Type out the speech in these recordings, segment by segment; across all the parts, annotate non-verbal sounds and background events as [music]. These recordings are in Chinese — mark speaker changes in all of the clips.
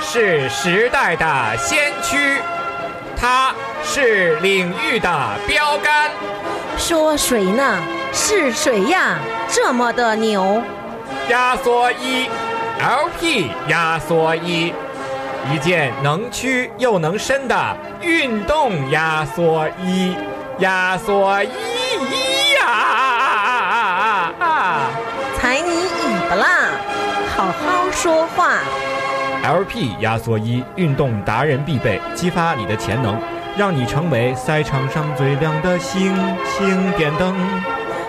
Speaker 1: 是时代的先驱，它是领域的标杆。
Speaker 2: 说谁呢？是谁呀？这么的牛！
Speaker 1: 压缩衣，LP 压缩衣，一件能屈又能伸的运动压缩衣，压缩衣呀、啊啊啊、
Speaker 2: 踩你尾巴啦！好好说话。
Speaker 3: LP 压缩衣，运动达人必备，激发你的潜能，让你成为赛场上最亮的星星点灯。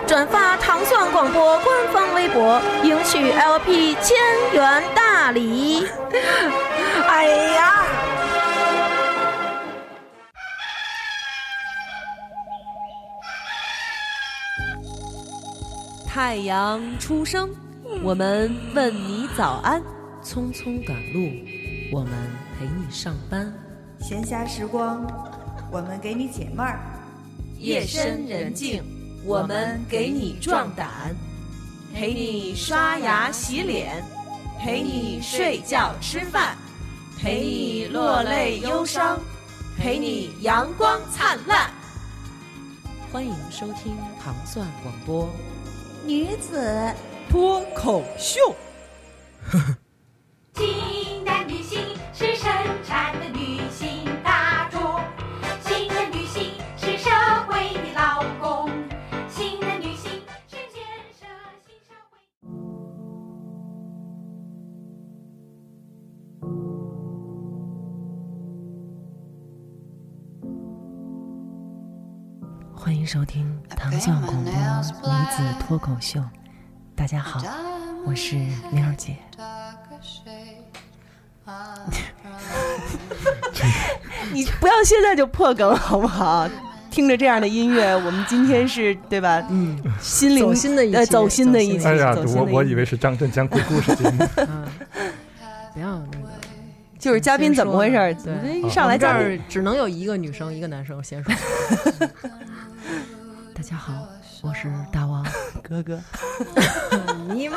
Speaker 2: 转发糖蒜广播官方微博，赢取 LP 千元大礼。
Speaker 4: [laughs] 哎呀！
Speaker 5: 太阳初升，
Speaker 4: 嗯
Speaker 5: 我们问你早安。匆匆赶路，我们陪你上班；
Speaker 6: 闲暇时光，我们给你解闷儿；
Speaker 7: 夜深人静，我们给你壮胆；陪你刷牙洗脸，陪你睡觉吃饭，陪你落泪忧伤，陪你阳光灿烂。
Speaker 5: 欢迎收听糖蒜广播，
Speaker 2: 女子
Speaker 5: 脱口秀。呵呵。
Speaker 8: 新的旅行是生产的旅行大众，新的旅行是社会的劳工，新的旅行是建设新社会。
Speaker 5: 欢迎收听糖蒜广播女子脱口秀，大家好，我是喵儿姐。
Speaker 4: 你不要现在就破梗好不好？听着这样的音乐，我们今天是对吧？
Speaker 2: 嗯，
Speaker 4: 心灵
Speaker 2: 走心的一
Speaker 4: 呃走心的一
Speaker 2: 期
Speaker 4: 期。
Speaker 9: 哎呀，
Speaker 4: 走心的
Speaker 9: 我
Speaker 4: 一期
Speaker 9: 我以为是张震讲鬼故事节
Speaker 4: [laughs]
Speaker 9: 目，
Speaker 2: 嗯
Speaker 7: 不要那个，
Speaker 4: 就是嘉宾怎么回事儿？
Speaker 7: 先说
Speaker 4: 你这一哎
Speaker 5: 哎
Speaker 4: 上来
Speaker 7: 这
Speaker 4: 嘉宾
Speaker 7: 儿只能有一个女生，一个男生。先说，
Speaker 5: [laughs] 大家好，我是大王。
Speaker 4: 哥哥，
Speaker 2: 你妹！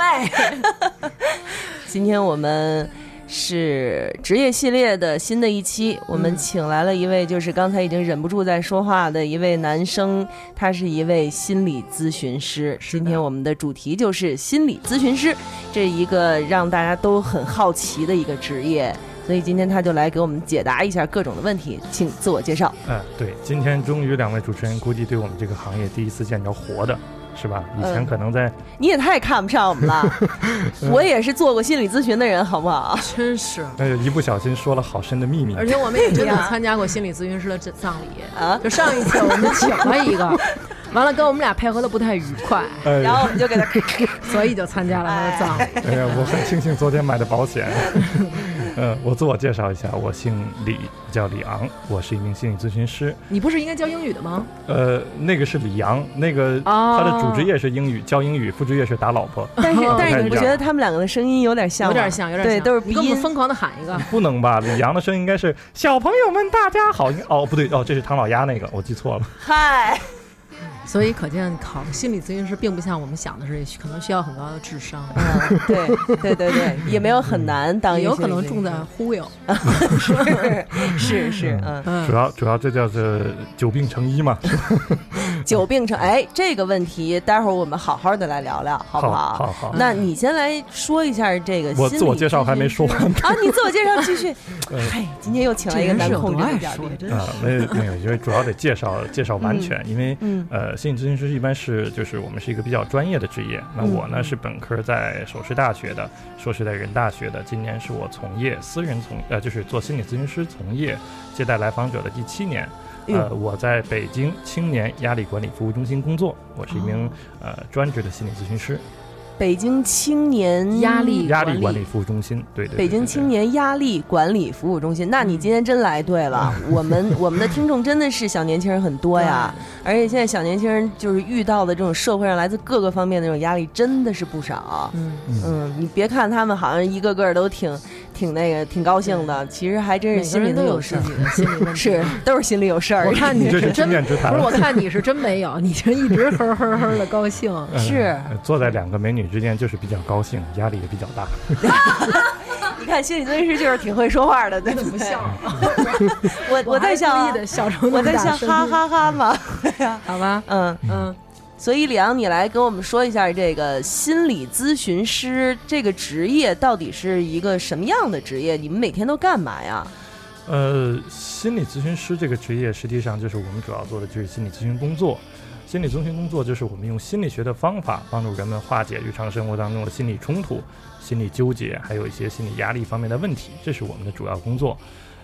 Speaker 4: 今天我们是职业系列的新的一期，我们请来了一位就是刚才已经忍不住在说话的一位男生，他是一位心理咨询师。
Speaker 7: 是的
Speaker 4: 今天我们的主题就是心理咨询师，这是一个让大家都很好奇的一个职业。所以今天他就来给我们解答一下各种的问题，请自我介绍。
Speaker 9: 哎，对，今天终于两位主持人估计对我们这个行业第一次见着活的，是吧？以前
Speaker 4: 嗯
Speaker 9: 可能在
Speaker 4: 你也太看不上我
Speaker 7: [laughs]
Speaker 4: 们了，我也是做过心理咨询的人，好不好？
Speaker 7: [laughs] 真是。
Speaker 5: 嗯
Speaker 9: 哎一不小心说了好深的秘密，
Speaker 7: 而且我们也真的
Speaker 4: 呀
Speaker 7: 参加过心理咨询师的这葬礼，
Speaker 4: 啊，
Speaker 7: 就上一次我们请了一个，完了跟我们俩配合的不太愉快，
Speaker 9: 哎
Speaker 4: 然后我们就给他
Speaker 7: 所以就参加了他的葬礼。
Speaker 9: 哎呀，我很庆幸昨天买的
Speaker 4: [laughs]
Speaker 9: 保险。嗯，我自我介绍一下，我姓李，叫李昂，我是一名心理咨询师。
Speaker 7: 你不是应该教英语的吗？
Speaker 9: 呃，那个是李阳，那个
Speaker 4: 哦
Speaker 9: 他的主职业是英语，教英语，副职业是打老婆。
Speaker 4: 但是，但是你
Speaker 9: 不
Speaker 4: 不
Speaker 9: 太一样
Speaker 4: 觉得他们两个的声音有点像吗？啊
Speaker 7: 有点像，有点像。
Speaker 4: 对，都是鼻
Speaker 7: 你给我们
Speaker 4: 音。
Speaker 7: 疯狂的喊一个，
Speaker 9: 不能吧？李阳的声音应该是小朋友们大家好。哦，不对，哦，这是唐老鸭那个，我记错了。
Speaker 4: 嗨，
Speaker 7: 所以可见考心理咨询师并不像我们想的是，可能需要很高的智商，
Speaker 4: 嗯，对对对对，也没有很难当
Speaker 7: 嗯也
Speaker 4: 一个
Speaker 7: 有可
Speaker 4: 心理咨询师，
Speaker 7: 能重在忽悠。
Speaker 4: [laughs] 是是嗯，
Speaker 7: 嗯
Speaker 9: 主，要主要这叫做久病成医嘛，
Speaker 7: 嗯
Speaker 4: 久病成哎，这个问题待会儿我们好好的来聊聊，好不
Speaker 9: 好好
Speaker 7: 嗯
Speaker 9: 好
Speaker 4: 那你先来说一下这个心理咨询师。
Speaker 9: 我自我介绍还没说完
Speaker 4: 啊，你自我介绍继
Speaker 7: [laughs]
Speaker 4: 续。
Speaker 9: 呃
Speaker 4: 嗨，今天又请来一个
Speaker 7: 这人
Speaker 4: 男
Speaker 7: 是有
Speaker 4: 控制
Speaker 7: 多
Speaker 4: 的
Speaker 7: 爱
Speaker 4: 嘉
Speaker 7: 说
Speaker 4: 宾，
Speaker 9: 啊，没有没有，因为主要得介绍介绍完全，因为
Speaker 4: 嗯
Speaker 9: 呃，心理咨询师一般是就是我们是一个比较专业的职业。那我
Speaker 4: 嗯
Speaker 9: 呢是本科在首师大学的，硕士在人大学的，今年是我从业私人从呃就是做心理咨询师从业接待来访者的第七年。
Speaker 4: 哎
Speaker 9: 呃，我在北京青年压力管理服务中心工作，我是一
Speaker 4: 哦
Speaker 9: 名、呃专职的心理咨询师，
Speaker 4: 北京青年
Speaker 7: 压力
Speaker 9: 压力管理服务中心，对对对
Speaker 4: 北京青
Speaker 9: 年
Speaker 4: 年压力管理服务中心，那你今天真来对了。
Speaker 7: 嗯
Speaker 4: 我们我们的听众真的是小年轻人很多
Speaker 7: [laughs]
Speaker 4: 呀，而且现在小年轻人就是遇到的这种社会上来自各个方面的这种压力真的是不少。
Speaker 7: 嗯，
Speaker 4: 嗯，你别看他们好像一个个都挺挺那个挺高兴的，其实
Speaker 9: 嗯
Speaker 4: 还真是
Speaker 7: 每个
Speaker 4: 心里
Speaker 7: 人都有
Speaker 4: 事
Speaker 7: 自
Speaker 4: 儿，
Speaker 7: 己的心理问题。
Speaker 4: 是都是心里有事儿
Speaker 7: 我。看
Speaker 9: 你这
Speaker 7: 是
Speaker 9: 是经
Speaker 7: 真，
Speaker 9: 验之谈
Speaker 7: 不是我看你是真没有，你就一直呵呵呵的高兴。
Speaker 9: 呃
Speaker 4: 是
Speaker 9: 呃坐在两个美女之间就是比较高兴，压力也比较大。
Speaker 4: [laughs] 你看心理咨询师就是挺会说话的，对不对？我 [laughs] 我在想啊，
Speaker 10: 的笑成
Speaker 4: 我在想哈哈哈嘛，
Speaker 10: 好吧，
Speaker 4: 嗯。
Speaker 10: 嗯，
Speaker 4: 所以，李昂，你来给我们说一下这个心理咨询师这个职业到底是一个什么样的职业？你们每天都干嘛呀？
Speaker 9: 呃，心理咨询师这个职业，实际上就是我们主要做的就是心理咨询工作。心理咨询工作就是我们用心理学的方法帮助人们化解日常生活当中的心理冲突、心理纠结，还有一些心理压力方面的问题，这是我们的主要工作。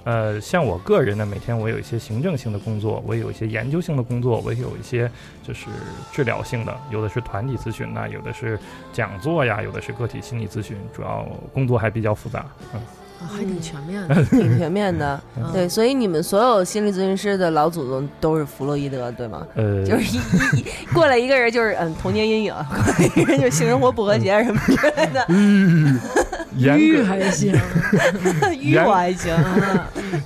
Speaker 9: 呃，像我个人呢，每天我有一些行政性的工作，我也有一些研究性的工作，我也有一些就是治疗性的，有的是团体咨询呐、有的是讲座呀，有的是个体心理咨询，主要工作还比较复杂。嗯，
Speaker 10: 啊还挺全面
Speaker 9: [laughs]
Speaker 10: 的。
Speaker 4: 挺全面的，
Speaker 10: 嗯
Speaker 4: 对，所以你们所有心理咨询师的老祖宗都是弗洛伊德，对吗？
Speaker 9: 呃，
Speaker 4: 就是一一一过来一个人就是嗯童年阴影， [laughs] 过来一个人就是性生活不和谐什么之类的，
Speaker 9: 严
Speaker 10: 玉
Speaker 9: 格
Speaker 10: 还
Speaker 9: [laughs]
Speaker 10: 行，
Speaker 4: 晕我还行。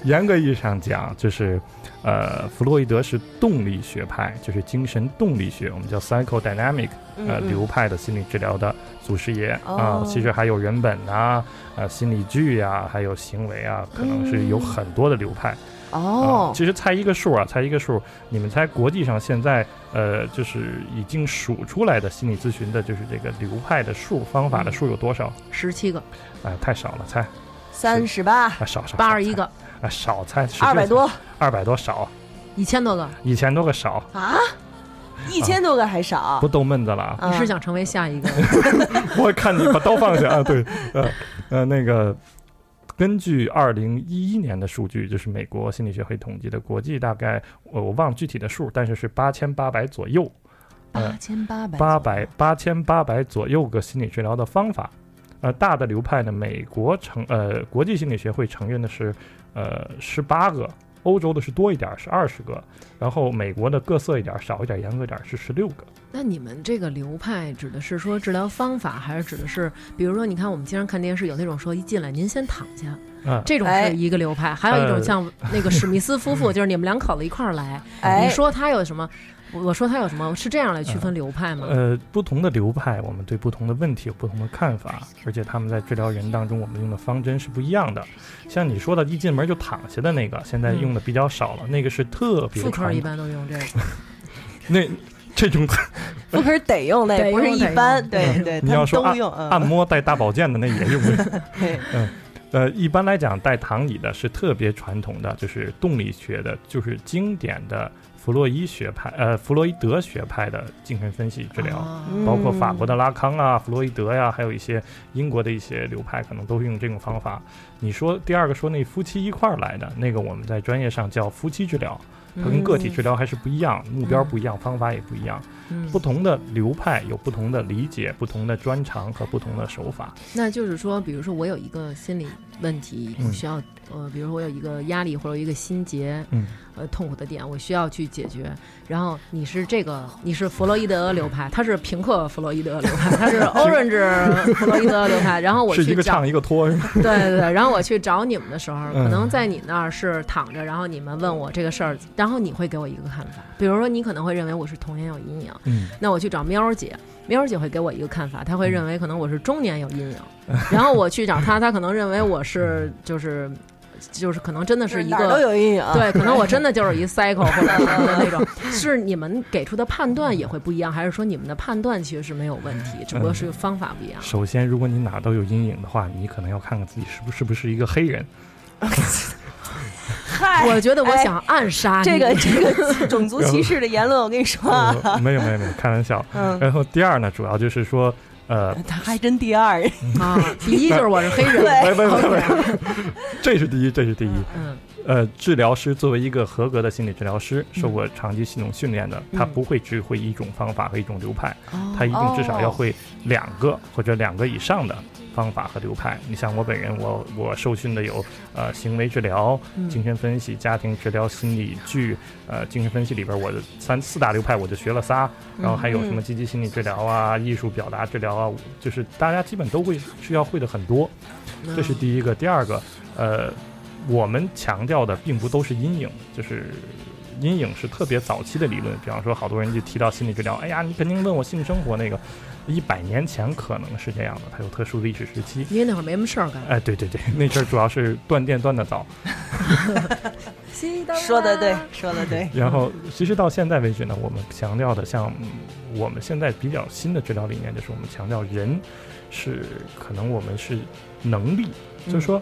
Speaker 9: 严格意义上讲，就是，呃，弗洛伊德是动力学派，就是精神动力学，我们叫 psychodynamic，
Speaker 4: 嗯
Speaker 9: [laughs] 呃，
Speaker 4: 嗯
Speaker 9: 流派的心理治疗的祖师爷啊、
Speaker 4: 哦
Speaker 9: 其实还有人本啊，呃，心理剧啊，还有行为啊，可能是有很多的流派。啊
Speaker 4: 哦，
Speaker 9: 其实猜一个数啊，猜一个数，你们猜国际上现在呃，就是已经数出来的心理咨询的，就是这个流派的数、方法的
Speaker 4: 嗯
Speaker 9: 数有多少？
Speaker 10: 十七个，
Speaker 9: 哎、太少了，猜
Speaker 4: 三十八，
Speaker 9: 啊，少少
Speaker 10: 八十一个，
Speaker 9: 啊，少猜
Speaker 4: 二百，多
Speaker 9: 二百多少，啊
Speaker 10: 一千多个。
Speaker 9: 一千多个少。
Speaker 4: 啊，一千多个还少
Speaker 9: 不。逗闷子了啊！ [laughs]
Speaker 10: 你
Speaker 4: 啊
Speaker 10: 是想成为下一个？
Speaker 9: 我看你把刀放下啊！对，呃呃，那个，根据二零一一年的数据，就是美国心理学会统计的国际大概，我我忘了具体的数，但是是八千八百左右，呃
Speaker 10: 千八百
Speaker 9: 八百八千八百左右个心理治疗的方法。呃，大的流派呢，美国承呃国际心理学会承认的是呃十八个。欧洲的是多一点儿，是二十个，然后美国的各色一点儿，少一点儿，严格一点儿是十六个。
Speaker 10: 那你们这个流派指的是说治疗方法，还是指的是，比如说，你看我们经常看电视有那种说一进来您先躺下，
Speaker 9: 嗯，
Speaker 10: 这种
Speaker 4: 哎
Speaker 10: 是一个流派，还有一种
Speaker 9: 呃
Speaker 10: 像那个史密斯夫妇，就是你们两口子一块儿来，
Speaker 4: 哎
Speaker 10: 你，说他有什么，我我说他有什么，是这样来区分流派吗？
Speaker 9: 呃，不同的流派，我们对不同的问题有不同的看法，而且他们在治疗人当中，我们用的方针是不一样的。像你说的，一进门就躺下的那个，现在用的比较少了，那个是特别
Speaker 10: 妇科
Speaker 9: 传
Speaker 10: 一般都用这个，哦
Speaker 9: 那这种
Speaker 4: [laughs] 妇科得用那
Speaker 10: 得
Speaker 4: 不是
Speaker 10: 用
Speaker 4: 一
Speaker 10: 得
Speaker 4: 般，
Speaker 10: 用
Speaker 4: 对
Speaker 10: 嗯
Speaker 4: 对，
Speaker 9: 你
Speaker 4: 他
Speaker 9: 要
Speaker 4: 们
Speaker 9: 说
Speaker 4: 都用。嗯
Speaker 9: 按摩带大保健的那也用不
Speaker 10: [laughs]
Speaker 9: 了。
Speaker 4: 对
Speaker 9: 嗯，呃，一般来讲，带躺椅的是特别传统的，就是动力学的，就是经典的弗洛伊学派，呃，弗洛伊德学派的精神分析治疗。
Speaker 4: 嗯
Speaker 10: 哦
Speaker 9: 包括法国的拉康啊、弗洛伊德呀、还有一些英国的一些流派，可能都是用这种方法。你说第二个说那夫妻一块儿来的那个，我们在专业上叫夫妻治疗，它跟个体治疗还是不一样，目标不一样，方法也不一样。
Speaker 10: 嗯
Speaker 9: 不同的流派有不同的理解、不同的专长和不同的手法。
Speaker 10: 那就是说，比如说我有一个心理问题，
Speaker 9: 嗯
Speaker 10: 我需要呃，比如说我有一个压力或者一个心结，
Speaker 9: 嗯，
Speaker 10: 呃，痛苦的点，我需要去解决。然后你是这个，你是弗洛伊德流派，他是平克弗洛伊德流派，他
Speaker 9: [laughs]
Speaker 10: 是 Orange 弗洛伊德流派。然后我
Speaker 9: 是一
Speaker 10: 去
Speaker 9: 个
Speaker 10: 找，
Speaker 9: 唱一个拖，
Speaker 10: [laughs]
Speaker 9: 是吧？
Speaker 10: 对对对，然后我去找你们的时候，
Speaker 9: 嗯
Speaker 10: 可能在你那儿是躺着，然后你们问我这个事儿，然后你会给我一个看法，比如说你可能会认为我是童年有阴影，
Speaker 9: 嗯，
Speaker 10: 那我去找喵儿姐，喵儿姐会给我一个看法，她会认为可能我是中年有
Speaker 9: [laughs]
Speaker 10: 阴影，然后我去找她，她可能认为我是就是就是可能真的是一
Speaker 4: 哪儿都
Speaker 10: 个。
Speaker 4: 有阴影。啊
Speaker 10: 对，可能我真的就是
Speaker 4: [laughs]
Speaker 10: 一 cycle 或者什么的那种，
Speaker 4: 嗯
Speaker 10: [laughs] 是你们给出的判断也会不一样，还是说你们的判断其实是没有问题，只不过是方法不一样？
Speaker 9: 首先，如果你哪都有阴影的话，你可能要看看自己是不是不是一个黑
Speaker 10: [laughs]
Speaker 9: 人。
Speaker 4: 嗨，
Speaker 10: 我觉得我
Speaker 4: 哎
Speaker 10: 想暗杀你，
Speaker 4: 这个这
Speaker 10: [laughs]
Speaker 4: 个 [laughs] 种族歧视的言论，我跟你说啊，
Speaker 9: 呃没有没有没有，开玩笑。
Speaker 4: 嗯，
Speaker 9: 然后第二呢，主要就是说，呃，
Speaker 4: 他还真第二，
Speaker 9: 嗯
Speaker 10: 啊，第一就是我是黑人，
Speaker 4: [laughs] 对
Speaker 9: 喂喂喂喂，这是第一，这是第一。
Speaker 10: 嗯，
Speaker 9: 呃，治疗师作为一个合格的心理治疗师，受过长期系统训练的，他不会只会一种方法和一种流派，他一定至少要会两个或者两个以上的方法和流派。你像我本人，我我受训的有呃行为治疗、精神分析、家庭治疗、心理剧，呃精神分析里边我的三四大流派我就学了仨，然后还有什么积极心理治疗啊、艺术表达治疗啊，就是大家基本都会需要会的很多。这是第一个。第二个，呃，我们强调的并不都是阴影，就是阴影是特别早期的理论，比方说好多人就提到心理治疗，哎呀，你肯定问我性生活那个，一百年前可能是这样的，它有特殊的历史时期。
Speaker 10: 因为那会儿没什么事儿干。
Speaker 9: 哎，对对对， [laughs] 那阵儿主要是断电断的早，
Speaker 4: 说的对，说的对。
Speaker 9: 然后，其实到现在为止呢，我们强调的像嗯我们现在比较新的治疗理念，就是我们强调人是可能我们是能力，
Speaker 10: 嗯
Speaker 9: 就是说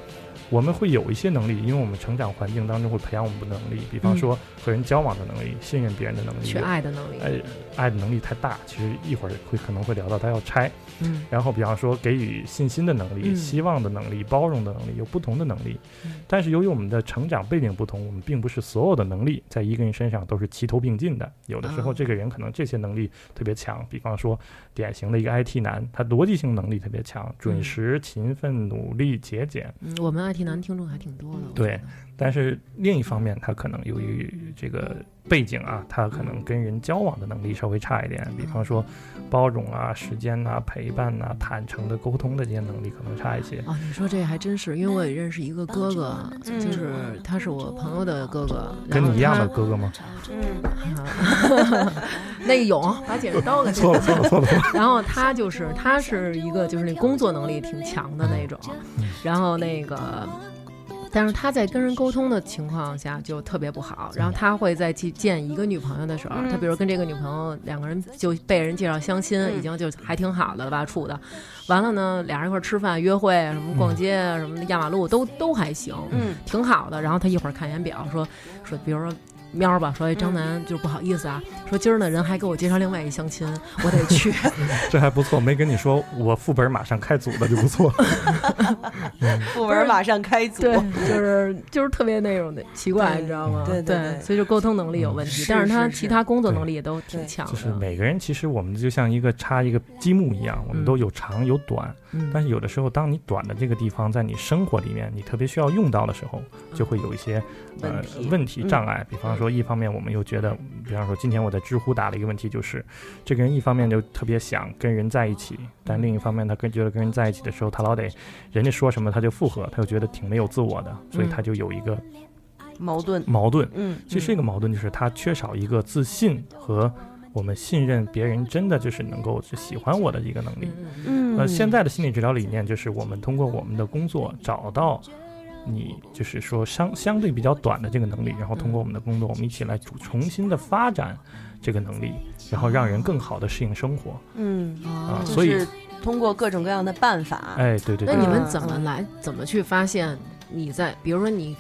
Speaker 9: 我们会有一些能力，因为我们成长环境当中会培养我们的能力，比方说和人交往的能力、信任别人的能力、
Speaker 10: 嗯去爱的能力，
Speaker 9: 哎，爱的能力太大，其实一会儿会可能会聊到他要拆。
Speaker 10: 嗯，
Speaker 9: 然后比方说给予信心的能力、
Speaker 10: 嗯
Speaker 9: 希望的能力、包容的能力，有不同的能力。
Speaker 10: 嗯
Speaker 9: 但是由于我们的成长背景不同，我们并不是所有的能力在一个人身上都是齐头并进的。有的时候
Speaker 10: 啊
Speaker 9: 这个人可能这些能力特别强，比方说典型的一个 IT 男，他逻辑性能力特别强，准时、勤奋、努力、节俭。
Speaker 10: 嗯我们 IT 男听众还挺多的。我
Speaker 9: 对
Speaker 10: 觉得，
Speaker 9: 但是另一方面，他可能由于这个背景啊，他可能跟人交往的能力稍微差一点，比方说包容啊、时间呐、陪伴呐、坦诚的沟通的这些能力可能差一些。
Speaker 10: 哦，你说这还真是，因为我也认识一个哥哥，
Speaker 2: 嗯
Speaker 10: 就是他是我朋友的哥哥，然
Speaker 9: 跟
Speaker 10: 后
Speaker 9: 你一样
Speaker 10: 他
Speaker 9: 的哥哥吗？
Speaker 2: 嗯，
Speaker 10: [laughs] 那个勇，把剪刀给
Speaker 9: 错了错了错
Speaker 10: [laughs]
Speaker 9: 了，
Speaker 10: 然后他就是他是一个就是那工作能力挺强的那种，
Speaker 2: 嗯
Speaker 10: 然后那个。但是他在跟人沟通的情况下就特别不好，然后他会在去见一个女朋友的时候，
Speaker 2: 嗯嗯
Speaker 10: 他比如跟这个女朋友两个人就被人介绍相亲，已经就还挺好的了吧处的，完了呢俩人一块儿吃饭、约会、什么逛街、啊什么的压马路都都还行，
Speaker 2: 嗯，
Speaker 10: 挺好的。然后他一会儿看一眼表说说，比如说喵儿吧，
Speaker 2: 嗯
Speaker 10: 说哎张楠就是不好意思啊，说今儿呢人还给我介绍另外一相亲，我得去。
Speaker 9: 这还不错，没跟你说我副本马上开组了就不错。 [laughs]
Speaker 4: 副文嗯马上开 [laughs] 组，
Speaker 10: 对， [laughs] 就是就是特别那种的奇怪，
Speaker 4: 对
Speaker 10: 你知道吗？
Speaker 4: 对对
Speaker 10: 对
Speaker 4: 对
Speaker 10: 所以就沟通能力有问题，
Speaker 4: 是
Speaker 10: 但是他
Speaker 4: 是是
Speaker 10: 其他工作能力也都挺强的。
Speaker 9: 就是每个人其实我们就像一个插一个积木一样，我们都有长有短，
Speaker 10: 嗯
Speaker 9: 但是有的时候当你短的这个地方在你生活里面你特别需要用到的时候，就会有一些呃
Speaker 4: 问题
Speaker 9: 问题障碍。比方说，一方面我们又觉得，比方说今天我在知乎打了一个问题，就是这个人一方面就特别想跟人在一起，但另一方面他跟觉得跟人在一起的时候，他老得人家说什么他就附和，他就觉得挺没有自我的，所以
Speaker 10: 嗯
Speaker 9: 他就有一个
Speaker 4: 矛盾。
Speaker 9: 矛盾。
Speaker 4: 嗯，
Speaker 9: 其实这个矛盾就是他缺少一个自信和我们信任别人真的就是能够去喜欢我的一个能力。
Speaker 10: 嗯
Speaker 2: 嗯，
Speaker 9: 呃，现在的心理治疗理念就是我们通过我们的工作找到你，就是说相相对比较短的这个能力，然后通过我们的工作，我们一起来主重新的发展这个能力，然后让人更好的适应生活。
Speaker 4: 嗯，
Speaker 9: 啊
Speaker 10: 哦
Speaker 4: 就
Speaker 9: 所以
Speaker 4: 是通过各种各样的办法，
Speaker 9: 哎，对对
Speaker 10: 那
Speaker 9: 对
Speaker 10: 你，们怎么来怎么去发现你在，比如说你。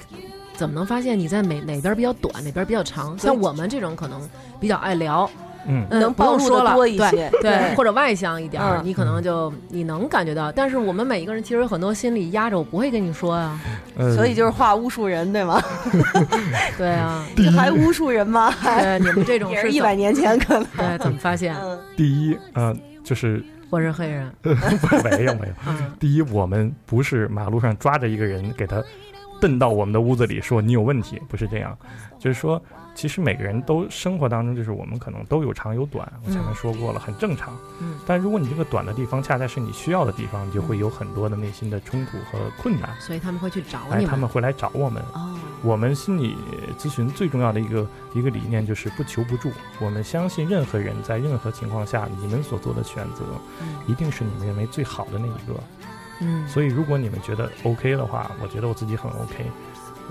Speaker 10: 怎么能发现你在哪哪边比较短，哪边比较长？像我们这种可能比较爱聊，
Speaker 9: 嗯，
Speaker 10: 嗯
Speaker 4: 能
Speaker 10: 不用
Speaker 4: 暴露
Speaker 10: 说
Speaker 4: 得
Speaker 10: 了，
Speaker 4: 多一
Speaker 10: 对
Speaker 4: 些对
Speaker 10: 对，或者外向一点儿，
Speaker 4: 嗯
Speaker 10: 你可能就你能感觉到。但是我们每一个人其实有很多心理压着，我不会跟你说啊，
Speaker 9: 呃
Speaker 4: 所以就是画巫术人对吗？
Speaker 10: 对
Speaker 4: [laughs]
Speaker 10: 啊，
Speaker 4: 这还巫术人吗？
Speaker 10: [laughs]
Speaker 4: 还
Speaker 10: 对你们这种
Speaker 4: [laughs] 也
Speaker 10: 是
Speaker 4: 是一
Speaker 10: 怎么
Speaker 4: 百年前可能。
Speaker 10: 对怎么发现？
Speaker 4: 嗯
Speaker 9: 第一，呃，就是 [laughs]
Speaker 10: 我是黑人，
Speaker 9: 没有没有，
Speaker 10: 嗯，
Speaker 9: 第一，我们不是马路上抓着一个人给他蹬到我们的屋子里说你有问题，不是这样，就是说，其实每个人都生活当中，就是我们可能都有长有短，我前面说过了，很正常。
Speaker 10: 嗯
Speaker 9: 但如果你这个短的地方恰恰是你需要的地方，你就会有很多的内心的冲突和困难。
Speaker 10: 所以他们会去找
Speaker 9: 哎，
Speaker 10: 你
Speaker 9: 他们会来找我们。
Speaker 10: 哦，
Speaker 9: 我们心理咨询最重要的一个一个理念就是不求不助。我们相信任何人在任何情况下，你们所做的选择，一定是你们认为最好的那一个。
Speaker 10: 嗯，
Speaker 9: 所以，如果你们觉得 OK 的话，我觉得我自己很 OK，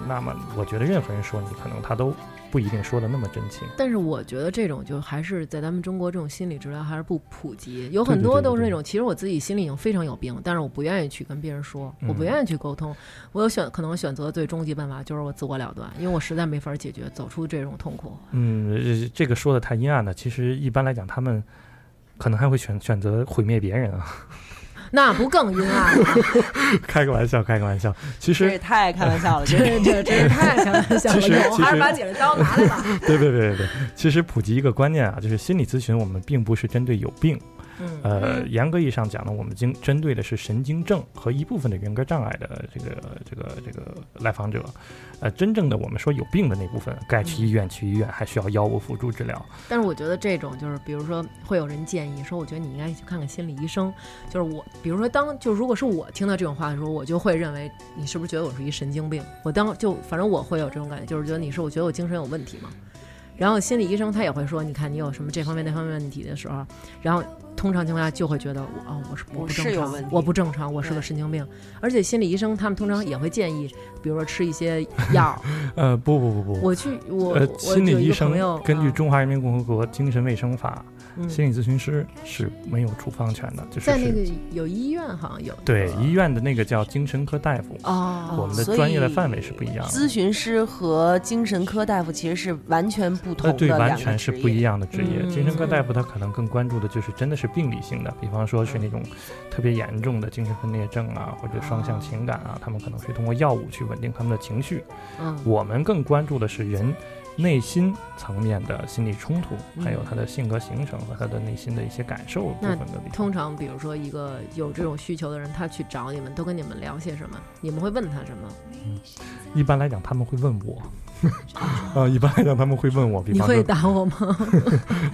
Speaker 9: 那么我觉得任何人说你，可能他都不一定说的那么真情。
Speaker 10: 但是我觉得这种就还是在咱们中国这种心理治疗还是不普及，有
Speaker 9: 对
Speaker 10: 很
Speaker 9: 对
Speaker 10: 多
Speaker 9: 对
Speaker 10: 都
Speaker 9: 对
Speaker 10: 是那
Speaker 9: 对
Speaker 10: 种其实我自己心里已经非常有病，但是我不愿意去跟别人说，我不
Speaker 9: 嗯
Speaker 10: 愿意去沟通。我有选，可能我选择的最终极办法就是我自我了断，因为我实在没法解决，走出这种痛苦。
Speaker 9: 嗯，呃这个说的太阴暗了。其实一般来讲，他们可能还会选选择毁灭别人啊。
Speaker 10: 那不更啊阴暗了？
Speaker 9: [laughs] 开个玩笑，开个玩笑。
Speaker 4: 这
Speaker 9: 其实
Speaker 4: 也，太开玩
Speaker 9: [laughs]
Speaker 4: 笑了，这
Speaker 10: 这这真是太开玩笑了，
Speaker 9: 其实
Speaker 10: 有
Speaker 9: 其
Speaker 10: 还是
Speaker 9: 实
Speaker 10: 把剪刀拿
Speaker 4: [laughs]
Speaker 10: 来吧。
Speaker 9: [laughs] 对对对对对，其实普及一个观念啊，就是心理咨询我们并不是针对有病，
Speaker 10: 嗯
Speaker 9: 呃，严格意义上讲呢，我们经针对的是神经症和一部分的人格障碍的这个这个这个来访者。呃，真正的我们说有病的那部分，该去医院去医院，还需要药物辅助治疗。
Speaker 10: 但是我觉得这种就是，比如说会有人建议说，我觉得你应该去看看心理医生。就是我，比如说当就如果是我听到这种话的时候，我就会认为你是不是觉得我是一神经病？我当就反正我会有这种感觉，就是觉得你是我觉得我精神有问题嘛。然后心理医生他也会说，你看你有什么这方面那方面问题的时候，然后通常情况下就会觉得我哦，我是
Speaker 4: 我
Speaker 10: 不
Speaker 4: 是
Speaker 10: 正
Speaker 4: 有
Speaker 10: 常
Speaker 4: 问题，
Speaker 10: 我不正常，我是
Speaker 4: 对
Speaker 10: 个神经病。而且心理医生他们通常也会建议，比如说吃一些
Speaker 9: [laughs]
Speaker 10: 药。
Speaker 9: 呃，不不不不，
Speaker 10: 嗯我去，我
Speaker 9: 呃，
Speaker 10: 我
Speaker 9: 心
Speaker 10: 有
Speaker 9: 理
Speaker 10: 一
Speaker 9: 医
Speaker 10: 个
Speaker 9: 生
Speaker 10: 朋友
Speaker 9: 根据《
Speaker 10: 啊
Speaker 9: 中华人民共和国精神卫生法》
Speaker 10: 嗯
Speaker 9: 心理咨询师是没有处方权的，就是
Speaker 10: 在那
Speaker 9: 是
Speaker 10: 个啊有医院好像有
Speaker 9: 对医院的那个叫精神科大夫，
Speaker 4: 哦
Speaker 9: 我们的
Speaker 4: 所以
Speaker 9: 专业的范围是不一样的。
Speaker 4: 咨询师和精神科大夫其实是完全不同
Speaker 9: 呃，
Speaker 4: 的
Speaker 9: 对，完
Speaker 4: 两个
Speaker 9: 全是
Speaker 4: 职
Speaker 9: 不
Speaker 4: 业
Speaker 9: 一样的职业。
Speaker 10: 嗯
Speaker 9: 精神科大夫他可能更关注的就是真的是病理性的，比方说是那种特别严重的精神分裂症啊，或者双向情感
Speaker 10: 哦
Speaker 9: 啊，他们可能是通过药物去稳定他们的情绪。
Speaker 10: 嗯
Speaker 9: 我们更关注的是人内心层面的心理冲突，还有
Speaker 10: 嗯
Speaker 9: 他的性格形成和他的内心的一些感受部
Speaker 10: 那
Speaker 9: 分的理解。
Speaker 10: 通常，比如说一个有这种需求的人，他去找你们，都跟你们聊些什么？你们会问他什么？
Speaker 9: 一般来讲，他们会问
Speaker 10: [laughs]
Speaker 9: 我。啊，一般来讲他们会问我，比
Speaker 10: 你
Speaker 9: 方
Speaker 10: 会
Speaker 9: 说
Speaker 10: 打我吗？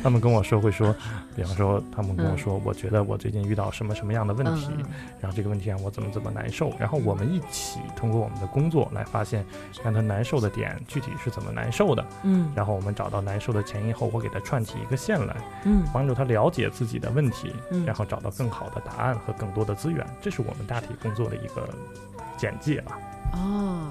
Speaker 9: 他们跟我说会说，比方说他们跟我
Speaker 10: 嗯
Speaker 9: 说，我觉得我最近遇到什么什么样的问题，
Speaker 10: 嗯嗯
Speaker 9: 然后这个问题啊让我怎么怎么难受，然后我们一起通过我们的工作来发现让他难受的点具体是怎么难受的，
Speaker 10: 嗯
Speaker 9: 然后我们找到难受的前因后果，给他串起一个线来，
Speaker 10: 嗯
Speaker 9: 帮助他了解自己的问题，
Speaker 10: 嗯
Speaker 9: 然后找到更好的答案和更多的资源，这是我们大体工作的一个简介啊吧。
Speaker 10: 哦，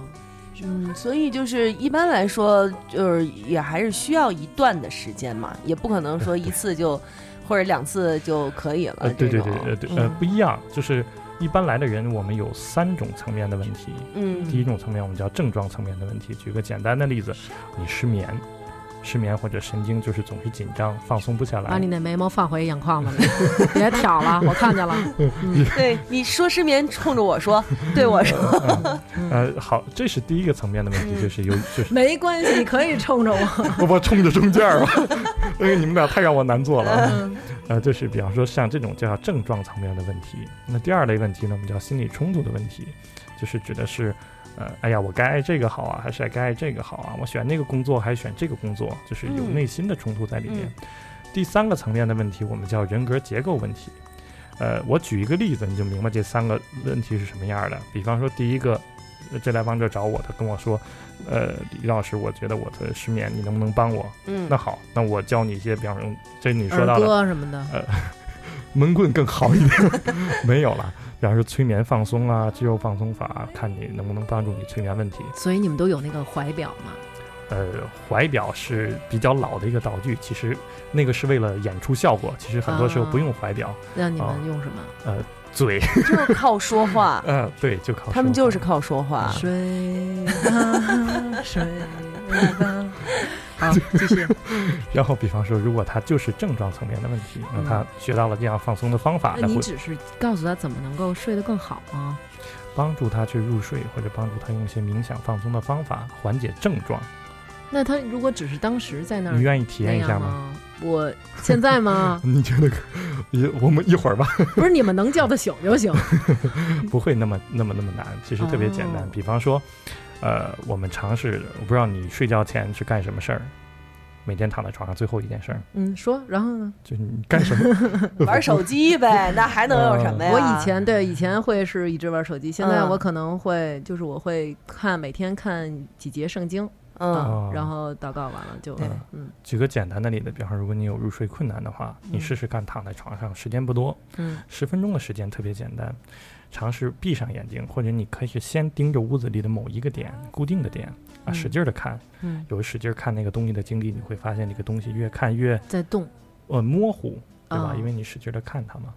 Speaker 4: 嗯，所以就是一般来说，就是也还是需要一段的时间嘛，也不可能说一次就或者两次就可以了。
Speaker 9: 呃，对对对，
Speaker 4: 这
Speaker 9: 呃
Speaker 4: 种嗯
Speaker 9: 对呃不一样，就是一般来的人，我们有三种层面的问题，
Speaker 4: 嗯
Speaker 9: 第一种层面我们叫症状层面的问题。举个简单的例子，你失眠，失眠或者神经就是总是紧张，放松不下
Speaker 10: 把
Speaker 9: 来
Speaker 10: 你。那眉毛放回眼眶了，
Speaker 9: [laughs]
Speaker 10: 别挑了，我看见了。
Speaker 4: 对，你说失眠冲着我说，对我说，
Speaker 9: 呃，好，这是第一个层面的问题，就是有就
Speaker 10: [laughs]
Speaker 9: 是
Speaker 10: 没关系，你可以冲着我。
Speaker 9: 我我冲着中间儿
Speaker 4: [laughs]
Speaker 9: 吧，因为你们俩太让我难做了
Speaker 4: 嗯
Speaker 9: 啊。呃，这是比方说像这种叫症状层面的问题。那第二类问题呢，我们叫心理冲突的问题，就是指的是。呃，哎呀，我该爱这个好啊，还是该爱这个好啊？我选那个工作还是选这个工作？就是有
Speaker 4: 嗯
Speaker 9: 内心的冲突在里面。
Speaker 4: 嗯
Speaker 9: 第三个层面的问题，我们叫人格结构问题。呃，我举一个例子，你就明白这三个问题是什么样儿的。比方说，第一个，呃这来访者找我，他跟我说，呃，李老师，我觉得我的失眠，你能不能帮我？
Speaker 4: 嗯
Speaker 9: [laughs] 那，好，那我教你一些，比方说，这你说
Speaker 10: 耳
Speaker 9: 到了
Speaker 10: 朵什么的，
Speaker 9: 闷棍更好一点， [laughs] 没有了。比方说催眠放松啊，肌肉放松法啊，看你能不能帮助你催眠问题。
Speaker 10: 所以你们都有那个怀表嘛？
Speaker 9: 呃，怀表是比较老的一个道具，其实那个是为了演出效果，其实很多时候不用怀
Speaker 4: 啊
Speaker 9: 表，
Speaker 10: 让你
Speaker 9: 哦
Speaker 10: 们用什么？
Speaker 9: 嘴，
Speaker 4: 就是靠说
Speaker 9: [laughs]
Speaker 4: 话，
Speaker 9: 嗯、对，就靠
Speaker 4: 他们
Speaker 9: 说
Speaker 4: 就
Speaker 9: 话
Speaker 4: 是靠说话。
Speaker 10: 水啊，水啊。好，继续。
Speaker 9: 然后，比方说，如果他就是症状层面的问题，那
Speaker 10: 嗯
Speaker 9: 他学到了这样放松的方法，
Speaker 10: 那
Speaker 9: 那
Speaker 10: 你
Speaker 9: 会
Speaker 10: 只是告诉他怎么能够睡得更好吗？
Speaker 9: 帮助他去入睡，或者帮助他用一些冥想放松的方法缓解症状。
Speaker 10: 那他如果只是当时在那儿
Speaker 9: 你愿意体
Speaker 10: 那
Speaker 9: 验一下
Speaker 10: 样
Speaker 9: 吗？？
Speaker 10: 吗？我现在吗
Speaker 9: [laughs] 你觉得可？一我们一会儿吧，
Speaker 10: [laughs] 不是你们能叫他醒就
Speaker 9: [laughs]
Speaker 10: 行。
Speaker 9: 不会那么那么那么难，其实特别简单。
Speaker 10: 哦
Speaker 9: 比方说，呃，我们尝试，我不知道你睡觉前是干什么事儿，每天躺在床上最后一件事儿
Speaker 10: 嗯，说，然后呢？
Speaker 9: 就是你干什么？
Speaker 4: 玩手机呗，那还能有什么呀？
Speaker 10: 我以前对以前会是一直玩手机，现在
Speaker 4: 啊嗯
Speaker 10: 我可能会就是我会看每天看几节圣经，啊
Speaker 4: 嗯
Speaker 9: 哦
Speaker 10: 然后祷告完了就
Speaker 9: 对
Speaker 10: 嗯
Speaker 9: 举个简单的例子，比方说，如果你有入睡困难的话，你
Speaker 10: 嗯
Speaker 9: 试试看躺在床上，时间不多，
Speaker 10: 嗯
Speaker 9: 十分钟的时间特别简单，尝试闭上眼睛，或者你可以先盯着屋子里的某一个点，固定的点啊，
Speaker 10: 嗯
Speaker 9: 使劲的看。
Speaker 10: 嗯，
Speaker 9: 有使劲看那个东西的经历，你会发现这个东西越看越
Speaker 10: 在动，
Speaker 9: 呃模糊，对吧？
Speaker 10: 哦
Speaker 9: 因为你使劲的看它嘛。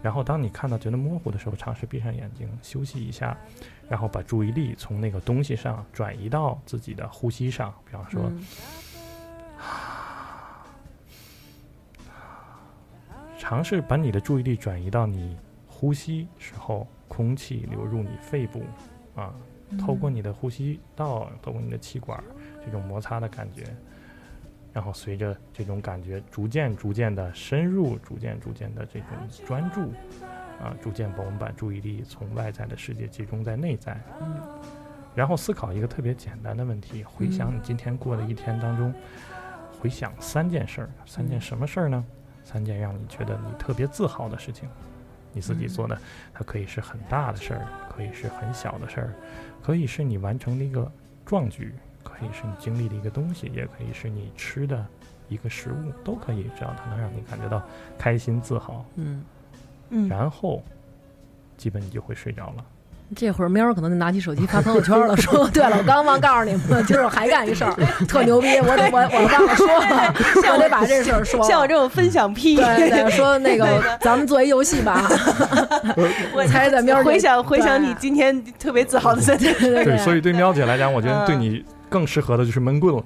Speaker 9: 然后当你看到觉得模糊的时候，尝试闭上眼睛休息一下，然后把注意力从那个东西上转移到自己的呼吸上，比方说
Speaker 10: 嗯
Speaker 9: 尝试把你的注意力转移到你呼吸时候空气流入你肺部，啊，透过你的呼吸道，透过你的气管这种摩擦的感觉，然后随着这种感觉逐渐逐渐的深入，逐渐逐渐的这种专注，啊，逐渐把我们把注意力从外在的世界集中在内在，
Speaker 10: 嗯
Speaker 9: 然后思考一个特别简单的问题，回想你今天过的一天当中，回想三件事儿，三件什么事儿呢？三件让你觉得你特别自豪的事情，你自己做的，它可以是很大的事儿，可以是很小的事儿，可以是你完成的一个壮举，可以是你经历的一个东西，也可以是你吃的一个食物，都可以，只要它能让你感觉到开心自豪，
Speaker 10: 嗯
Speaker 4: 嗯
Speaker 9: 然后基本你就会睡着了。
Speaker 10: 这会儿喵儿可能就拿起手机发朋友圈了，说：“对了，我刚忘告诉你们了，今儿我还干一事儿，特牛逼，我得我我忘了说了，我得把这事儿说了。
Speaker 4: 像我这种分享
Speaker 10: [laughs]
Speaker 4: 癖，
Speaker 10: 对对，说那
Speaker 4: 对
Speaker 10: 个
Speaker 4: 的
Speaker 10: 咱们做一游戏
Speaker 4: [laughs]
Speaker 10: 吧，我猜在喵儿这
Speaker 4: 回想回想
Speaker 10: 对啊
Speaker 4: 你今天特别自豪的三 [laughs] 天，
Speaker 10: 对啊
Speaker 9: 对，所以对喵姐来讲，我觉得对
Speaker 4: 嗯
Speaker 9: 你更适合的就是闷棍了。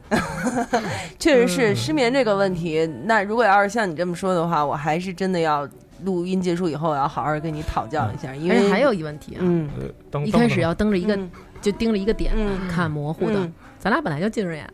Speaker 4: 确实是
Speaker 10: 嗯
Speaker 4: 失眠这个问题。那如果要是像你这么说的话，我还是真的要录音结束以后，我要好好跟你讨教一下，因
Speaker 10: 而且
Speaker 4: 为
Speaker 10: 还有一问题啊，
Speaker 4: 嗯
Speaker 9: 呃，当
Speaker 10: 一
Speaker 9: 当
Speaker 10: 开
Speaker 9: 着
Speaker 10: 始要盯着一个
Speaker 4: 嗯
Speaker 10: 就盯着一个点
Speaker 4: 嗯
Speaker 10: 看模糊的
Speaker 4: 嗯，
Speaker 10: 咱俩本来就近视眼，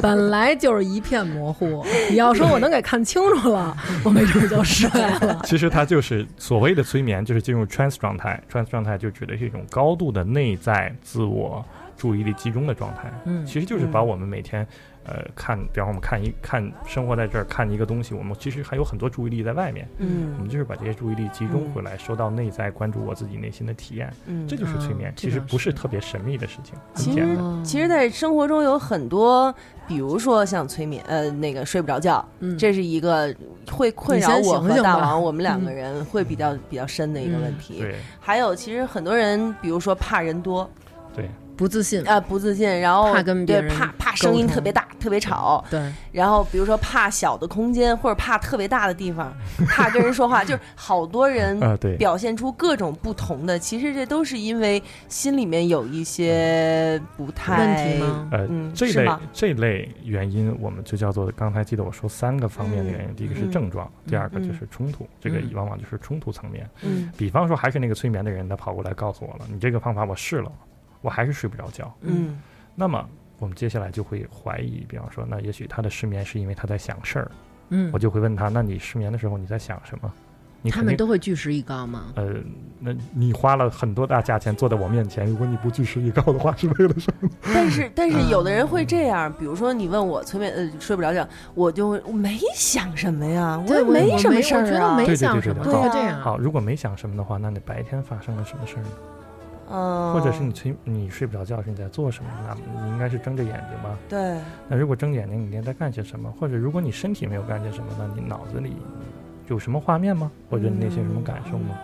Speaker 10: 本来就是一片模糊。你要说我能给看清楚了，我没准儿就睡
Speaker 4: [laughs]
Speaker 10: 了。
Speaker 9: 其实它就是所谓的催眠，就是进入 trance 状态。trance 状态就指的是一种高度的内在自我注意力集中的状态。
Speaker 10: 嗯
Speaker 9: 其实就是把我们每天，呃，看，比方我们看一看生活在这儿看一个东西，我们其实还有很多注意力在外面，我
Speaker 4: 嗯
Speaker 9: 们就是把这些注意力集中回来，收到内在，关注我自己内心的体验，
Speaker 4: 嗯
Speaker 9: 这就是催眠
Speaker 10: 嗯。
Speaker 9: 其
Speaker 10: 这
Speaker 9: 实
Speaker 10: 倒
Speaker 9: 不是
Speaker 10: 是
Speaker 9: 特别神秘的事情，很
Speaker 4: 其
Speaker 9: 简
Speaker 4: 实
Speaker 9: 单。
Speaker 4: 其实，在生活中有很多，比如说像催眠，呃，那个睡不着觉，
Speaker 10: 嗯
Speaker 4: 这是一个会困扰
Speaker 10: 你先
Speaker 4: 我
Speaker 10: 醒
Speaker 4: 和
Speaker 10: 醒吧嗯
Speaker 4: 大王我们两个人会比较比较深的一个问题。
Speaker 9: 对
Speaker 4: 还有，其实很多人，比如说怕人多，
Speaker 9: 对，
Speaker 10: 不自信，
Speaker 4: 呃，不自信，然后
Speaker 10: 怕跟别
Speaker 4: 对
Speaker 10: 人
Speaker 4: 怕怕
Speaker 10: 沟
Speaker 4: 声音
Speaker 10: 通
Speaker 4: 特别大、特别吵，
Speaker 10: 对，
Speaker 4: 然后比如说怕小的空间或者怕特别大的
Speaker 10: [laughs]
Speaker 4: 地方，怕跟人说话，就是好多人
Speaker 9: 啊对，
Speaker 4: 表现出各种不同的。其实这都是因为心里面有一些不
Speaker 10: 问
Speaker 4: 太
Speaker 10: 题吗？
Speaker 9: 呃，
Speaker 4: 嗯
Speaker 9: 这
Speaker 4: 是
Speaker 9: 类
Speaker 4: 吗
Speaker 9: 这类原因，我们就叫做刚才记得我说三个方面的原因，第一个是
Speaker 4: 嗯
Speaker 9: 症状，第二个就
Speaker 4: 嗯
Speaker 9: 是冲突，这个
Speaker 10: 嗯
Speaker 9: 往往就是冲突层面。
Speaker 4: 嗯
Speaker 9: 比方说，还是那个催眠的人，他跑过来告诉我了，你这个方法我试了，我还是睡不着觉。
Speaker 4: 嗯
Speaker 9: 那么我们接下来就会怀疑，比方说，那也许他的失眠是因为他在想事儿，
Speaker 10: 嗯
Speaker 9: 我，就会问他，那你失眠的时候你在想什么？你
Speaker 10: 他
Speaker 9: 肯
Speaker 10: 们
Speaker 9: 定。
Speaker 10: 都会据实以告吗？
Speaker 9: 呃，那你花了很多大价钱坐在我面前，如果你不据实以告的话，是为了什么？
Speaker 10: [laughs]
Speaker 4: 但是但是有的人
Speaker 10: 嗯
Speaker 4: 会这样，比如说你问我催眠呃睡不着觉，我就会我没想什么呀，我
Speaker 10: 对
Speaker 4: 也
Speaker 10: 我
Speaker 4: 没什么事
Speaker 10: 我觉
Speaker 4: 儿
Speaker 10: 得
Speaker 4: 啊，
Speaker 10: 没
Speaker 9: 对对
Speaker 10: 想
Speaker 9: 对
Speaker 10: 什么，
Speaker 9: 对
Speaker 10: 就
Speaker 4: 对
Speaker 10: 这样。
Speaker 9: 好，如果没想什么的话，那你白天发生了什么事儿呢？
Speaker 4: 嗯，
Speaker 9: 或者是你催你睡不着觉是你在做什么？那你应该是睁着眼睛吧？
Speaker 4: 对
Speaker 9: 那如果睁着眼睛，你应该在干些什么？或者如果你身体没有干些什么，那你脑子里有什么画面吗？或者你内心有什
Speaker 4: 嗯
Speaker 9: 么感受吗？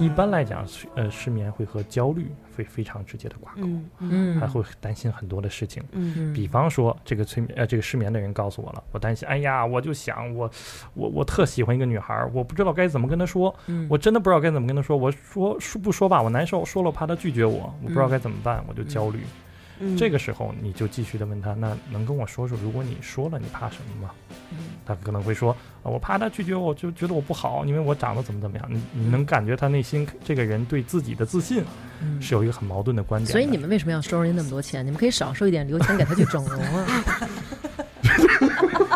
Speaker 9: 一般来讲，睡呃，失眠会和焦虑会非常直接的挂钩，
Speaker 4: 嗯
Speaker 10: 嗯，
Speaker 9: 还会担心很多的事情。
Speaker 4: 嗯
Speaker 10: 嗯
Speaker 9: 比方说，这个催眠呃，这个失眠的人告诉我了，我担心，哎呀，我就想我我我特喜欢一个女孩儿，我不知道该怎么跟她说，
Speaker 10: 嗯
Speaker 9: 我真的不知道该怎么跟她说，我说说不说吧，我难受，说了怕她拒绝我，我不知道
Speaker 10: 嗯
Speaker 9: 该怎么办，我就焦虑。
Speaker 4: 嗯
Speaker 9: 这个时候你就继续的问他，那能跟我说说，如果你说了，你怕什么吗？
Speaker 10: 嗯
Speaker 9: 他可能会说，啊我怕他拒绝我，就觉得我不好，因为我长得怎么怎么样。你你能感觉他内心这个人对自己的自信
Speaker 10: 嗯
Speaker 9: 是有一个很矛盾的观点的。
Speaker 10: 所以你们为什么要收人家那么多钱？你们可以少收一点，留钱给他去整容啊。 [laughs]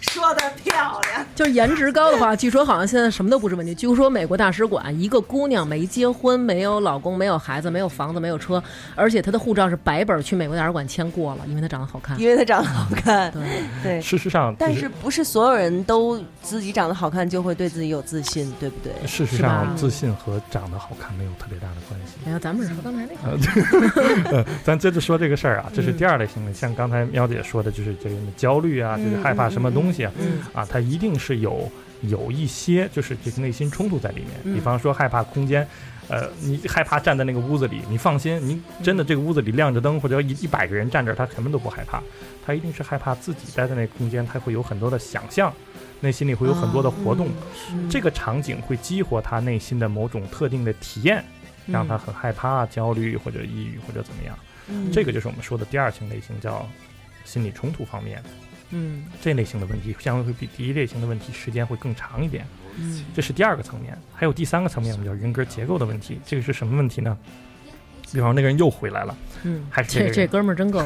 Speaker 7: 说的漂亮，
Speaker 10: 就是颜值高的话，据说好像现在什么都不是问题。据说美国大使馆一个姑娘没结婚、没有老公、没有孩子、没有房子、没有车，而且她的护照是白本儿去美国大使馆签过了，因为她长得好看。
Speaker 4: 因为他长得好看，
Speaker 10: 对，
Speaker 4: 对。
Speaker 9: 事实上，
Speaker 4: 但
Speaker 9: 嗯其
Speaker 4: 是
Speaker 9: 实
Speaker 4: 不是所有人都自己长得好看就会对自己有自信，对不对？
Speaker 9: 事实
Speaker 10: 是吧
Speaker 9: 上自信和长得好看没有特别大的关系。
Speaker 10: 哎呀，咱们是说刚才那个，
Speaker 9: [laughs] 咱接着说这个事儿啊，这是
Speaker 10: 嗯
Speaker 9: 第二类行为，像刚才喵姐说的，就是这个焦虑啊，就是害怕什么东西啊，
Speaker 4: 嗯
Speaker 9: 啊，它一定是有有一些就是这个内心冲突在里面，
Speaker 10: 嗯
Speaker 9: 比方说害怕空间。呃，你害怕站在那个屋子里，你放心，你
Speaker 4: 嗯
Speaker 9: 真的这个屋子里亮着灯，或者一一百个人站这儿，他什么都不害怕，他一定是害怕自己待在那个空间，他会有很多的想象，内心里会有很多的活动，
Speaker 4: 啊嗯
Speaker 9: 这个场景会激活他内心的某种特定的体验，让
Speaker 10: 嗯
Speaker 9: 他很害怕、焦虑或者抑郁或者怎么样。这个就是我们说的第二型类型，叫心理冲突方面。
Speaker 10: 嗯
Speaker 9: 这类型的问题相对会比第一类型的问题时间会更长一点，
Speaker 10: 嗯
Speaker 9: 这是第二个层面。还有第三个层面，我们叫人格结构的问题。这个是什么问题呢？比方说那个人又回来了，
Speaker 10: 嗯，
Speaker 9: 还是这
Speaker 10: 这
Speaker 9: 个
Speaker 10: 这
Speaker 9: 人
Speaker 10: 哥们儿真够，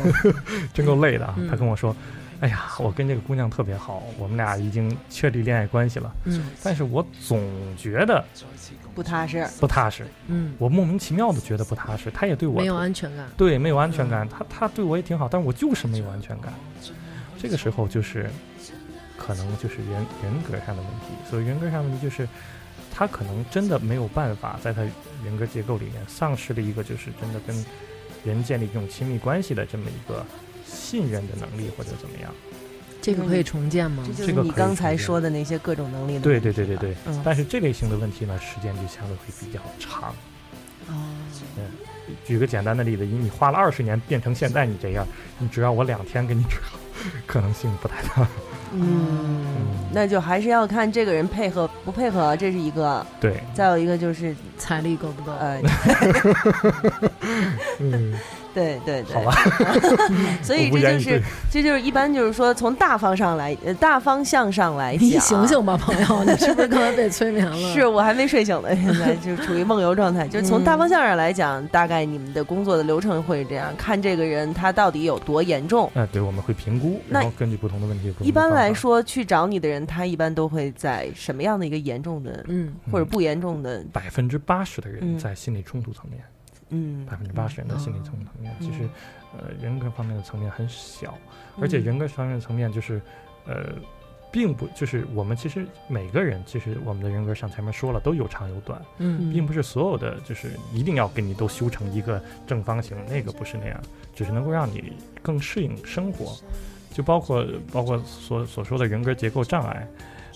Speaker 9: 真够累的啊
Speaker 10: 嗯！
Speaker 9: 他跟我说：“哎呀，我跟这个姑娘特别好，我们俩已经确立恋爱关系了，
Speaker 10: 嗯
Speaker 9: 但是我总觉得
Speaker 4: 不踏实，
Speaker 9: 不踏实，
Speaker 10: 嗯，
Speaker 9: 我莫名其妙的觉得不踏实。她也 [laughs] 对我
Speaker 10: 没有安全感。
Speaker 9: 对，没有安全感。他他对我也挺好，但是我就是没有安全感。这个时候就是，可能就是人人格上的问题。所以人格上的问题就是，他可能真的没有办法在他人格结构里面丧失了一个就是真的跟人建立这种亲密关系的这么一个信任的能力或者怎么样。
Speaker 10: 这个可以重建吗？
Speaker 4: 这
Speaker 9: 这
Speaker 4: 就
Speaker 9: 个
Speaker 4: 是你
Speaker 9: 可以
Speaker 4: 刚
Speaker 9: 重
Speaker 4: 才
Speaker 9: 建
Speaker 4: 说的那些各种能力的
Speaker 9: 对
Speaker 4: 问
Speaker 9: 对对
Speaker 4: 题
Speaker 9: 对对
Speaker 4: 了，嗯
Speaker 9: 但是这类型的问题呢，时间就相对会比较长。嗯
Speaker 4: 哦，
Speaker 9: 举个简单的例子，以你花了二十年变成现在你这样，你只要我两天给你治好，可能性不太大。 [laughs]
Speaker 4: 嗯，那就还是要看这个人配合不配合啊，这是一个。
Speaker 9: 对，
Speaker 4: 再有一个就是，
Speaker 10: 财力够不够？ [laughs]
Speaker 4: 呃，
Speaker 9: [laughs]
Speaker 4: [laughs]
Speaker 9: 嗯，
Speaker 4: 对对对，
Speaker 9: 好吧， [laughs]
Speaker 4: 所以
Speaker 9: 我不
Speaker 4: 这
Speaker 9: 言
Speaker 4: 就
Speaker 9: 以
Speaker 4: 是
Speaker 9: 对
Speaker 4: 这就是一般就是说从大方上来，呃，大方向上来讲，
Speaker 10: 你醒醒吧，朋友，你是不是刚才被催眠了？
Speaker 4: 是我还没睡醒呢，现在就处于梦游状态。就是从大方向上来讲，大概你们的工作的流程会是这样：看这个人他到底有多严重。
Speaker 9: 那嗯对我们会评估，
Speaker 4: 那
Speaker 9: 然后根据不同的问题，不同的
Speaker 4: 一般
Speaker 9: 方
Speaker 4: 来
Speaker 9: 法，
Speaker 4: 说，去找你的人，他一般都会在什么样的一个严重的
Speaker 10: 嗯，
Speaker 4: 或者不严重的？
Speaker 9: 百分之八十的人
Speaker 4: 嗯
Speaker 9: 在心理冲突层面，
Speaker 4: 嗯，
Speaker 9: 百分之八十人在心理
Speaker 10: 哦
Speaker 9: 冲突层面，
Speaker 4: 嗯
Speaker 9: 其实呃人格方面的层面很小，而
Speaker 4: 嗯
Speaker 9: 且人格方面的层面就是呃。并不就是我们其实每个人，其实我们的人格上前面说了都有长有短，
Speaker 10: 嗯，
Speaker 9: 并不是所有的就是一定要给你都修成一个正方形，那个不是那样，只是能够让你更适应生活。就包括包括所所说的人格结构障碍，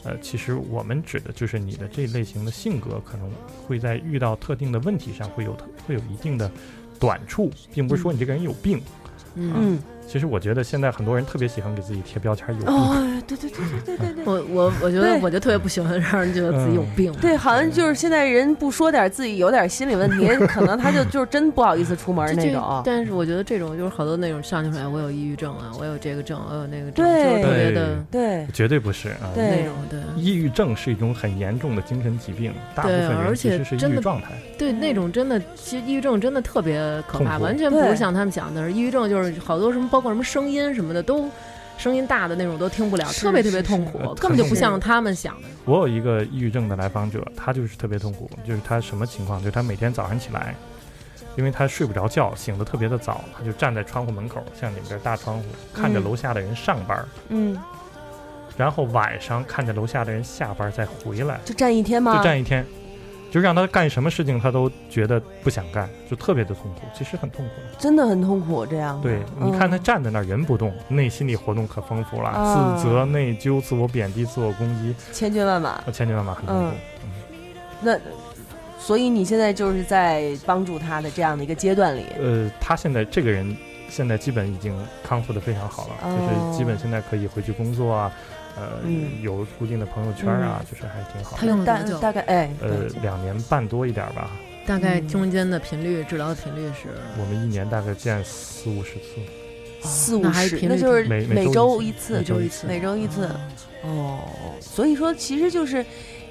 Speaker 9: 呃，其实我们指的就是你的这一类型的性格可能会在遇到特定的问题上会有特会有一定的短处，并不是说你这个人有病。
Speaker 10: 嗯，
Speaker 4: 嗯，
Speaker 9: 其实我觉得现在很多人特别喜欢给自己贴标签，有病。
Speaker 4: 哦，对对对对对对对。
Speaker 10: 我我我觉得
Speaker 4: 对嗯
Speaker 10: 我就特别不喜欢让人觉得自己有病。
Speaker 4: 对，好像就是现在人不说点自己有点心理问题，可能他就就是真不好意思出门
Speaker 10: 这
Speaker 4: 那啊
Speaker 10: 这
Speaker 4: 种。
Speaker 10: 但是我觉得这种就是好多那种上去说，哎，我有抑郁症啊，我有这个症，我有那个症，
Speaker 4: 对
Speaker 10: 就是特别的
Speaker 4: 对
Speaker 9: 绝对不是啊。
Speaker 4: 对
Speaker 10: 那种，对
Speaker 9: 抑郁症是一种很严重的精神疾病，大部
Speaker 10: 对
Speaker 9: 分人
Speaker 10: 而
Speaker 9: 其
Speaker 10: 且
Speaker 9: 实是抑
Speaker 10: 真
Speaker 9: 郁
Speaker 10: 的
Speaker 9: 状态。
Speaker 10: 对，那种真的，其实抑郁症真的特别可
Speaker 9: 痛
Speaker 10: 怕，
Speaker 9: 苦
Speaker 10: 完全不是
Speaker 4: 对
Speaker 10: 像他们讲的，抑郁症就是好多什么，包括什么声音什么的都。声音大的那种都听不了，
Speaker 4: 是
Speaker 10: 特别特
Speaker 4: 是
Speaker 10: 别痛苦
Speaker 9: 是，
Speaker 10: 根本就不
Speaker 4: 是
Speaker 10: 像他们想的。
Speaker 9: 我有一个抑郁症的来访者，他就是特别痛苦，就是他什么情况？就是他每天早上起来，因为他睡不着觉，醒得特别的早，他就站在窗户门口，像你们这儿大窗户，看着
Speaker 4: 嗯
Speaker 9: 楼下的人上班，
Speaker 4: 嗯，
Speaker 9: 然后晚上看着楼下的人下班再回来，
Speaker 4: 就站一天吗？
Speaker 9: 就站一天，就让他干什么事情他都觉得不想干，就特别的痛苦，其实很痛苦。
Speaker 4: 真的很痛苦，这样。
Speaker 9: 对，
Speaker 4: 嗯
Speaker 9: 你看他站在那儿人不动，内心理活动可丰富了，
Speaker 4: 啊
Speaker 9: 自责、内疚、自我贬低、自我攻击，
Speaker 4: 千军万马。
Speaker 9: 呃千军万马很痛苦。嗯
Speaker 4: 那所以你现在就是在帮助他的这样的一个阶段里，
Speaker 9: 呃，他现在这个人现在基本已经康复的非常好了，
Speaker 4: 哦
Speaker 9: 就是基本现在可以回去工作啊，呃，
Speaker 4: 嗯
Speaker 9: 有固定的朋友圈啊，就是还挺好
Speaker 10: 他。用了
Speaker 4: 大
Speaker 10: 多久？
Speaker 4: 大概哎，
Speaker 9: 呃，两年半多一点吧，
Speaker 10: 大概
Speaker 4: 嗯
Speaker 10: 中间的频率，治疗的频率是
Speaker 9: 我们一年大概见四五十次，
Speaker 4: 四
Speaker 10: 那
Speaker 4: 五
Speaker 10: 还
Speaker 4: 十，
Speaker 10: 频率
Speaker 4: 那就是
Speaker 9: 挺每
Speaker 4: 每
Speaker 9: 每
Speaker 4: 周
Speaker 9: 周
Speaker 4: 一
Speaker 9: 一嗯
Speaker 4: 次
Speaker 10: 每，周一次。
Speaker 4: 每周一次。哦，所以说其实就是。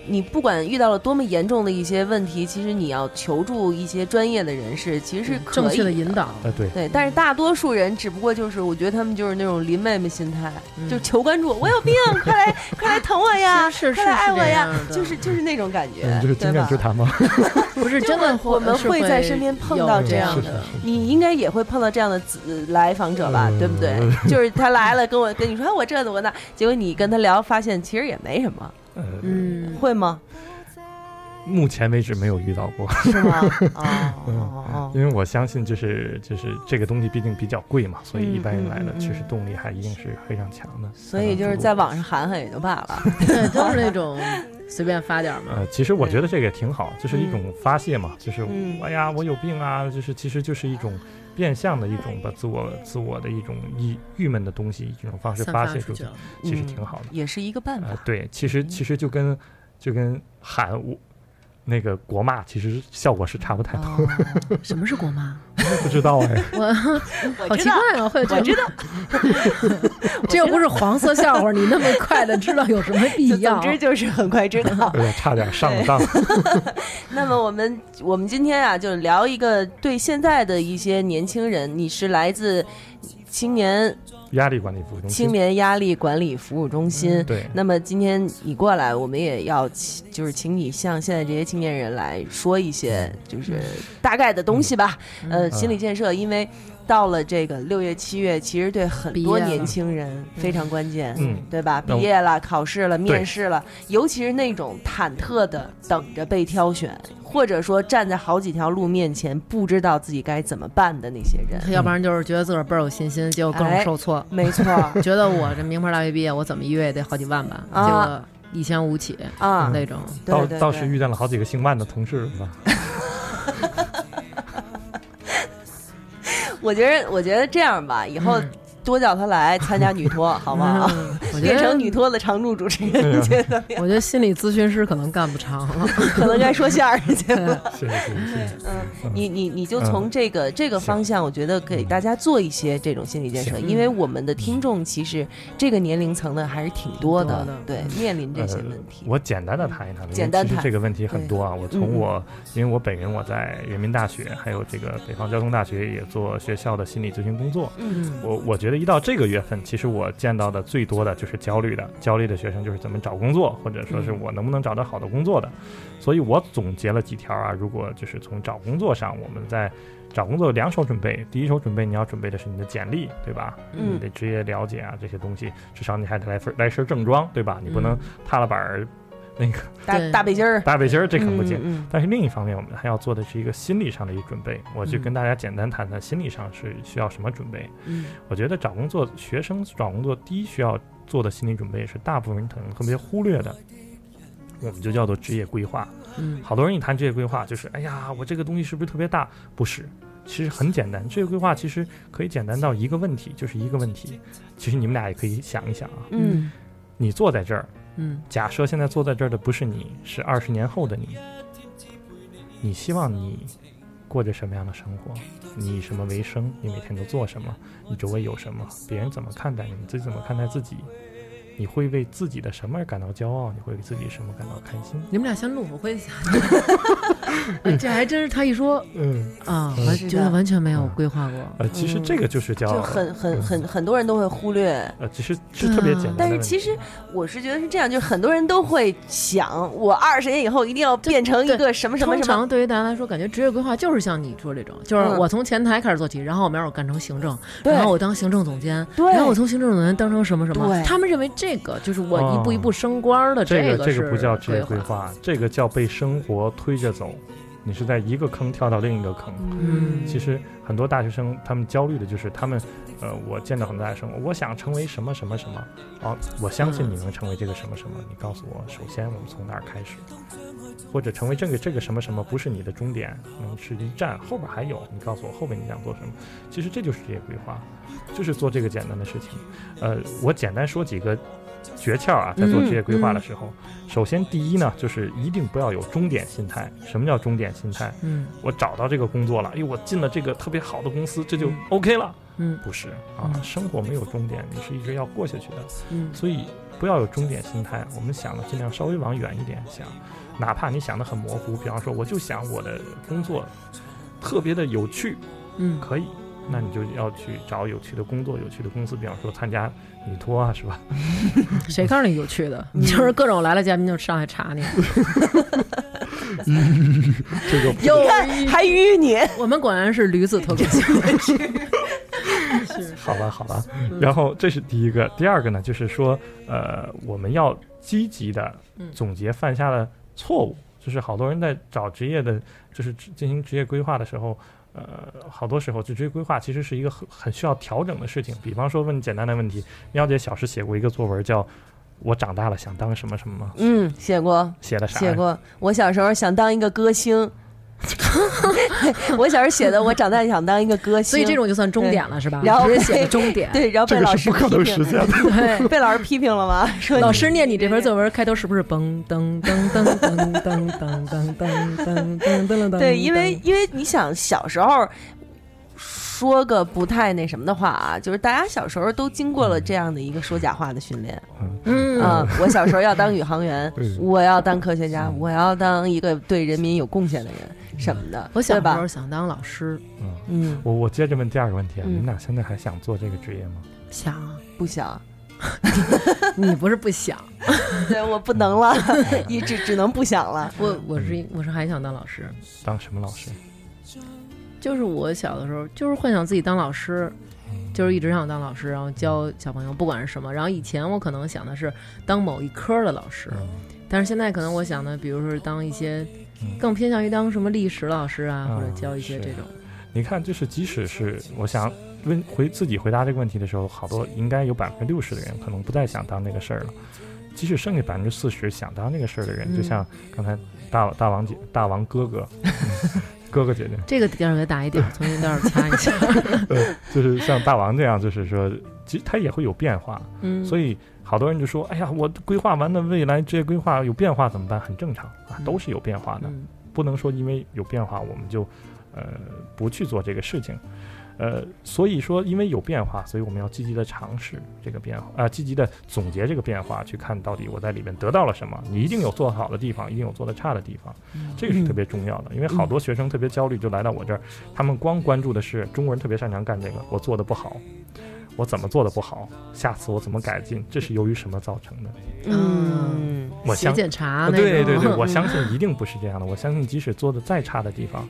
Speaker 4: 你不管遇到了多么严重的一些问题，其实你要求助一些专业的人士，其实是可以
Speaker 10: 嗯正确的引导，
Speaker 9: 呃，对，
Speaker 4: 对，但是大多数人只不过就是，我觉得他们就是那种林妹妹心态，
Speaker 10: 嗯
Speaker 4: 就求关注，我有病，快来快来疼我呀，
Speaker 10: 是是
Speaker 4: 快来
Speaker 10: 是
Speaker 4: 爱
Speaker 10: 这
Speaker 4: 我呀
Speaker 10: 样，的
Speaker 4: 就是就是那种感觉，
Speaker 9: 嗯，这是经
Speaker 4: 对
Speaker 9: 验
Speaker 4: 吧
Speaker 9: 之？谈吗？
Speaker 10: 不是
Speaker 4: 就
Speaker 10: 真的
Speaker 4: 我我们
Speaker 10: 是
Speaker 4: 会在身边碰
Speaker 10: 有
Speaker 4: 到这样
Speaker 9: 是
Speaker 4: 的
Speaker 9: 是是
Speaker 4: 你应该也会碰到这样的子来访者吧，
Speaker 9: 嗯
Speaker 4: 对不对？就是他来了，跟我跟你说，哎我这的我那，结果你跟他聊，发现其实也没什么，
Speaker 9: 呃，
Speaker 4: [laughs]
Speaker 10: 嗯，
Speaker 4: 会吗？
Speaker 9: 目前为止没有遇到过，嗯
Speaker 4: 是
Speaker 9: [laughs]
Speaker 4: 吗？哦哦哦，
Speaker 9: 因为我相信就是就是这个东西毕竟比较贵嘛，所以一般人来
Speaker 4: 嗯嗯
Speaker 9: 了
Speaker 4: 嗯嗯
Speaker 9: 其实动力还一定是非常强的。
Speaker 4: 所以就是在网上喊喊也就罢了，
Speaker 10: 对，都是那种随便发点儿嘛。
Speaker 9: 呃，其实我觉得这个也挺好，就是一种发泄嘛，就是、
Speaker 4: 嗯
Speaker 9: 哎呀，我有病啊，就是其实就是一种变相的一种把自我自我的一种郁郁闷的东西这种方式
Speaker 10: 散
Speaker 9: 发
Speaker 10: 发
Speaker 9: 泄
Speaker 10: 出
Speaker 9: 去
Speaker 10: 去，了，
Speaker 9: 其实
Speaker 4: 嗯
Speaker 9: 挺好的。
Speaker 4: 也是一个办法
Speaker 9: 呃，。对，其实其实就跟就跟喊我那个国骂，其实效果是差不太多。
Speaker 4: 哦
Speaker 10: 什么是国妈？
Speaker 9: 不知道
Speaker 4: [laughs]
Speaker 9: 哎，
Speaker 10: 我好
Speaker 4: 我
Speaker 10: 奇
Speaker 4: 知道。
Speaker 10: 怪啊，会我知道， [laughs] 这又不是黄色笑话，你那么快的知道有什么必
Speaker 4: [laughs] 就
Speaker 10: 要
Speaker 4: 总？之就是很快知道。
Speaker 9: 哎呀，差点上了
Speaker 4: [laughs]
Speaker 9: 当。
Speaker 4: 那么我们我们今天啊，就聊一个对现在的一些年轻人，你是来自青年
Speaker 9: 压力管理服务中
Speaker 4: 青
Speaker 9: 心，
Speaker 4: 年压力管理服务中心。
Speaker 9: 对，
Speaker 4: 那么今天你过来，我们也要请就是请你向现在这些青
Speaker 10: 嗯
Speaker 4: 年人来说一些就是大概的东西吧，呃，心理建设，因为到了这个六月、七月，其实对很多
Speaker 10: 毕业了
Speaker 4: 年轻人非常关键，
Speaker 9: 嗯
Speaker 4: 对吧？毕
Speaker 9: 那我
Speaker 4: 业了、考试了、
Speaker 9: 对
Speaker 4: 面试了，尤其是那种忐忑的等着被挑选，或者说站在好几条路面前不知道自己该怎么办的那些
Speaker 10: [laughs]
Speaker 4: 人，
Speaker 10: 要不然就是觉得自个儿倍儿有信心，结果各种
Speaker 4: 哎
Speaker 10: 受挫，
Speaker 4: 没错
Speaker 10: 觉得我这名牌大学毕业，我怎么一月也得好几万吧，
Speaker 4: 啊
Speaker 10: 结果一千五起
Speaker 9: 嗯
Speaker 4: 啊
Speaker 10: 那种。
Speaker 4: 对
Speaker 9: 倒
Speaker 4: 对
Speaker 9: 倒
Speaker 4: 对
Speaker 9: 是遇见了好几个姓万的同事，
Speaker 4: [laughs]
Speaker 9: 是吧？
Speaker 4: 我觉得，我觉得这样吧，以后多叫他来参加女托， [laughs] 好不好？
Speaker 10: 嗯
Speaker 4: [laughs]
Speaker 10: 我觉
Speaker 4: 变
Speaker 10: 得
Speaker 4: 成，女托的常驻主持人，你觉得怎么
Speaker 10: [laughs]
Speaker 4: 样？
Speaker 10: 我觉得心理咨询师可能干不长了。
Speaker 4: [laughs] 可能该说相声去了。
Speaker 9: 是是是，
Speaker 4: 你你你就从这个、这个方向，我觉得给大家做一些这种心理建设，因为我们的听众其实这个年龄层的还是挺多的，
Speaker 10: 挺多的
Speaker 4: 对，面临这些问题。
Speaker 9: 呃我简单的谈一谈吧，因为
Speaker 4: 简单
Speaker 9: 其实
Speaker 4: 谈
Speaker 9: 这个问题很多啊。我
Speaker 4: 嗯
Speaker 9: 从我，因为我本人我在人民大学，还有这个北方交通大学也做学校的心理咨询工作。
Speaker 4: 嗯
Speaker 9: 我我觉得一到这个月份，其实我见到的最多的就是焦虑的，焦虑的学生就是怎么找工作，或者说
Speaker 4: 嗯
Speaker 9: 是我能不能找到好的工作的。所以我总结了几条啊，如果就是从找工作上，我们在找工作有两手准备，第一手准备你要准备的是你的简历，对吧？
Speaker 4: [laughs] 嗯
Speaker 9: 你的职业了解啊这些东西，至少你还得来份来身正装，对吧？你不
Speaker 4: 嗯
Speaker 9: 能踏了板儿
Speaker 4: 大
Speaker 10: 对
Speaker 4: 大背心儿，
Speaker 9: 大背心儿，这可不行。
Speaker 4: 嗯
Speaker 9: 但是另一方面，我们还要做的是一个心理上的一个准备。我就
Speaker 10: 嗯
Speaker 9: 跟大家简单谈谈心理上是需要什么准备。
Speaker 4: 嗯
Speaker 9: 我觉得找工作，学生找工作第一需要做的心理准备是大部分人可能特别忽略的，我们就叫做职业规划。
Speaker 10: 嗯，
Speaker 9: 好多人一谈职业规划，就是哎呀，我这个东西是不是特别大？不是，其实很简单。职业规划其实可以简单到一个问题，就是一个问题。其实你们俩也可以想一想啊，
Speaker 4: 嗯
Speaker 9: 你坐在这儿，
Speaker 10: 嗯，
Speaker 9: 假设现在坐在这儿的不是你，是二十年后的你，你希望你过着什么样的生活？你以什么为生？你每天都做什么？你周围有什么？别人怎么看待你？你自己怎么看待自己？你会为自己的什么而感到骄傲？你会为自己什么感到开心？
Speaker 10: 你们俩先录，我会想。 [laughs] 哎这还真是他一说
Speaker 9: 嗯，
Speaker 10: 啊，
Speaker 9: 嗯
Speaker 10: 我
Speaker 4: 是的
Speaker 10: 觉得完全没有规划过。
Speaker 9: 呃，其实这个就是
Speaker 4: 嗯
Speaker 9: 叫嗯
Speaker 4: 就很很很很多人都会忽略。
Speaker 9: 呃，其实是特别简单的问题。
Speaker 4: 但是其实我是觉得是这样，就是很多人都会想，我二十年以后一定要变成一个什么什么
Speaker 10: 通
Speaker 4: 什么。
Speaker 10: 常对于大家来说，感觉职业规划就是像你说这种，就是
Speaker 4: 嗯
Speaker 10: 我从前台开始做起，然后我明儿我干成行政，
Speaker 4: 对
Speaker 10: 然后我当行政总监，
Speaker 4: 对
Speaker 10: 然后我从行政总监当成什么什么
Speaker 4: 对。
Speaker 10: 他们认为这个就是我
Speaker 9: 哦
Speaker 10: 一步一步升官的
Speaker 9: 这
Speaker 10: 个
Speaker 9: 个
Speaker 10: 是
Speaker 9: 这个不叫职业
Speaker 10: 规
Speaker 9: 规。划，这个叫被生活推着走。你是在一个坑跳到另一个坑。
Speaker 10: 嗯，
Speaker 9: 其实很多大学生他们焦虑的就是他们，呃，我见到很多大学生，我想成为什么什么什么，哦，我相信
Speaker 4: 嗯
Speaker 9: 你能成为这个什么什么。你告诉我，首先我们从哪儿开始，或者成为这个这个什么什么不是你的终点，嗯，是一站，后边还有。你告诉我后边你想做什么。其实这就是职业规划，就是做这个简单的事情。呃，我简单说几个诀窍啊，在做
Speaker 10: 嗯
Speaker 9: 职业规划的时候，首先第一呢，就是一定不要有终点心态。什么叫终点心态？
Speaker 10: 嗯
Speaker 9: 我找到这个工作了，哎，我进了这个特别好的公司，这就 OK 了？
Speaker 10: 嗯
Speaker 9: 不是啊，
Speaker 10: 嗯
Speaker 9: 生活没有终点，你是一直要过下去的，
Speaker 10: 嗯
Speaker 9: 所以不要有终点心态。我们想的尽量稍微往远一点想，哪怕你想的很模糊，比方说我就想我的工作特别的有趣，
Speaker 10: 嗯
Speaker 9: 可以，那你就要去找有趣的工作、有趣的公司，比方说参加女托啊，是吧？
Speaker 10: 谁告诉你有趣的？ [laughs] 就是各种来了嘉宾就上来查你。
Speaker 9: [laughs] 这个
Speaker 4: 有还淤你，
Speaker 10: 我们果然是驴子 [laughs] 脱口秀。
Speaker 9: 好吧，好吧。
Speaker 4: 嗯
Speaker 9: 然后这是第一个，第二个呢，就是说，呃，我们要积极的
Speaker 10: 嗯
Speaker 9: 总结犯下的错误，就是好多人在找职业的，就是职进行职业规划的时候。呃，好多时候，就职业规划其实是一个很很需要调整的事情。比方说，问简单的问题，喵姐小时写过一个作文叫《我长大了想当什么什么》吗？
Speaker 4: 嗯，写过，
Speaker 9: 写的啥呀？
Speaker 4: 写过，我小时候想当一个
Speaker 10: [laughs]
Speaker 4: 歌星。我小时候写的，我长大想当一个歌星。
Speaker 10: 所以这种就算终点了是吧？
Speaker 4: 然后
Speaker 10: 直接写的终点。
Speaker 4: [laughs] 对，然后被
Speaker 9: 这
Speaker 4: 老
Speaker 9: 个
Speaker 4: 师
Speaker 9: 是不可能
Speaker 4: 批
Speaker 9: 实
Speaker 4: 评，
Speaker 9: 现的。
Speaker 10: [laughs] 对。
Speaker 4: 被老师批评了吗？说
Speaker 10: 老师念你这篇作文开头是不是噔噔噔噔噔噔噔噔噔噔噔噔噔？
Speaker 4: 对，因为因为你想小时候。说个不太那什么的话啊，就是大家小时候都经过了
Speaker 9: 嗯
Speaker 4: 这样的一个说假话的训练
Speaker 10: 嗯
Speaker 4: 啊、我小时候要当宇航员 [laughs]
Speaker 9: 对，嗯
Speaker 4: 我要当科学家，我要当一个对人民有贡献的人什么的，
Speaker 10: 我小
Speaker 4: 对
Speaker 10: 时候
Speaker 4: 吧？
Speaker 10: 想当老师，
Speaker 9: 嗯，
Speaker 4: 嗯，
Speaker 9: 我我接着问第二个问题啊，
Speaker 4: 嗯
Speaker 9: 你们俩现在还想做这个职业吗？
Speaker 10: 想啊
Speaker 4: 不想，
Speaker 10: [laughs] 你不是不想，
Speaker 4: 对，我不能了， [laughs] [laughs]
Speaker 9: 嗯
Speaker 4: 一只只能不想了。
Speaker 10: 我我是我是还想当老师，
Speaker 9: 当什么老师？
Speaker 10: 就是我小的时候，就是幻想自己当老师，
Speaker 9: 嗯
Speaker 10: 就是一直想当老师，然后教小朋友，不管是什么。然后以前我可能想的是当某一科的老师，
Speaker 9: 嗯
Speaker 10: 但是现在可能我想的，比如说当一些更偏向于当什么历史老师啊，
Speaker 9: 嗯
Speaker 10: 或者教一些
Speaker 9: 是
Speaker 10: 这种。
Speaker 9: 你看，就是即使是我想问回自己回答这个问题的时候，好多应该有百分之六十的人可能不再想当那个事儿了。即使剩下百分之四十想当那个事儿的人，
Speaker 10: 嗯
Speaker 9: 就像刚才大大王姐、大王哥哥、 [laughs] 哥哥姐姐，
Speaker 10: 这个调儿给打一点，重新待会儿掐一下。
Speaker 9: [laughs] 呃，就是像大王这样，就是说，其实他也会有变化。
Speaker 10: 嗯，
Speaker 9: 所以好多人就说：“哎呀，我规划完了未来职业规划有变化怎么办？”很正常啊，都是有变化的，
Speaker 10: 嗯
Speaker 9: 不能说因为有变化我们就呃不去做这个事情。呃，所以说，因为有变化，所以我们要积极的尝试这个变化，啊、积极的总结这个变化，去看到底我在里面得到了什么。你一定有做好的地方，一定有做的差的地方，这个是特别重要的。因为好多学生特别焦虑，就来到我这儿，他们光关注的是中国人特别擅长干这个，我做的不好，我怎么做的不好，下次我怎么改进，这是由于什么造成的？
Speaker 4: 嗯，
Speaker 9: 我
Speaker 10: 写
Speaker 9: 相
Speaker 10: 检查那种。
Speaker 9: 呃对对对，我
Speaker 10: [laughs] 嗯
Speaker 9: 相信一定不是这样的。我相信即使做的再差的地方，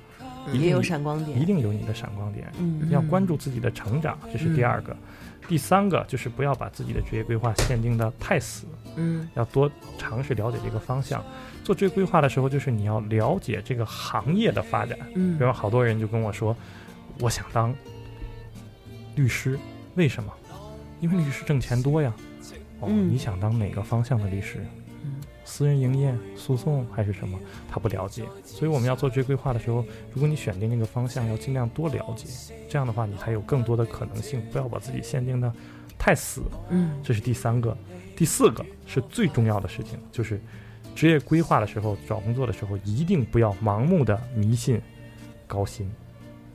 Speaker 4: 也
Speaker 9: 一定
Speaker 4: 有闪光点，
Speaker 9: 一定有你的闪光点。
Speaker 4: 嗯
Speaker 9: 要关注自己的成长，这是第二
Speaker 10: 嗯
Speaker 9: 个。嗯第三个就是不要把自己的职业规划限定的太死，
Speaker 10: 嗯
Speaker 9: 要多尝试了解这个方向。做职业规划的时候，就是你要了解这个行业的发展。比
Speaker 10: 嗯
Speaker 9: 如好多人就跟我说，我想当律师，为什么？因为律师挣钱多呀。哦，
Speaker 4: 嗯
Speaker 9: 你想当哪个方向的律师？
Speaker 10: 嗯
Speaker 9: 私人营业、诉讼还是什么？他不了解，所以我们要做这个规划的时候，如果你选定那个方向，要尽量多了解，这样的话你才有更多的可能性，不要把自己限定的太死。
Speaker 10: 嗯
Speaker 9: 这是第三个，第四个是最重要的事情，就是职业规划的时候，找工作的时候，一定不要盲目的迷信高薪，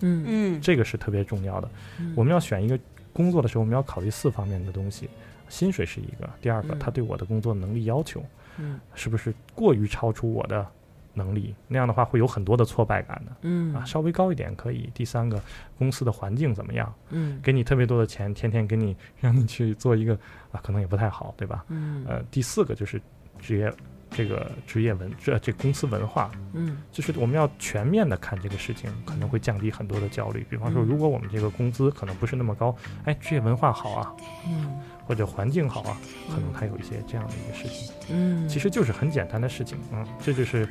Speaker 10: 嗯
Speaker 4: 嗯
Speaker 9: 这个是特别重要的
Speaker 10: 嗯。
Speaker 9: 我们要选一个工作的时候，我们要考虑四方面的东西，薪水是一个，第二个，
Speaker 10: 嗯
Speaker 9: 他对我的工作能力要求
Speaker 10: 嗯
Speaker 9: 是不是过于超出我的能力，那样的话会有很多的挫败感的。啊，
Speaker 10: 嗯
Speaker 9: 稍微高一点可以。第三个，公司的环境怎么样？
Speaker 10: 嗯
Speaker 9: 给你特别多的钱，天天给你让你去做一个啊，可能也不太好，对吧？
Speaker 10: 嗯
Speaker 9: 呃，第四个就是职业这个职业文这这公司文化，
Speaker 10: 嗯
Speaker 9: 就是我们要全面的看这个事情，可能会降低很多的焦虑。比方说，
Speaker 10: 嗯
Speaker 9: 如果我们这个工资可能不是那么高，哎，职业文化好啊，
Speaker 10: 嗯
Speaker 9: 或者环境好啊，可能它有一些这样的一个事情，
Speaker 10: 嗯，
Speaker 9: 其实就是很简单的事情嗯，这就是。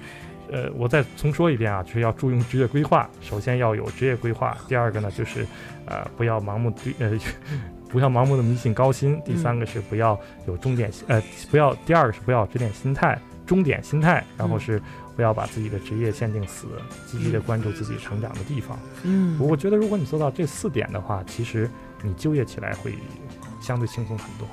Speaker 9: 呃，我再重说一遍啊，就是要注重职业规划。首先要有职业规划，第二个呢就是，呃，不要盲目对呃， [laughs] 不要盲目的迷信高薪。第三个是不要有终点心，呃，不要第二个是不要有终点心态，终点心态，然后是不要把自己的职业限定死，积极的关注自己成长的地方。
Speaker 10: 嗯
Speaker 9: 我觉得如果你做到这四点的话，其实你就业起来会相对轻松很多。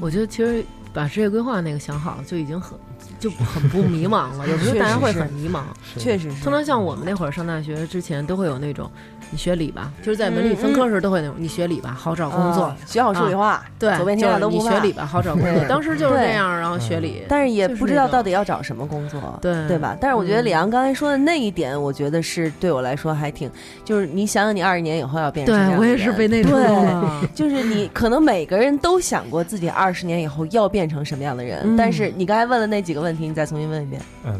Speaker 10: 我觉得其实把职业规划那个想好就已经很就很不迷茫
Speaker 4: [laughs]
Speaker 10: 了。有时候大家会很迷茫，
Speaker 4: 确实是嗯
Speaker 10: 通常像我们那会儿上大学之前都会有那种，你学理吧，就是在文理分科时候都会那种，你学理吧好找工作
Speaker 4: 啊，学好数理化，
Speaker 10: 对，
Speaker 4: 走遍
Speaker 10: 就
Speaker 4: 天下
Speaker 10: 是
Speaker 4: 都
Speaker 10: 你
Speaker 4: 不
Speaker 10: 学
Speaker 4: 怕。
Speaker 10: 理吧好找工作，
Speaker 4: 对
Speaker 10: 当时就是
Speaker 4: 对
Speaker 10: 这样，然后学理，
Speaker 4: 但是也
Speaker 10: 就是
Speaker 4: 不知
Speaker 10: 那
Speaker 4: 道
Speaker 10: 种
Speaker 4: 到底要找什么工作，
Speaker 10: 对
Speaker 4: 对吧？但是我觉得
Speaker 10: 嗯
Speaker 4: 李阳刚才说的那一点，我觉得是对我来说还挺，就是你想想，你二十年以后要变成什么
Speaker 10: 对
Speaker 4: 样
Speaker 10: 我
Speaker 4: 的
Speaker 10: 也是
Speaker 4: 人
Speaker 10: 被那种
Speaker 4: 对
Speaker 10: 了，
Speaker 4: 就是你，可能每个人都想过自己二十年以后要变成什么样的人，
Speaker 10: 嗯
Speaker 4: 但是你刚才问了那几个问题，你再重新问一遍。
Speaker 9: 嗯，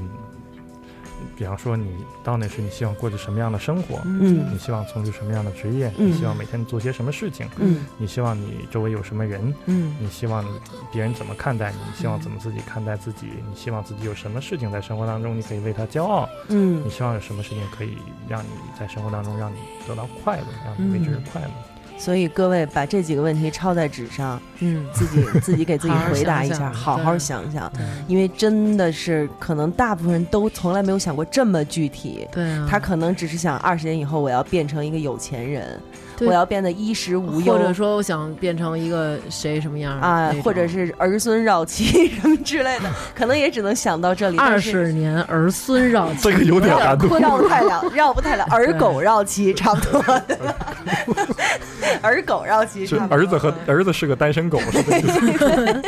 Speaker 9: 比方说你到那时你希望过着什么样的生活，
Speaker 4: 嗯
Speaker 9: 你希望从事什么样的职业，
Speaker 4: 嗯
Speaker 9: 你希望每天做些什么事情，
Speaker 4: 嗯
Speaker 9: 你希望你周围有什么人，
Speaker 4: 嗯
Speaker 9: 你希望别人怎么看待你，你希望怎么自己看待自己，你希望自己有什么事情在生活当中你可以为他骄傲，
Speaker 4: 嗯
Speaker 9: 你希望有什么事情可以让你在生活当中让你得到快乐，让你为之
Speaker 10: 嗯
Speaker 9: 快乐。 [laughs]
Speaker 4: 所以各位把这几个问题抄在纸上，
Speaker 10: 嗯，
Speaker 4: 自己自己给自己回答一下，
Speaker 10: 好
Speaker 4: 好
Speaker 10: 好
Speaker 4: 好
Speaker 10: 想
Speaker 4: 想想，
Speaker 10: 对
Speaker 4: 因为真的是可能大部分人都从来没有想过这么具体。
Speaker 10: 对啊，
Speaker 4: 他可能只是想二十年以后我要变成一个有钱人，
Speaker 10: 对
Speaker 4: 我要变得衣食无忧，
Speaker 10: 或者说我想变成一个谁什么样的
Speaker 4: 啊
Speaker 10: 那，种
Speaker 4: 或者是儿孙绕膝什么之类的， [laughs] 可能也只能想到这里。
Speaker 10: 二
Speaker 4: 但是
Speaker 10: 十年儿孙绕
Speaker 9: 这个有点难度，
Speaker 4: 绕不太
Speaker 10: [laughs]
Speaker 4: 了，绕不太了，儿狗绕膝差不多，儿狗绕膝
Speaker 9: 是
Speaker 4: 差不多。
Speaker 9: 儿子和儿子是个单身狗，是吧？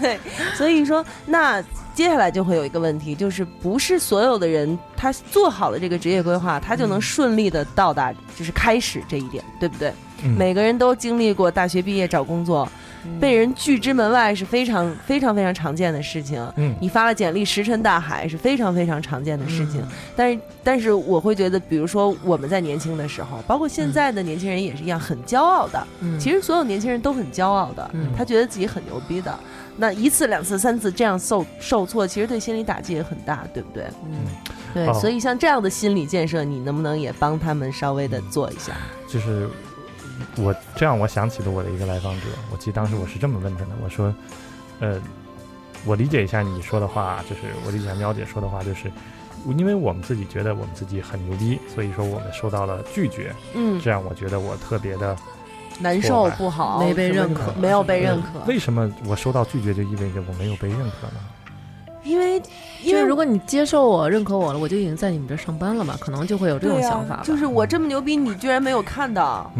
Speaker 4: 对，所以说，那接下来就会有一个问题，就是不是所有的人他做好了这个职业规划，他就能顺利的到达，就是开始这一点，对不对？
Speaker 9: 嗯
Speaker 4: 每个人都经历过大学毕业找工作，被人拒之门外是非常非常非常常见的事情。
Speaker 9: 嗯
Speaker 4: 你发了简历石沉大海是非常非常常见的事
Speaker 9: 嗯
Speaker 4: 情。但是但是我会觉得，比如说我们在年轻的时候，包括现在的年轻人也是一样，很骄傲的。
Speaker 10: 嗯
Speaker 4: 其实所有年轻人都很骄傲的，
Speaker 10: 嗯
Speaker 4: 他觉得自己很牛逼的。那一次、两次、三次这样受受挫，其实对心理打击也很大，对不对？
Speaker 10: 嗯
Speaker 4: 对，
Speaker 9: 哦
Speaker 4: 所以像这样的心理建设，你能不能也帮他们稍微的做一下？
Speaker 9: 就是我这样，我想起了我的一个来访者，我记得当时我是这么问他的，我说，呃，我理解一下你说的话，就是我理解一下喵姐说的话，就是因为我们自己觉得我们自己很牛逼，所以说我们受到了拒绝，
Speaker 4: 嗯，
Speaker 9: 这样我觉得我特别的
Speaker 4: 难受不好，
Speaker 10: 没被
Speaker 4: 什
Speaker 10: 认
Speaker 4: 么
Speaker 10: 可
Speaker 4: 没有被认可，
Speaker 9: 为什么我收到拒绝就意味着我没有被认可呢？
Speaker 4: 因为因
Speaker 10: 因
Speaker 4: 为
Speaker 10: 为如果你接受我、认可我了，我就已经在你们这儿上班了嘛，可能就会有这种
Speaker 4: 对呀啊
Speaker 10: 想法吧。
Speaker 4: 就是我这么牛逼，你居然没有看到，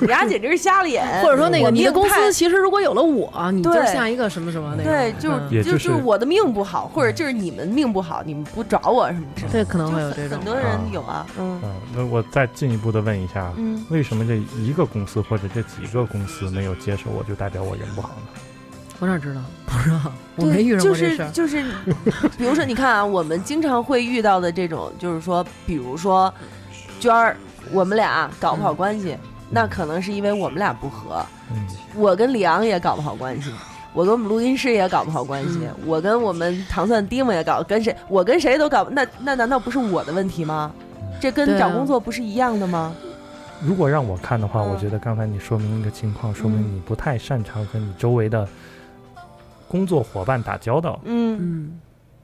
Speaker 4: 你丫简直
Speaker 10: [laughs]
Speaker 4: 是瞎了眼，
Speaker 9: 哎
Speaker 10: 或者说那
Speaker 4: 我
Speaker 10: 个你的
Speaker 4: 命
Speaker 10: 公
Speaker 4: 太
Speaker 10: 司其实如果有了我，你就
Speaker 4: 对
Speaker 10: 像一个什么什么那嗯个，
Speaker 4: 对，就是、
Speaker 9: 也
Speaker 4: 就
Speaker 9: 就是
Speaker 4: 是我的命不好，或者就是你们命不好，你们不找我什么之类的，
Speaker 10: 对，可能会有
Speaker 4: 就
Speaker 10: 这
Speaker 4: 很
Speaker 10: 种
Speaker 4: 很。多人有啊，嗯
Speaker 9: 嗯，那我再进一步的问一下，
Speaker 4: 嗯，
Speaker 9: 为什么这一个公司或者这几个公司没有接受我，就代表我人不好呢？
Speaker 10: 我哪知道？不知道，我
Speaker 4: 对
Speaker 10: 没遇上
Speaker 4: 就
Speaker 10: 过这
Speaker 4: 是
Speaker 10: 事儿。
Speaker 4: 就是，比如说你看啊，我们经常会遇到的这种，就是说，比如说娟儿，我们俩搞
Speaker 10: 嗯
Speaker 4: 不好关系，那可能是因为我们俩不合，
Speaker 9: 嗯，
Speaker 4: 我跟李昂也搞不好关系，我跟我们录音师也搞不好关系，
Speaker 10: 嗯
Speaker 4: 我跟我们糖蒜迪姆也搞，跟谁我跟谁都搞，那那难道不是我的问题吗？这跟
Speaker 10: 对啊
Speaker 4: 找工作不是一样的吗？
Speaker 9: 如果让我看的话，
Speaker 4: 嗯
Speaker 9: 我觉得刚才你说明一个情况，说明你不太擅长跟你周围的工作伙伴打交道。
Speaker 4: 嗯，
Speaker 10: 嗯，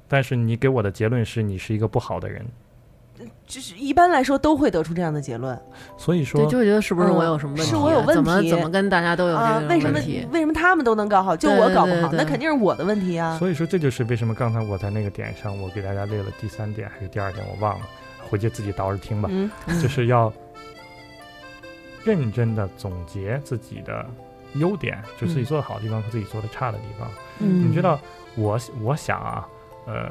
Speaker 9: 但是你给我的结论是你是一个不好的人，
Speaker 4: 就是一般来说都会得出这样的结论
Speaker 9: 所以说
Speaker 10: 对，就会觉得是不是我有什么问题？
Speaker 4: 嗯是我有问题
Speaker 10: 怎么怎么跟大家都有
Speaker 4: 啊
Speaker 10: 这？
Speaker 4: 为
Speaker 10: 个
Speaker 4: 什么
Speaker 10: 问题？
Speaker 4: 为什么他们都能搞好，就我
Speaker 10: 对
Speaker 4: 搞不
Speaker 10: 对
Speaker 4: 好？
Speaker 10: 对
Speaker 4: 那肯定是我的问题啊！
Speaker 9: 所以说这就是为什么刚才我在那个点上，我给大家列了第三点还是第二点，我忘了，回去自己倒着听吧。
Speaker 4: 嗯
Speaker 9: 就是要认真的总结自己的优点，就自己做的好的地方和自己做的差的地方。
Speaker 4: 嗯
Speaker 9: 你知道，我我想啊，呃，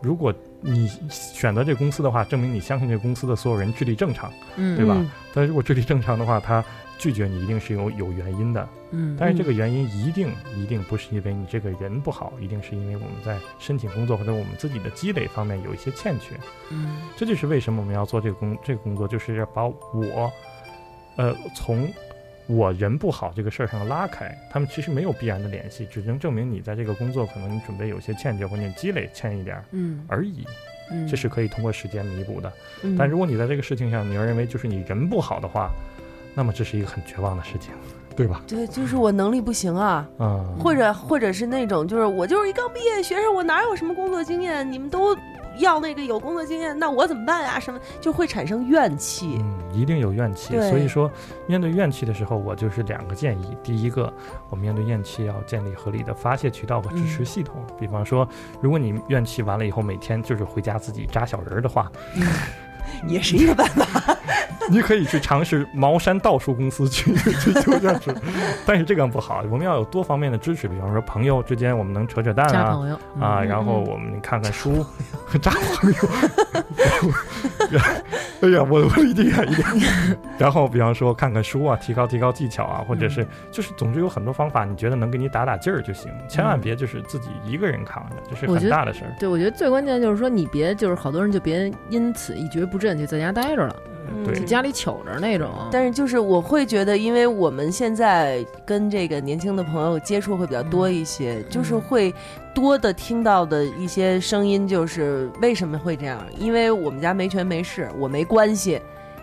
Speaker 9: 如果你选择这公司的话，证明你相信这公司的所有人智力正常。
Speaker 10: 嗯，
Speaker 9: 对吧
Speaker 4: 嗯
Speaker 9: 但如果智力正常的话，他拒绝你一定是有有原因的。
Speaker 10: 嗯，
Speaker 9: 但是这个原因一定一定不是因为你这个人不好，一定是因为我们在申请工作或者我们自己的积累方面有一些欠缺。
Speaker 10: 嗯
Speaker 9: 这就是为什么我们要做这个工这个工作，就是要把我，呃，从我人不好这个事儿上拉开。他们其实没有必然的联系，只能证明你在这个工作可能你准备有些欠缺，或者你积累欠一点儿
Speaker 10: 嗯
Speaker 9: 而已。
Speaker 10: 嗯，
Speaker 9: 这是可以通过时间弥补的。
Speaker 4: 嗯
Speaker 9: 但如果你在这个事情上，你要认为就是你人不好的话，那么这是一个很绝望的事情，对吧？
Speaker 4: 对，就是我能力不行啊，
Speaker 9: 啊、
Speaker 4: 或
Speaker 10: 嗯
Speaker 4: 者或者是那种，就是我就是一刚毕业学生，我哪有什么工作经验？你们都要那个有工作经验，那我怎么办呀？什么就会产生怨气。
Speaker 9: 嗯，一定有怨气。
Speaker 4: 对
Speaker 9: 所以说，面对怨气的时候，我就是两个建议。第一个，我们面对怨气要建立合理的发泄渠道和支持系统。
Speaker 10: 嗯
Speaker 9: 比方说，如果你怨气完了以后，每天就是回家自己扎小人儿的话， [laughs]
Speaker 10: 嗯
Speaker 4: [laughs] 也是一个办法。
Speaker 9: 你可以去尝试茅山道术公司去 [laughs] 去求教师。但是这个不好，我们要有多方面的支持。比方说，朋友之间我们能扯扯淡
Speaker 10: 加
Speaker 9: 啊。
Speaker 10: 朋友
Speaker 9: 啊，
Speaker 10: 嗯
Speaker 9: 然后我们看看 [laughs] 书，扎朋友。 [laughs] 哎呀，我我离得远一点。 [laughs] 然后，比方说看看书啊，提高提高技巧啊，或者是就是，总之有很多方法，你觉得能给你打打劲儿就行，千万别就是自己一个人扛着，这是
Speaker 10: 我觉
Speaker 9: 很
Speaker 10: 得
Speaker 9: 大的事儿。
Speaker 10: 对，我觉得最关键就是说，你别就是好多人就别因此一蹶不振，就在家待着了，
Speaker 4: 嗯
Speaker 9: 对
Speaker 10: 就家里糗着那种。
Speaker 4: 但是就是我会觉得，因为我们现在跟这个年轻的朋友接触会比较
Speaker 10: 嗯
Speaker 4: 多一些，就是会多的听到的一些声音，就是为什么会这样？因为我们家没权没势，我没关系，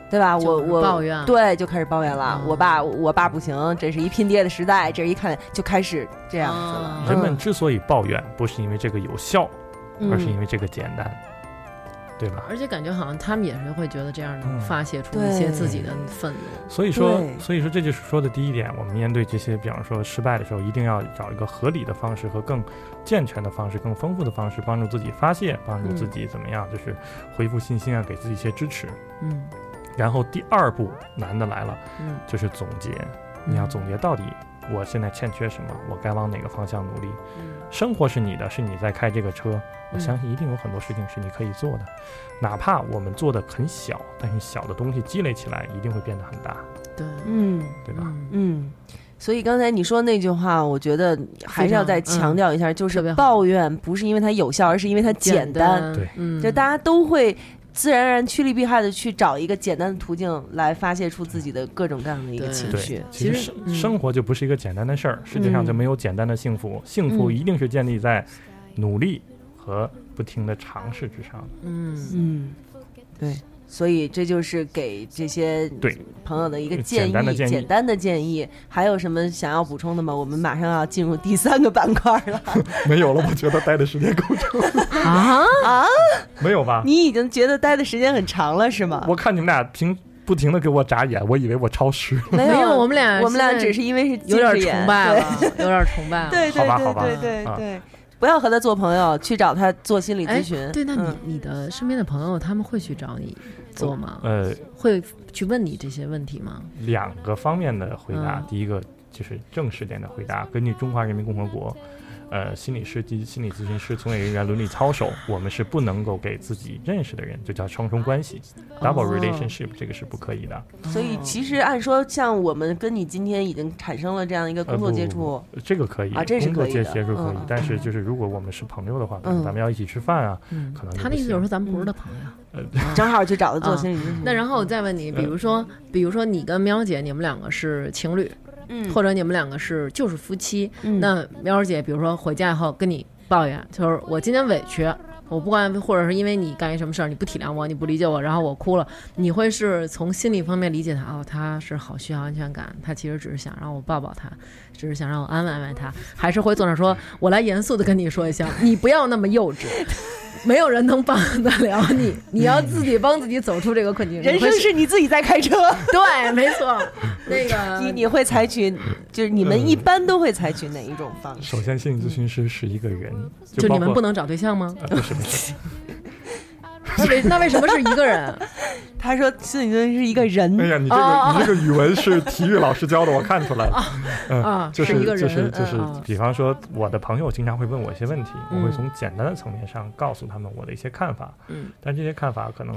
Speaker 4: 对吧？我
Speaker 10: 就是
Speaker 4: 我
Speaker 10: 抱怨
Speaker 4: 对，就开始抱怨了。
Speaker 10: 啊嗯
Speaker 4: 我爸我爸不行，这是一拼爹的时代，这一看就开始这样子了。
Speaker 10: 啊
Speaker 9: 人们之所以抱怨，不是因为这个有效，而
Speaker 10: 嗯
Speaker 9: 是因为这个简单，对吧？
Speaker 10: 而且感觉好像他们也是会觉得这样能
Speaker 9: 嗯
Speaker 10: 发泄出
Speaker 4: 对
Speaker 10: 一些自己的愤怒。
Speaker 9: 所以说，
Speaker 4: 对
Speaker 9: 所以说这就是说的第一点，我们面对这些，比方说失败的时候，一定要找一个合理的方式和更健全的方式、更丰富的方式，帮助自己发泄，帮助自己怎么样，就是恢复信心啊，给自己一些支持。
Speaker 10: 嗯
Speaker 9: 然后第二步难的来了，
Speaker 10: 嗯，
Speaker 9: 就是总结，你要总结到底我现在欠缺什么，我该往哪个方向努力。
Speaker 4: 嗯
Speaker 9: 生活是你的，是你在开这个车，我
Speaker 10: 嗯
Speaker 9: 相信一定有很多事情是你可以做的，哪怕我们做的很小，但是小的东西积累起来一定会变得很大，
Speaker 10: 对，
Speaker 4: 嗯
Speaker 9: 对吧？
Speaker 10: 嗯
Speaker 4: 嗯，所以刚才你说那句话，我觉得还是要再
Speaker 10: 非常嗯
Speaker 4: 强调一下，就
Speaker 10: 特
Speaker 4: 是
Speaker 10: 别好
Speaker 4: 抱怨不是因为它有效，而是因为它简单。
Speaker 10: 单
Speaker 9: 对
Speaker 10: 嗯，
Speaker 4: 就大家都会自然而然趋利避害的去找一个简单的途径来发泄出自己的各种各样的一个
Speaker 10: 对
Speaker 4: 情
Speaker 9: 对
Speaker 4: 绪。
Speaker 9: 其
Speaker 10: 其实
Speaker 9: 实
Speaker 10: 嗯
Speaker 9: 生生活就不是一个简单的事儿，世界上就没有简单的幸福，幸福一定是建立在努力和不停的尝试之上的。
Speaker 10: 嗯，
Speaker 4: 嗯，对，所以这就是给这些
Speaker 9: 对
Speaker 4: 朋友的一个
Speaker 9: 嗯简单的建议
Speaker 4: 简单的建议。还有什么想要补充的吗？我们马上要进入第三个板块
Speaker 9: [laughs]
Speaker 4: 了
Speaker 9: [laughs] 没有了，我觉得待的时间够长，
Speaker 10: 啊，
Speaker 4: 啊！
Speaker 9: 没有吧？
Speaker 4: 你已经觉得待的时间很长了是吗？
Speaker 9: 我看你们俩平不停的给我眨眼，我以为我超时了。
Speaker 4: 没啊
Speaker 10: 没有我们俩
Speaker 4: 哎我们俩
Speaker 10: 现在
Speaker 4: 只是因为是
Speaker 10: 有
Speaker 4: 近
Speaker 10: 点
Speaker 4: 视眼
Speaker 10: 崇拜啊了，有点崇拜了。
Speaker 4: 对对
Speaker 9: 好吧
Speaker 4: 对
Speaker 9: 好吧
Speaker 4: 对对
Speaker 9: 啊
Speaker 4: 对，不要和他做朋友，去找他做心理咨
Speaker 10: 哎
Speaker 4: 询。
Speaker 10: 对，那你、
Speaker 4: 嗯
Speaker 10: 你的身边的朋友他们会去找你做吗？
Speaker 9: 呃，
Speaker 10: 会去问你这些问题吗？
Speaker 9: 两个方面的回答，
Speaker 10: 嗯
Speaker 9: 第一个就是正式点的回答，根据《中华人民共和国》。呃，心理师及心理咨询师从业人员伦理
Speaker 4: [laughs]
Speaker 9: 操守，我们是不能够给自己认识的人，就叫双重关系 （double
Speaker 10: 哦
Speaker 9: relationship），、这个是不可以的。
Speaker 4: 所以其实按说，像我们跟你今天已经产生了这样一个
Speaker 9: 呃
Speaker 4: 工作
Speaker 9: 不
Speaker 4: 接
Speaker 9: 不
Speaker 4: 触，
Speaker 9: 不这个可以
Speaker 4: 啊这是
Speaker 9: 工作
Speaker 4: 可以
Speaker 9: 接
Speaker 4: 的
Speaker 9: 接触可以
Speaker 4: 嗯嗯，
Speaker 9: 但是就是如果我们是朋友的话，可
Speaker 4: 嗯
Speaker 9: 能咱们要一起吃饭啊，
Speaker 10: 嗯
Speaker 9: 可能就
Speaker 10: 他的
Speaker 9: 不
Speaker 10: 意思
Speaker 9: 行
Speaker 10: 就是说咱们不是他朋友。
Speaker 4: 正好去找他做
Speaker 10: 啊
Speaker 4: 心理咨询。
Speaker 10: 那然后我再问你，
Speaker 9: 呃
Speaker 10: 比如说，比如说你跟喵姐，你们两个是情侣，
Speaker 4: 嗯
Speaker 10: 或者你们两个是就是夫妻，
Speaker 4: 嗯
Speaker 10: 那喵姐，比如说回家以后跟你抱怨，就是我今天委屈，我不管，或者是因为你干一什么事儿，你不体谅我，你不理解我，然后我哭了，你会是从心理方面理解他，哦，他是好需要安全感，他其实只是想让我抱抱他，只是想让我安慰安慰他，还是会坐那儿
Speaker 4: [laughs]
Speaker 10: 说，我来严肃的跟你说一下，你不要那么幼稚。 [laughs] 没有人能帮得了你，你要自己帮自己走出这个困境。
Speaker 4: 人
Speaker 10: 你会
Speaker 4: 生是你自己在开车，
Speaker 10: 对，没错，那个
Speaker 4: [laughs] 你你会采取，就是你
Speaker 9: 嗯
Speaker 4: 们一般都会采取哪一种方式？
Speaker 9: 首先，心理咨询师是一个人，
Speaker 4: 嗯
Speaker 10: 就
Speaker 9: 包
Speaker 10: 你们
Speaker 9: 括
Speaker 10: 不能找对象吗？
Speaker 9: 啊，不是不是，
Speaker 10: [laughs] 那为那为什么是一个人？
Speaker 4: 他说心理咨询是一个人，
Speaker 9: [laughs] 哎呀，你这
Speaker 10: 哦
Speaker 9: 个你这个语文是体育老师教的，我看出来了。
Speaker 10: 啊
Speaker 9: 嗯，就是
Speaker 10: 一个人
Speaker 9: 就是就是
Speaker 10: 嗯嗯，
Speaker 9: 比方说，我的朋友经常会问我一些问题，我
Speaker 10: 嗯
Speaker 9: 会从简单的层面上告诉他们我的一些看法，
Speaker 10: 嗯，
Speaker 9: 但这些看法可能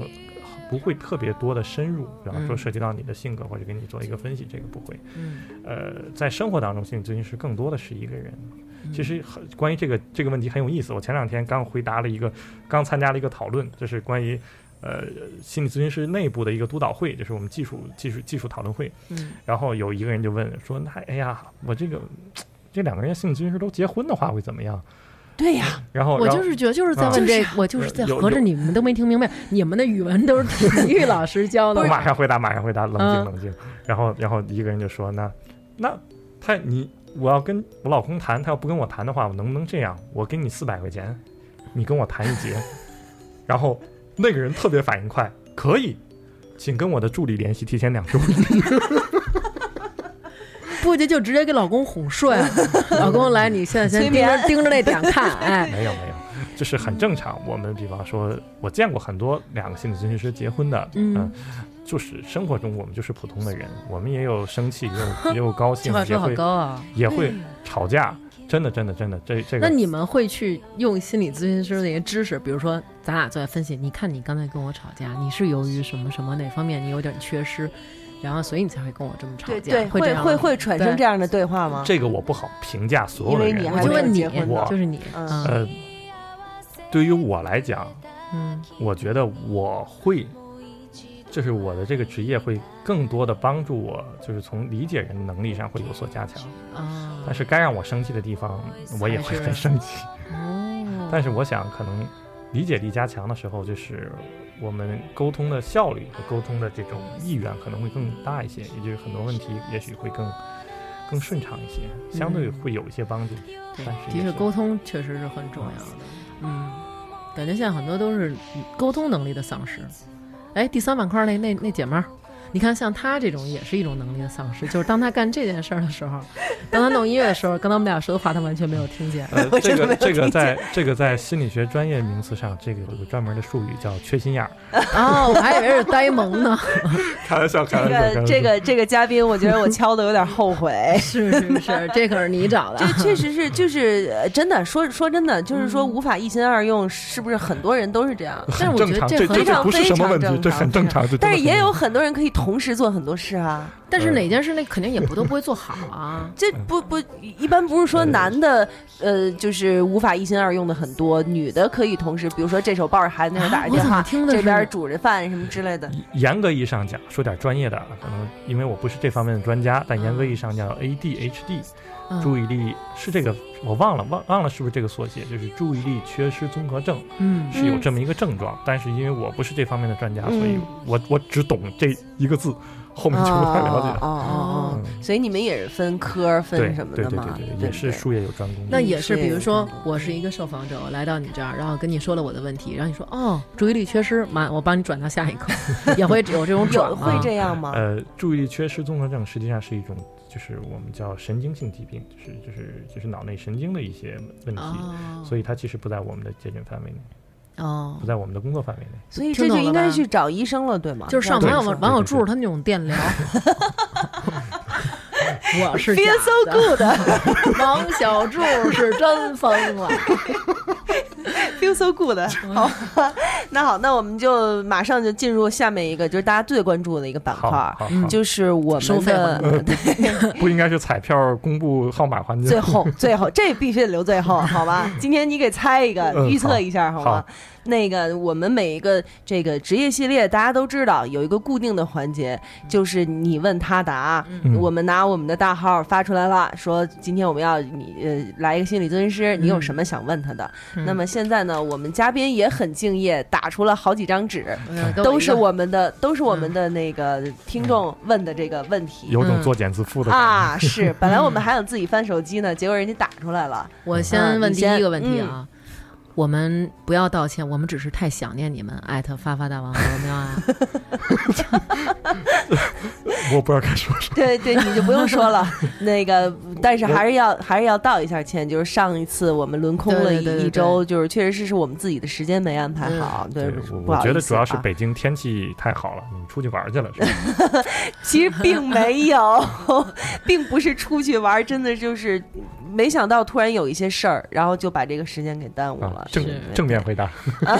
Speaker 9: 不会特别多的深入，比方说
Speaker 10: 嗯
Speaker 9: 涉及到你的性格或者给你做一个分析，这个不会。
Speaker 10: 嗯，
Speaker 9: 呃，在生活当中，心理咨询师更多的是一个人。
Speaker 10: 嗯
Speaker 9: 其实很关于这个这个问题很有意思，我前两天刚回答了一个，刚参加了一个讨论，就是关于。呃，心理咨询师内部的一个督导会，就是我们技术技术技术讨论会，
Speaker 10: 嗯，
Speaker 9: 然后有一个人就问说：“那哎呀，我这个这两个人性军师都结婚的话会怎么样
Speaker 4: 对呀，？”
Speaker 9: 然后
Speaker 10: 我
Speaker 9: 哦然后
Speaker 10: 就是觉得就是在问这，我就是在
Speaker 9: 有有
Speaker 10: 合着你们都没听明白，你们的语文都是体育老师教的
Speaker 9: 我
Speaker 10: 吗
Speaker 9: 马？上回答，马上回答，冷
Speaker 10: 嗯
Speaker 9: 静冷静。然后然后一个人就说：“那那他你我要跟我老公谈，他要不跟我谈的话，我能不能这样？我给你四百块钱，你跟我谈一
Speaker 10: [laughs]
Speaker 9: 节。”然后那个人特别反应快，可以，请跟我的助理联系，提前两周。
Speaker 10: 不就就直接给老公哄睡了，老公来，你现在先
Speaker 4: 催
Speaker 10: 盯
Speaker 4: 眠
Speaker 10: 着盯着那点看，
Speaker 9: [laughs]
Speaker 10: 哎，
Speaker 9: 没有没有，就是很正常。我们比方说，我见过很多两个心理咨询师结婚的，
Speaker 10: 嗯
Speaker 9: 就是生活中我们就是普通的人，我们也有生气，也有也有
Speaker 10: [laughs]
Speaker 9: 高
Speaker 10: 这
Speaker 9: 兴
Speaker 10: 话，
Speaker 9: 也
Speaker 10: 说好
Speaker 9: 会
Speaker 10: 高啊。
Speaker 9: 也会吵架，真的真的真的，这这
Speaker 10: 那
Speaker 9: 个
Speaker 10: 你们会去用心理咨询师的一些知识，比如说咱俩坐在分析，你看你刚才跟我吵架，你是由于什么什么哪方面你有点缺失，然后所以你才会跟我这么吵
Speaker 4: 对
Speaker 10: 架，
Speaker 4: 对，
Speaker 10: 这
Speaker 4: 会
Speaker 10: 样
Speaker 4: 会
Speaker 10: 吗
Speaker 4: 会产生
Speaker 10: 对
Speaker 4: 这样的对话吗？
Speaker 9: 这个我不好评价所
Speaker 4: 因
Speaker 9: 有的
Speaker 4: 为
Speaker 9: 人，
Speaker 4: 你
Speaker 10: 我
Speaker 4: 还
Speaker 10: 就
Speaker 4: 没有
Speaker 10: 问你
Speaker 4: 结婚
Speaker 9: 我，
Speaker 10: 就是你，
Speaker 4: 嗯
Speaker 10: 嗯
Speaker 9: 呃，对于我来讲，
Speaker 10: 嗯
Speaker 9: 我觉得我会，就是我的这个职业会更多的帮助我，就是从理解人的能力上会有所加强。
Speaker 10: 啊，
Speaker 9: 但是该让我生气的地方，我也会
Speaker 10: 还是
Speaker 9: 很生气。
Speaker 4: 嗯
Speaker 10: 哦，
Speaker 9: 但是我想，可能理解力加强的时候，就是我们沟通的效率和沟通的这种意愿可能会更大一些，也就是很多问题也许会更更顺畅一些，
Speaker 4: 嗯
Speaker 9: 相对会有一
Speaker 4: [laughs]
Speaker 9: 些帮助。
Speaker 10: 对
Speaker 9: 但是
Speaker 10: 的
Speaker 9: 也
Speaker 10: 确
Speaker 9: 是
Speaker 10: 沟通确实是很重要的，嗯，感觉现在很多都是嗯沟通能力的丧失。哎，第三板块那那那姐们儿，你看像她这种也是一种能力的丧失，就是当她干这件事儿的时候，当她弄音乐的时候，刚才我们俩说的话她完全没有听 [laughs] 见。
Speaker 9: 呃，
Speaker 4: 我
Speaker 9: 这
Speaker 4: 真的没
Speaker 9: 个
Speaker 4: 有
Speaker 9: 这个
Speaker 4: 听
Speaker 9: 在这个在心理学专业名词上，这个有个专门的术语叫缺心眼儿。
Speaker 10: 哦，我还以为是呆萌呢。
Speaker 9: 开玩笑，开
Speaker 4: 这个这个这个嘉宾，我觉得我敲的有点后悔。
Speaker 10: 是是 [laughs] 是，这可是你找的
Speaker 9: [laughs]
Speaker 4: 这。确实是，就是呃真的说说真的，就是说无法一心二用，是不是很多人都是这样？
Speaker 10: 但
Speaker 9: 很
Speaker 10: 我觉
Speaker 9: 正
Speaker 10: 得
Speaker 9: 常，
Speaker 10: 这
Speaker 9: 这
Speaker 10: 很
Speaker 9: 这
Speaker 4: 正
Speaker 9: 不是什么问题
Speaker 4: 非常，
Speaker 9: 这很正常。这真的
Speaker 4: 但是也
Speaker 9: 很
Speaker 4: 有很多人可以同时做很多事啊，
Speaker 10: 但
Speaker 9: 嗯
Speaker 10: 是哪件事那肯定也不都不会做好啊。
Speaker 4: 这不不，一般不是说男的，呃，就是无法一心二用的很多，女的可以同时，比如说这手抱着孩子，那手打
Speaker 10: 啊
Speaker 4: 着
Speaker 10: 我
Speaker 4: 电
Speaker 10: 怎么
Speaker 4: 话，
Speaker 10: 听的
Speaker 4: 这
Speaker 10: 是
Speaker 4: 边煮着饭什么之类的。
Speaker 9: 严格意义上讲，说点专业的啊，可能因为我不是这方面的专家，但严
Speaker 4: 嗯
Speaker 9: 格意义上叫 ADHD，、
Speaker 10: 嗯
Speaker 9: 注意力是这个我忘了忘忘了是不是这个缩写，就是注意力缺失综合症
Speaker 10: 嗯
Speaker 9: 是有这么一个症状，但是因为我不是这方面的专家，
Speaker 4: 嗯
Speaker 9: 所以我我只懂这一个字，后面就不太了解
Speaker 4: 哦哦
Speaker 9: 了。
Speaker 4: 哦，
Speaker 9: 嗯
Speaker 4: 所以你们也是分科
Speaker 9: 对
Speaker 4: 分什么
Speaker 9: 对
Speaker 4: 的
Speaker 9: 对
Speaker 4: 嘛？
Speaker 9: 对
Speaker 4: 不
Speaker 9: 对，也是术业有专攻。
Speaker 10: 那也是，
Speaker 4: 是
Speaker 10: 比如说我是一个受访者，我来到你这儿，然后跟你说了我的问题，然后你说哦，注意力缺失，妈，我帮你转到下一个， [laughs] 也会有这种转啊
Speaker 4: 有
Speaker 10: 吗
Speaker 4: 会这样吗？
Speaker 9: 呃，注意力缺失综合症实际上是一种，就是我们叫神经性疾病，就是就是就是脑内神经的一些问题，
Speaker 10: 哦
Speaker 9: 所以它其实不在我们的界定范围内，
Speaker 10: 哦
Speaker 9: 不，在我们的工作范围内。
Speaker 4: 所以
Speaker 10: 听
Speaker 4: 这就
Speaker 10: 懂了
Speaker 4: 应该
Speaker 10: 吧
Speaker 4: 去找医生了，对吗？
Speaker 10: 就是上
Speaker 9: 对
Speaker 10: 网友
Speaker 9: 对对
Speaker 10: 网友
Speaker 9: 对
Speaker 10: 助他那种电疗。我是
Speaker 4: Feel
Speaker 10: 假
Speaker 4: so
Speaker 10: 的， [laughs] 王小柱是真疯了。
Speaker 4: feel
Speaker 10: [laughs]
Speaker 4: so good。好， [laughs] 那好，那我们就马上就进入下面一个，就是大家最关注的一个板
Speaker 9: 好
Speaker 4: 块儿，
Speaker 9: 好
Speaker 10: 嗯
Speaker 9: 好，
Speaker 4: 就是我
Speaker 10: 收
Speaker 4: 们
Speaker 10: 费
Speaker 4: 的
Speaker 10: 环
Speaker 9: 不应该是彩票公布号码环节
Speaker 4: 最。后，最后，这必须得留最后，好
Speaker 9: [laughs]
Speaker 4: 吧？今天你给猜一个，
Speaker 9: 嗯
Speaker 4: 预测一下，好
Speaker 9: 好
Speaker 4: 吗？那个，我们每一个这个职业系列，大家都知道有一个固定的环节，就是你问他答。
Speaker 9: 嗯
Speaker 4: 我们拿我们的大号发出来了，说今天我们要你呃来一个心理咨询师，
Speaker 9: 嗯
Speaker 4: 你有什么想问他的？
Speaker 10: 嗯
Speaker 4: 那么现在呢，我们嘉宾也很敬业，打出了好几张纸，
Speaker 10: 嗯
Speaker 4: 都是
Speaker 10: 一个
Speaker 4: 我们的都是我们的那个听众问的这个问题。
Speaker 9: 嗯有种
Speaker 10: 嗯
Speaker 9: 作茧自缚的感觉。
Speaker 4: 啊，是，本来我们还想自己翻手机呢，结果人家打出来了。
Speaker 10: 我先问
Speaker 4: 你
Speaker 10: 第
Speaker 4: 先
Speaker 10: 一个问题啊，我们不要道歉，我们只是太想念你们，艾特发发大王罗喵啊，
Speaker 9: 我不知道该说什
Speaker 4: 对对，你就不用说了。那个，但是还是要还是要道一下歉，就是上一次我们轮空了
Speaker 10: 对对对对
Speaker 4: 一
Speaker 10: 对
Speaker 4: 一周，就是确实是是我们自己的时间没安排好，对
Speaker 9: 么。，我
Speaker 4: 不
Speaker 9: 我
Speaker 4: 好
Speaker 9: 觉
Speaker 4: 意
Speaker 9: 得
Speaker 4: 思
Speaker 9: 主要是
Speaker 4: 啊，
Speaker 9: 北京天气太好了，你们出去玩去了是吧？
Speaker 4: 其实并没有， [laughs] 并不是出去玩，真的就是没想到突然有一些事儿，然后就把这个时间给耽误
Speaker 9: 啊
Speaker 4: 了，。
Speaker 9: 正
Speaker 10: 是
Speaker 9: 正面回答。 [laughs]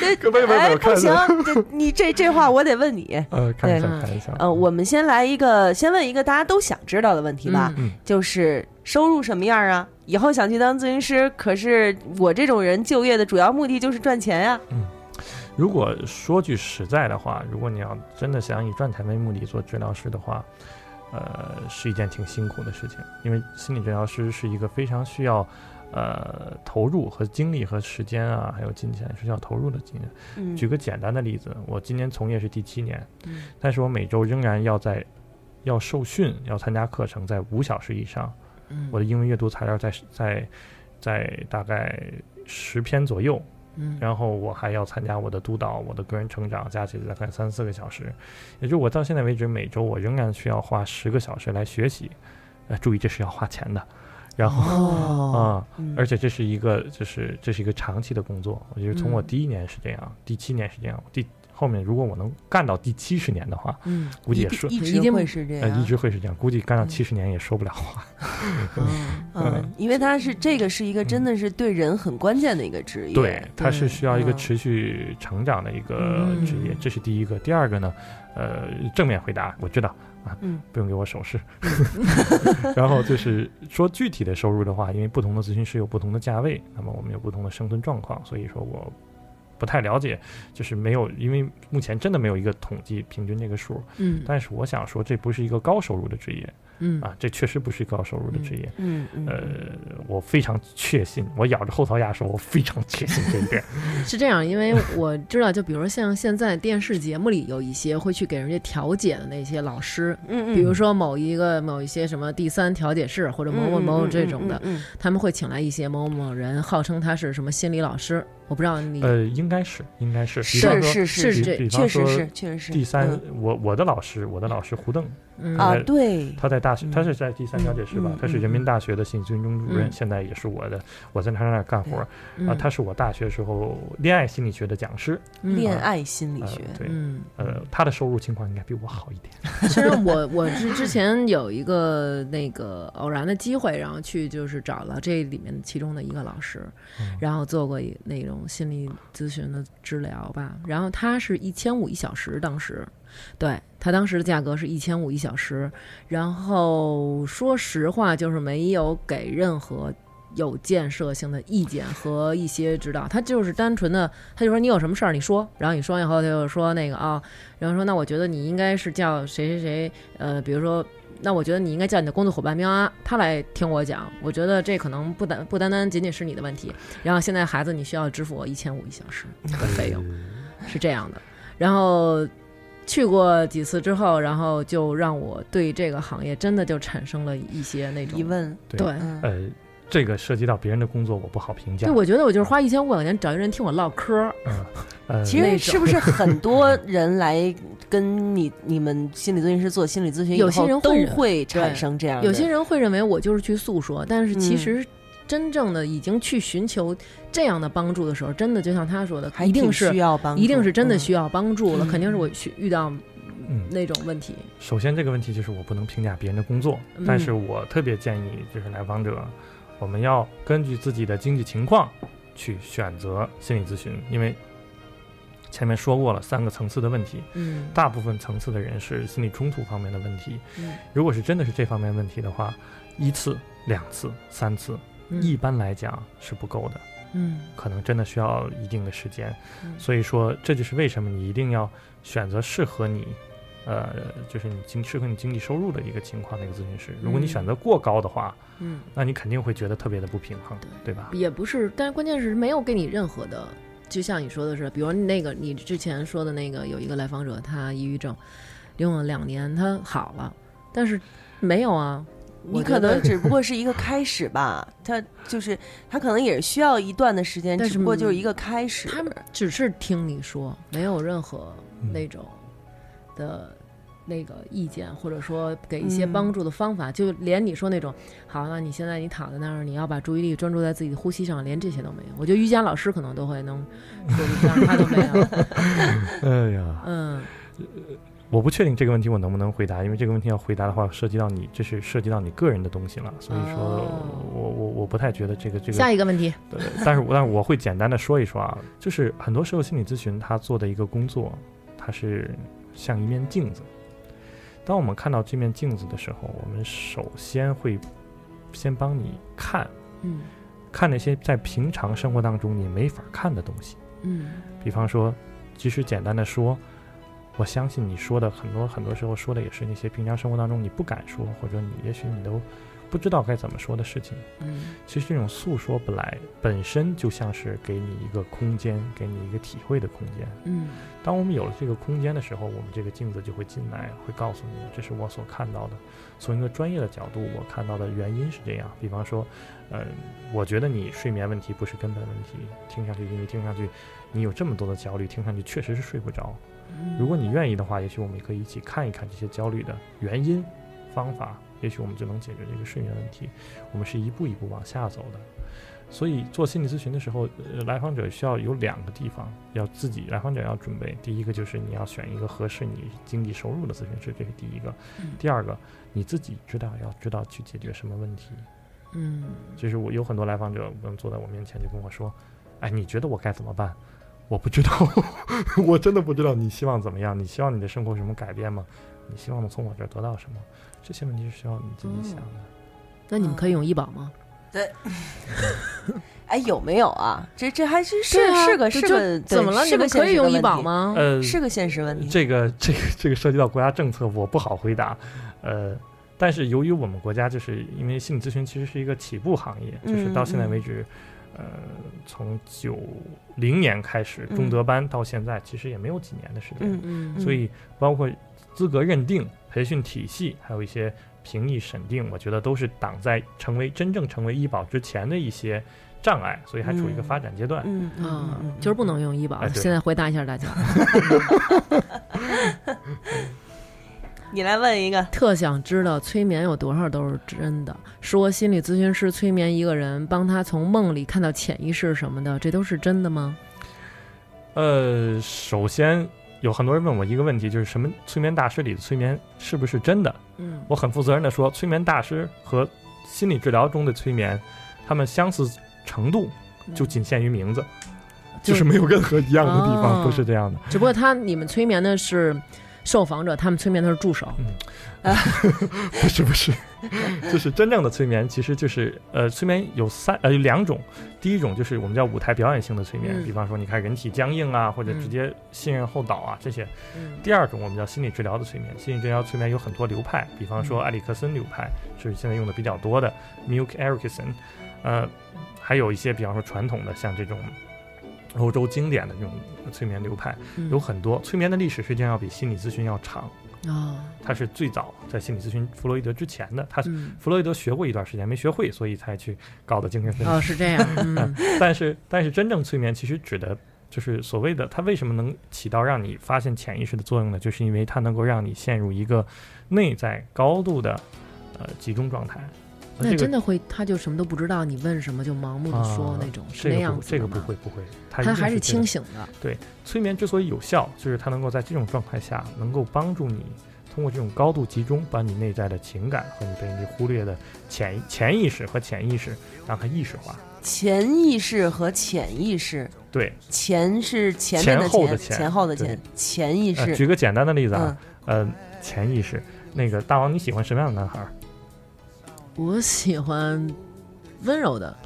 Speaker 4: 这
Speaker 9: 各位朋友
Speaker 4: 哎，
Speaker 9: 我
Speaker 4: 不
Speaker 9: 看
Speaker 4: 行
Speaker 9: 着，
Speaker 4: 这你这这话我得问
Speaker 9: [laughs]
Speaker 4: 你。
Speaker 9: 呃，看一下
Speaker 10: 对
Speaker 9: 看一下。
Speaker 4: 呃，我们先来一个，先问一个大家都想知道的问题吧，
Speaker 10: 嗯
Speaker 4: 就是收入什么样啊？以后想去当咨询师，可是我这种人就业的主要目的就是赚钱啊呀、
Speaker 9: 如果说句实在的话，如果你要真的想以赚钱为目的做治疗师的话，呃，是一件挺辛苦的事情，因为心理治疗师是一个非常需要，呃，投入和精力和时间啊，还有金钱是需要投入的经验。
Speaker 4: 嗯
Speaker 9: 举个简单的例子，我今年从业是第七年，
Speaker 10: 嗯
Speaker 9: 但是我每周仍然要在要受训，要参加课程，在五小时以上。
Speaker 10: 嗯
Speaker 9: 我的英文阅读材料在在在大概十篇左右，
Speaker 10: 嗯
Speaker 9: 然后我还要参加我的督导、我的个人成长，加起来大概三四个小时。也就是我到现在为止，每周我仍然需要花十个小时来学习。呃，注意这是要花钱的。然后
Speaker 4: 哦，
Speaker 9: 啊、
Speaker 4: 嗯
Speaker 9: 而且这是一个，就是这是一个长期的工作。我觉得从我
Speaker 4: 嗯
Speaker 9: 第一年是这样，第七年是这样，第后面如果我能干到第七十年的话，
Speaker 10: 嗯
Speaker 9: 估计也
Speaker 4: 一啊嗯
Speaker 9: 说
Speaker 4: 定一
Speaker 10: 一
Speaker 4: 直
Speaker 10: 定
Speaker 4: 会是这样，
Speaker 9: 呃一直会是这样，估计干到七十年也说不了话。
Speaker 4: 嗯，因为它是这个是一个真的是对人很关键的一个职业，
Speaker 9: 嗯对，它是需要一个
Speaker 4: 嗯
Speaker 9: 持续成长的一个
Speaker 10: 嗯
Speaker 9: 职业，这是第一个。第二个呢，呃，正面回答，我知道啊
Speaker 4: 嗯，
Speaker 9: 不用给我手势。 [laughs] 然后就是说具体的收入的话，因为不同的咨询师有不同的价位，那么我们有不同的生存状况，所以说我不太了解，就是没有，因为目前真的没有一个统计平均这个数。
Speaker 10: 嗯
Speaker 9: 但是我想说，这不是一个高收入的职业
Speaker 10: 嗯
Speaker 9: 啊，这确实不是一个高收入的职业。
Speaker 4: 嗯嗯，
Speaker 9: 呃，我非常确信，我咬着后槽牙说，我非常确信这一点。
Speaker 10: [laughs] 是这样，因为我知道，就比如说像现在电视节目里有一些会去给人家调解的那些老师，
Speaker 4: 嗯嗯，
Speaker 10: 比如说某一个某一些什么第三调解室或者某某某这种的，
Speaker 4: 嗯，嗯嗯嗯
Speaker 10: 他们会请来一些某某人，号称他是什么心理老师，我不知道你
Speaker 9: 呃，应该是，应该是，
Speaker 4: 嗯
Speaker 9: 比
Speaker 4: 是
Speaker 9: 方说
Speaker 4: 是
Speaker 10: 是
Speaker 4: 是，
Speaker 10: 这
Speaker 9: 比
Speaker 4: 确
Speaker 9: 方
Speaker 4: 实
Speaker 9: 说
Speaker 4: 是确实是
Speaker 9: 第三
Speaker 4: 嗯，
Speaker 9: 我我的老师，我的老师胡邓，
Speaker 10: 嗯
Speaker 4: 啊，
Speaker 9: 在
Speaker 4: 对，
Speaker 9: 他在大学，
Speaker 10: 嗯
Speaker 9: 他是在第三调解室吧
Speaker 4: 嗯嗯，
Speaker 9: 他是人民大学的心理咨询中主任，
Speaker 10: 嗯
Speaker 9: 现在也是我的，我在他那儿干活儿
Speaker 10: 嗯
Speaker 9: 啊，他是我大学时候恋爱心理学的讲师，
Speaker 10: 嗯
Speaker 4: 恋爱心理
Speaker 9: 呃
Speaker 4: 学，，
Speaker 9: 对，
Speaker 10: 嗯
Speaker 9: 呃，他的收入情况应该比我好
Speaker 4: [laughs]
Speaker 9: 一点，
Speaker 10: 其实我 [laughs] 我之之前有一个那个偶然的机会，然后去就是找了这里面其中的一个老师，然后做过一那种种心理咨询的治疗吧。然后它是一千五一小时，当时，对它当时的价格是一千五一小时。然后说实话，就是没有给任何有建设性的意见和一些指导，他就是单纯的，他就说你有什么事儿你说，然后你说完以后，他就说那个啊、然后说那我觉得你应该是叫谁谁谁，呃，比如说。那我觉得你应该叫你的工作伙伴喵啊，他来听我讲。我觉得这可能不单不单单仅仅是你的问题。然后现在孩子，你需要支付我一千五一小时的费
Speaker 4: 哦
Speaker 10: 用，是这样的。然后去过几次之后，然后就让我对这个行业真的就产生了一些
Speaker 9: 呃
Speaker 10: 那种
Speaker 4: 疑。问，
Speaker 9: 对
Speaker 10: 对，
Speaker 4: 嗯，
Speaker 9: 呃，这个涉及到别人的工作，我不好评价
Speaker 10: 对，。我觉得我就是花一千五百块钱找一个人听我唠嗑儿，
Speaker 9: 呃，
Speaker 4: 其实是不是很多人来跟你你们心理咨询师做心理咨询以后，
Speaker 10: 有些人
Speaker 4: 都
Speaker 10: 会忍
Speaker 4: 会产生这样的，
Speaker 10: 有些人会认为我就是去诉说，但是其
Speaker 4: 啊嗯
Speaker 10: 实真正的已经去寻求这样的帮助的时候，真的就像他说的，
Speaker 4: 还
Speaker 10: 一定
Speaker 4: 挺
Speaker 10: 是
Speaker 4: 需要帮助，
Speaker 10: 一定是真的
Speaker 4: 嗯
Speaker 10: 需要帮助了，
Speaker 4: 嗯
Speaker 10: 肯定是我去遇到
Speaker 9: 嗯，
Speaker 10: 那种问题。
Speaker 9: 首先这个问题就是我不能评价别人的工作，
Speaker 10: 嗯
Speaker 9: 但是我特别建议就是来访者，我们要根据自己的经济情况去选择心理咨询，因为前面说过了三个层次的问题，
Speaker 10: 嗯，
Speaker 9: 大部分层次的人是心理冲突方面的问题。
Speaker 10: 嗯
Speaker 9: 如果是真的是这方面问题的话，一次、两次、三次，
Speaker 10: 嗯
Speaker 9: 一般来讲是不够的，
Speaker 10: 嗯
Speaker 9: 可能真的需要一定的时间。
Speaker 10: 嗯
Speaker 9: 所以说，这就是为什么你一定要选择适合你。呃，就是你经适合你经济收入的一个情况的一个咨询师。如果你
Speaker 10: 嗯
Speaker 9: 选择过高的话，
Speaker 10: 嗯，
Speaker 9: 那你肯定会觉得特别的不平衡，对吧？
Speaker 10: 也不是，但是关键是没有给你任何的，就像你说的是，比如那个你之前说的那个有一个来访者，他抑郁症用了两年，他好了，但是没有啊，
Speaker 4: 你
Speaker 10: 我
Speaker 4: 可
Speaker 10: 觉得
Speaker 4: 能只不过是一个开始吧，他就是他可能也是需要一段的时间，
Speaker 10: 但
Speaker 4: 只
Speaker 10: 是嗯
Speaker 4: 不过就是一个开始。
Speaker 10: 他们只是听你说，没有任何那种的那个意见，或者说给一些
Speaker 4: 嗯
Speaker 10: 帮助的方法，就连你说那种，好，那你现在你躺在那儿，你要把注意力专注在自己的呼吸上，连这些都没有。我觉得瑜伽老师可能都会能说出这样，他都没有。
Speaker 9: 哎呀，
Speaker 10: 嗯
Speaker 9: 我不确定这个问题我能不能回答，因为这个问题要回答的话，涉及到你，这是涉及到你个人的东西了，所以说
Speaker 10: 哦
Speaker 9: 我我我不太觉得这个这个
Speaker 10: 下一个问题，
Speaker 9: 对，但是我但是我会简单的说一说啊，就是很多时候心理咨询他做的一个工作，它是像一面镜子。当我们看到这面镜子的时候，我们首先会先帮你看
Speaker 10: 嗯
Speaker 9: 看那些在平常生活当中你没法看的东西，
Speaker 10: 嗯
Speaker 9: 比方说，即使简单的说，我相信你说的很多很多时候说的也是那些平常生活当中你不敢说，或者你也许你都不知道该怎么说的事情。
Speaker 10: 嗯
Speaker 9: 其实这种诉说本来本身就像是给你一个空间，给你一个体会的空间。
Speaker 10: 嗯
Speaker 9: 当我们有了这个空间的时候，我们这个镜子就会进来，会告诉你这是我所看到的。从一个专业的角度，我看到的原因是这样。比方说，呃，我觉得你睡眠问题不是根本问题，听上去因为听上去你有这么多的焦虑，听上去确实是睡不着。如果你愿意的话，也许我们可以一起看一看这些焦虑的原因、方法，也许我们就能解决这个睡眠问题。我们是一步一步往下走的。所以做心理咨询的时候，呃，来访者需要有两个地方，要自己来访者要准备。第一个就是你要选一个合适你经济收入的咨询师，这是第一个。第二个，你自己知道要知道去解决什么问题。
Speaker 10: 嗯
Speaker 9: 就是我有很多来访者，嗯，坐在我面前就跟我说：“哎，你觉得我该怎么办？”我不知道， [laughs] 我真的不知道你希望怎么样？你希望你的生活有什么改变吗？你希望能从我这儿得到什么？这些问题是需要你自己想的。
Speaker 10: 那你们可以用医保吗？
Speaker 4: 哎，有没有啊？这这还是是
Speaker 10: 对啊
Speaker 4: 是个
Speaker 10: 就是
Speaker 4: 个
Speaker 10: 就怎么了？
Speaker 4: 对
Speaker 10: 你
Speaker 4: 是个
Speaker 10: 们可以用医保
Speaker 4: 现实的
Speaker 10: 吗？
Speaker 9: 呃
Speaker 4: 问题？，是个现实问题。
Speaker 9: 这个这个这个涉及到国家政策，我不好回答。呃，但是由于我们国家就是因为心理咨询其实是一个起步行业，就是到
Speaker 4: 嗯
Speaker 9: 现在为止，呃，从九零年开始，中德班到现在其实也没有几年的时间，
Speaker 4: 嗯
Speaker 10: 嗯
Speaker 9: 所以包括资格认定、培训体系，还有一些评议审定，我觉得都是挡在成为真正成为医保之前的一些障碍，所以还处于一个发展阶段。
Speaker 4: 嗯嗯
Speaker 10: 啊
Speaker 4: 嗯，
Speaker 10: 就是不能用医保。
Speaker 9: 哎对
Speaker 10: 现在回答一下大家，
Speaker 4: 你来问一个，
Speaker 10: 特想知道催眠有多少都是真的。说心理咨询师催眠一个人，帮他从梦里看到潜意识什么的，这都是真的吗？
Speaker 9: 呃，首先有很多人问我一个问题，就是什么催眠大师里的催眠是不是真的？
Speaker 10: 嗯
Speaker 9: 我很负责任的说，催眠大师和心理治疗中的催眠，他们相似程度就仅限于名字。嗯就是没有任何一样的地
Speaker 10: 哦
Speaker 9: 方 [laughs] 不是这样的。
Speaker 10: 只不过他你们催眠的是受访者，他们催眠的是助手。
Speaker 9: 不是不是，就是真正的催眠，其实就是呃，催眠有三呃有两种，第一种就是我们叫舞台表演性的催眠，
Speaker 10: 嗯
Speaker 9: 比方说你看人体僵硬啊，或者直接信任后倒啊这些。
Speaker 10: 嗯
Speaker 9: 第二种我们叫心理治疗的催眠，心理治疗催眠有很多流派，比方
Speaker 10: 嗯
Speaker 9: 说埃里克森流派是现在用的比较多的 m i l k Erickson，呃，还有一些比方说传统的像这种欧洲经典的这种催眠流派
Speaker 10: 嗯
Speaker 9: 有很多。催眠的历史实际上要比心理咨询要长。
Speaker 10: 哦
Speaker 9: 他是最早在心理咨询弗洛伊德之前的，他是
Speaker 10: 嗯
Speaker 9: 弗洛伊德学过一段时间没学会，所以才去搞的精神分析。
Speaker 10: 哦，是这样。
Speaker 9: [laughs]
Speaker 10: 嗯
Speaker 9: 但是但是真正催眠其实指的就是所谓的它为什么能起到让你发现潜意识的作用呢？就是因为它能够让你陷入一个内在高度的呃集中状态。呃
Speaker 10: 那
Speaker 9: 这
Speaker 10: 真
Speaker 9: 个
Speaker 10: 的会，他就什么都不知道，你问什么就盲目的说
Speaker 9: 啊
Speaker 10: 那种，是
Speaker 9: 这
Speaker 10: 那
Speaker 9: 个
Speaker 10: 样
Speaker 9: 不
Speaker 10: 子
Speaker 9: 这个
Speaker 10: 的
Speaker 9: 不
Speaker 10: 吗
Speaker 9: 会不会，它一
Speaker 10: 他
Speaker 9: 定
Speaker 10: 还
Speaker 9: 是
Speaker 10: 是
Speaker 9: 这个
Speaker 10: 清醒的。
Speaker 9: 催眠之所以有效，就是它能够在这种状态下，能够帮助你通过这种高度集中，把你内在的情感和你被你忽略的潜潜意识和潜意识让它意识化。
Speaker 4: 潜意识和潜意识，
Speaker 9: 对，呃
Speaker 4: 潜是前面的
Speaker 9: 前后的
Speaker 4: 前，
Speaker 9: 前
Speaker 4: 前后的
Speaker 9: 对
Speaker 4: 前，嗯潜意
Speaker 9: 呃、
Speaker 4: 识。
Speaker 9: 举个简单的例子啊，呃，潜意识，那个大王，你喜欢什么样的男孩儿？
Speaker 10: 我喜欢温柔的，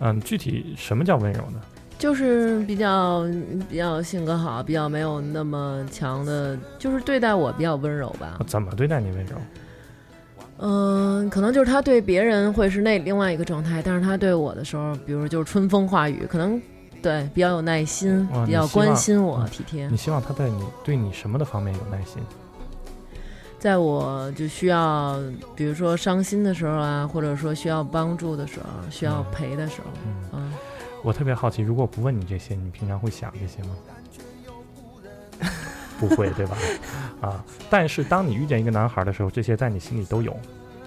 Speaker 9: 嗯、具体什么叫温柔呢？
Speaker 10: 就是比较比较性格好，比较没有那么强的，就是对待我比较温柔吧
Speaker 9: 我。怎么对待你温柔？
Speaker 10: 嗯、可能就是他对别人会是那另外一个状态，但是他对我的时候，比如就是春风化雨，可能对比较有耐心
Speaker 9: 哇，
Speaker 10: 比较
Speaker 9: 你希望
Speaker 10: 关心我，
Speaker 9: 嗯
Speaker 10: 体贴
Speaker 9: 你。希望他在你对你什么的方面有耐心？
Speaker 10: 在我就需要，比如说伤心的时候啊，或者说需要帮助的时候，需要
Speaker 9: 嗯
Speaker 10: 陪的时候，
Speaker 9: 嗯，
Speaker 10: 嗯，
Speaker 9: 我特别好奇，如果不问你这些，你平常会想这些吗？不会，对吧？啊，但是当你遇见一个男孩的时候，这些在你心里都有，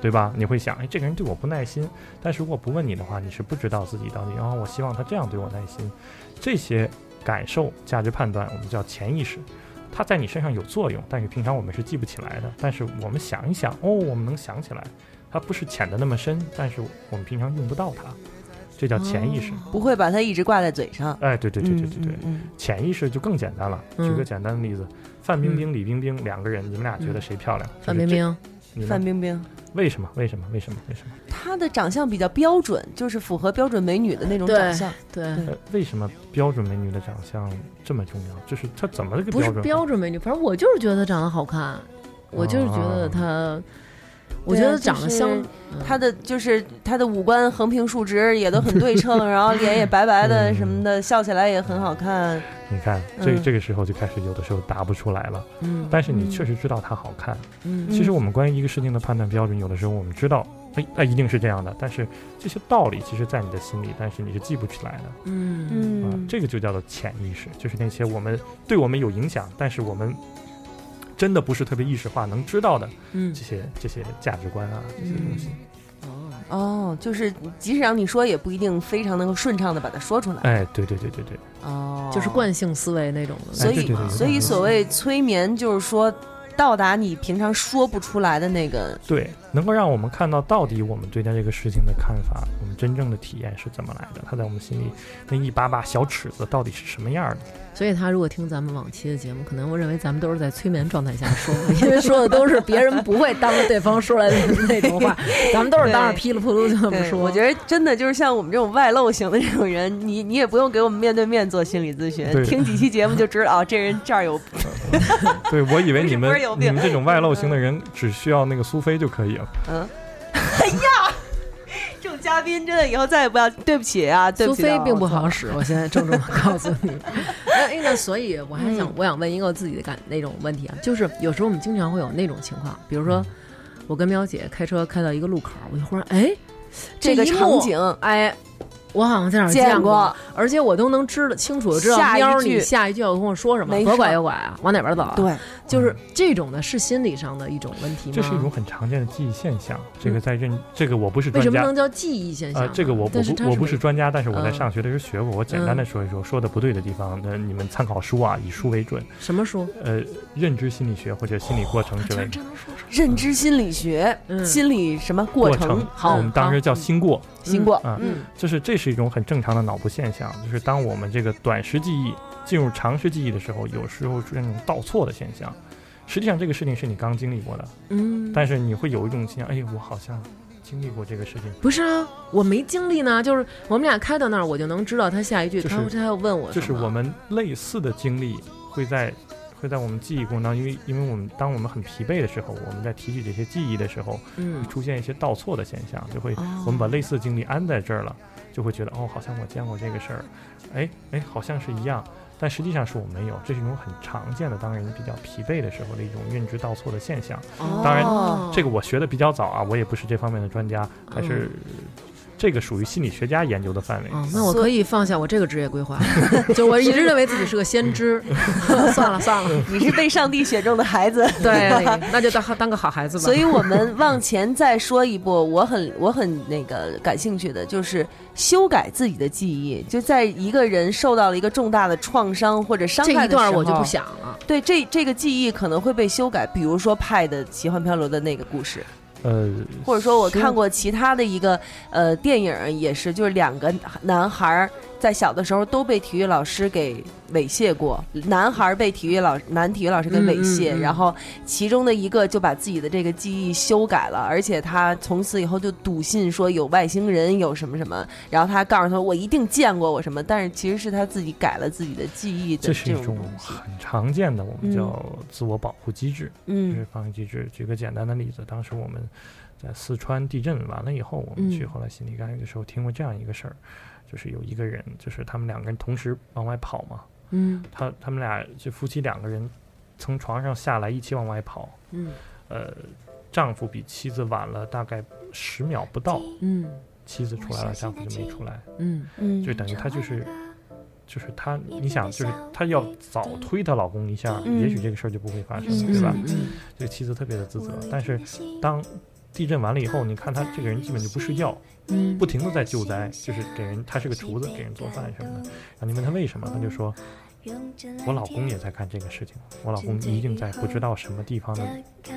Speaker 9: 对吧？你会想，哎，这个人对我不耐心。但是如果不问你的话，你是不知道自己到底，哦，我希望他这样对我耐心。这些感受、价值判断，我们叫潜意识，它在你身上有作用，但是平常我们是记不起来的。但是我们想一想，哦，我们能想起来，它不是潜的那么深，但是我们平常用不到它，这叫潜意识。
Speaker 4: 不会把它一直挂在嘴上。
Speaker 9: 哎，对对对对对对，
Speaker 4: 嗯，
Speaker 9: 潜意识就更简单了。举
Speaker 10: 嗯
Speaker 9: 个简单的例子，范冰冰、李冰冰两个人，你们俩觉得谁漂亮？
Speaker 10: 嗯范冰，冰，
Speaker 4: 嗯
Speaker 9: 你呢
Speaker 4: 范？冰冰，
Speaker 9: 为什么？为什么？为什么？为什么？
Speaker 4: 她的长相比较标准，就是符合标准美女的那种
Speaker 10: 对
Speaker 4: 长相。
Speaker 10: 对，
Speaker 9: 呃，为什么标准美女的长相这么重要？就是她怎么个
Speaker 10: 不
Speaker 9: 标
Speaker 10: 是
Speaker 9: 准？
Speaker 10: 标准美女，反正我就是觉得她长得好看，我就是觉
Speaker 9: 哦
Speaker 10: 得她，我觉得长得嗯相，
Speaker 4: 啊就是她的就是她的五官横平竖直也都很对称，然后脸也白白的
Speaker 9: 嗯
Speaker 4: 什么的，笑起来也很好看。
Speaker 9: 你看，这
Speaker 4: 嗯
Speaker 9: 这个时候就开始有的时候答不出来了。
Speaker 10: 嗯
Speaker 9: 但是你确实知道她好看。
Speaker 10: 嗯
Speaker 9: 其实我们关于一个事情的判断标准，有的时候我们知道，哎，那一定是这样的。但是这些道理其实在你的心里，但是你是记不起来的。
Speaker 10: 嗯
Speaker 9: 啊
Speaker 4: 嗯，，
Speaker 9: 这个就叫做潜意识，就是那些我们对我们有影响，但是我们真的不是特别意识化能知道的
Speaker 10: 嗯
Speaker 9: 这，些这些价值观啊，这些东西。
Speaker 10: 哦，
Speaker 4: 哦，就是即使让你说，也不一定非常能够顺畅的把它说
Speaker 10: 嗯
Speaker 4: 出来。
Speaker 9: 哎，对对对对对，
Speaker 4: 哦，
Speaker 10: 就是惯性思维那种的，
Speaker 4: 所
Speaker 9: 哎对
Speaker 4: 以
Speaker 9: 对对，
Speaker 4: 所以所谓催眠，就是说到达你平常说不出来的那个。
Speaker 9: 对，能够让我们看到到底我们对待这个事情的看法，我们真正的体验是怎么来的，它在我们心里那一把把小尺子到底是什么样儿的？
Speaker 10: [laughs] 所以他如果听咱们往期的节目，可能我认为咱们都是在催眠状态下说
Speaker 4: [laughs]
Speaker 10: 的，因为说的都是别人不会当着对方说来的那种
Speaker 4: [laughs]
Speaker 10: 话，咱们都是当着噼里扑噜就那么
Speaker 4: 对，
Speaker 10: 说。
Speaker 4: 我觉得真的就是像我们这种外露型的这种人，你你也不用给我们面对面做心理咨询，
Speaker 9: 对
Speaker 4: 听几期节目就知道哦，这人这儿有
Speaker 9: 对，我以为
Speaker 4: 不是
Speaker 9: 你
Speaker 4: 不
Speaker 9: 们
Speaker 4: 是有嗯
Speaker 9: 你
Speaker 4: 病
Speaker 9: 们这种外露型的人只需要那个苏菲就可以了。
Speaker 4: 嗯。哎呀，这种嘉宾真的以后再也不要，对不起啊，对
Speaker 10: 苏
Speaker 4: 不起啊、
Speaker 10: 菲并不
Speaker 4: 我错
Speaker 10: 好
Speaker 4: 了。
Speaker 10: 使，我现在郑重的 [laughs] 告诉你。嗯那哎那所以我还想，我想问一个我自己的感那种问题啊，就是有时候我们经常会有那种情况，比如说我跟喵姐开车开到一个路口，我就忽然哎，
Speaker 4: 这个
Speaker 10: 一幕
Speaker 4: 场，景
Speaker 10: 哎，我好像在哪儿
Speaker 4: 见
Speaker 10: 过，，而且我都能知道清楚的知道
Speaker 4: 下一
Speaker 10: 喵儿
Speaker 4: 句
Speaker 10: 你下一句要跟我说什么
Speaker 4: 没，
Speaker 10: 左拐
Speaker 4: 错
Speaker 10: 右拐啊，往哪边走啊？
Speaker 4: 对，
Speaker 10: 就是这种的，是心理上的一种问题吗？
Speaker 9: 这是一种很常见的记忆现象，这个
Speaker 10: 嗯
Speaker 9: 在认这个我不是
Speaker 10: 为
Speaker 9: 专
Speaker 10: 什么
Speaker 9: 家，
Speaker 10: 能叫记忆现象
Speaker 9: 啊，
Speaker 10: 呢？
Speaker 9: 这个我我
Speaker 10: 但是它
Speaker 9: 不我不是专家，但是我在
Speaker 10: 嗯
Speaker 9: 上学的时候学过，我简单的说一说，说的不对的地方，那你们参考书啊，以书为准，
Speaker 10: 什么书？
Speaker 9: 呃，认知心理学或者心理过程
Speaker 4: 哦
Speaker 9: 之类的
Speaker 4: 认知心理学，
Speaker 10: 嗯
Speaker 4: 心理什么过
Speaker 9: 过
Speaker 4: 程
Speaker 9: 我
Speaker 4: 好
Speaker 9: 们当时叫心过，
Speaker 4: 经过，
Speaker 9: 啊
Speaker 4: 嗯，
Speaker 9: 就是这是一种很正常的脑部现象，就是当我们这个短时记忆进入长时记忆的时候，有时候出现那种倒错的现象。实际上这个事情是你刚经历过的，
Speaker 10: 嗯，
Speaker 9: 但是你会有一种现象，哎，我好像经历过这个事情。
Speaker 10: 不是啊，我没经历呢，就是我们俩开到那儿，我就能知道他下一句，
Speaker 9: 就是
Speaker 10: 他他要问我什
Speaker 9: 就
Speaker 10: 么
Speaker 9: 是我们类似的经历会在会在我们记忆过程当中，因为因为我们当我们很疲惫的时候，我们在提取这些记忆的时候，
Speaker 10: 嗯
Speaker 9: 会出现一些倒错的现象，就会
Speaker 10: 哦
Speaker 9: 我们把类似的经历安在这儿了，就会觉得哦，好像我见过这个事儿，哎哎，好像是一样。但实际上是我没有，这是一种很常见的，当人比较疲惫的时候的一种认知倒错的现象。当然
Speaker 10: 哦嗯
Speaker 9: 这个我学的比较早啊，我也不是这方面的专家，但是这个属于心理学家研究的范围。
Speaker 10: 哦，那我可以放下我这个职业规
Speaker 9: [laughs]
Speaker 10: 划， [laughs] 就我一直认为自己是个先知，算了算了，
Speaker 4: 你是被上帝选中的孩子，
Speaker 10: [laughs]
Speaker 4: [laughs]
Speaker 10: 对，那就当当个好孩子吧。
Speaker 4: 所以我们往前再说一步，我很我很那个感兴趣的就是修改自己的记忆，就在一个人受到了一个重大的创伤或者伤
Speaker 10: 这
Speaker 4: 害
Speaker 10: 一
Speaker 4: 的时候，
Speaker 10: 段我就不想了。
Speaker 4: 对这这个记忆可能会被修改，比如说派的《奇幻漂流》的那个故事，
Speaker 9: 呃，
Speaker 4: 或者说我看过其他的一个呃电影，也是就是两个男孩儿在小的时候都被体育老师给猥亵过，男孩儿被体育老男体育老师给猥亵，
Speaker 10: 嗯嗯嗯
Speaker 4: 然后其中的一个就把自己的这个记忆修改了，而且他从此以后就笃信说有外星人有什么什么，然后他告诉他我一定见过我什么，但是其实是他自己改了自己的记忆的
Speaker 9: 这是
Speaker 4: 这
Speaker 9: 一
Speaker 4: 种
Speaker 9: 种
Speaker 4: 东西，
Speaker 9: 很常见的，我
Speaker 4: 嗯
Speaker 9: 们叫自我保护机制，就是
Speaker 4: 嗯
Speaker 9: 防御机制。举个简单的例子，当时我们在四川地震完了以后，我
Speaker 4: 嗯
Speaker 9: 们去后来心理干预的时候，听过这样一个事儿，就是有一个人，就是他们两个人同时往外跑嘛，
Speaker 10: 嗯
Speaker 9: 他他们俩就夫妻两个人从床上下来，一起往外跑，
Speaker 10: 嗯
Speaker 9: 呃，丈夫比妻子晚了大概十秒不到，
Speaker 10: 嗯
Speaker 9: 妻子出来了，丈夫就没出来，
Speaker 10: 嗯
Speaker 4: 嗯
Speaker 9: 就等于他就是。就是她，你想，就是她要早推她老公一下，
Speaker 4: 嗯
Speaker 9: 也许这个事儿就不会发生，
Speaker 4: 嗯
Speaker 9: 对吧？
Speaker 10: 嗯
Speaker 9: 这个妻子特别的自责。但是当地震完了以后，你看她这个人基本就不睡觉，
Speaker 10: 嗯
Speaker 9: 不停的在救灾，就是给人，她是个厨子，给人做饭什么的。然后你问她为什么，她就说：“我老公也在干这个事情，我老公一定在不知道什么地方的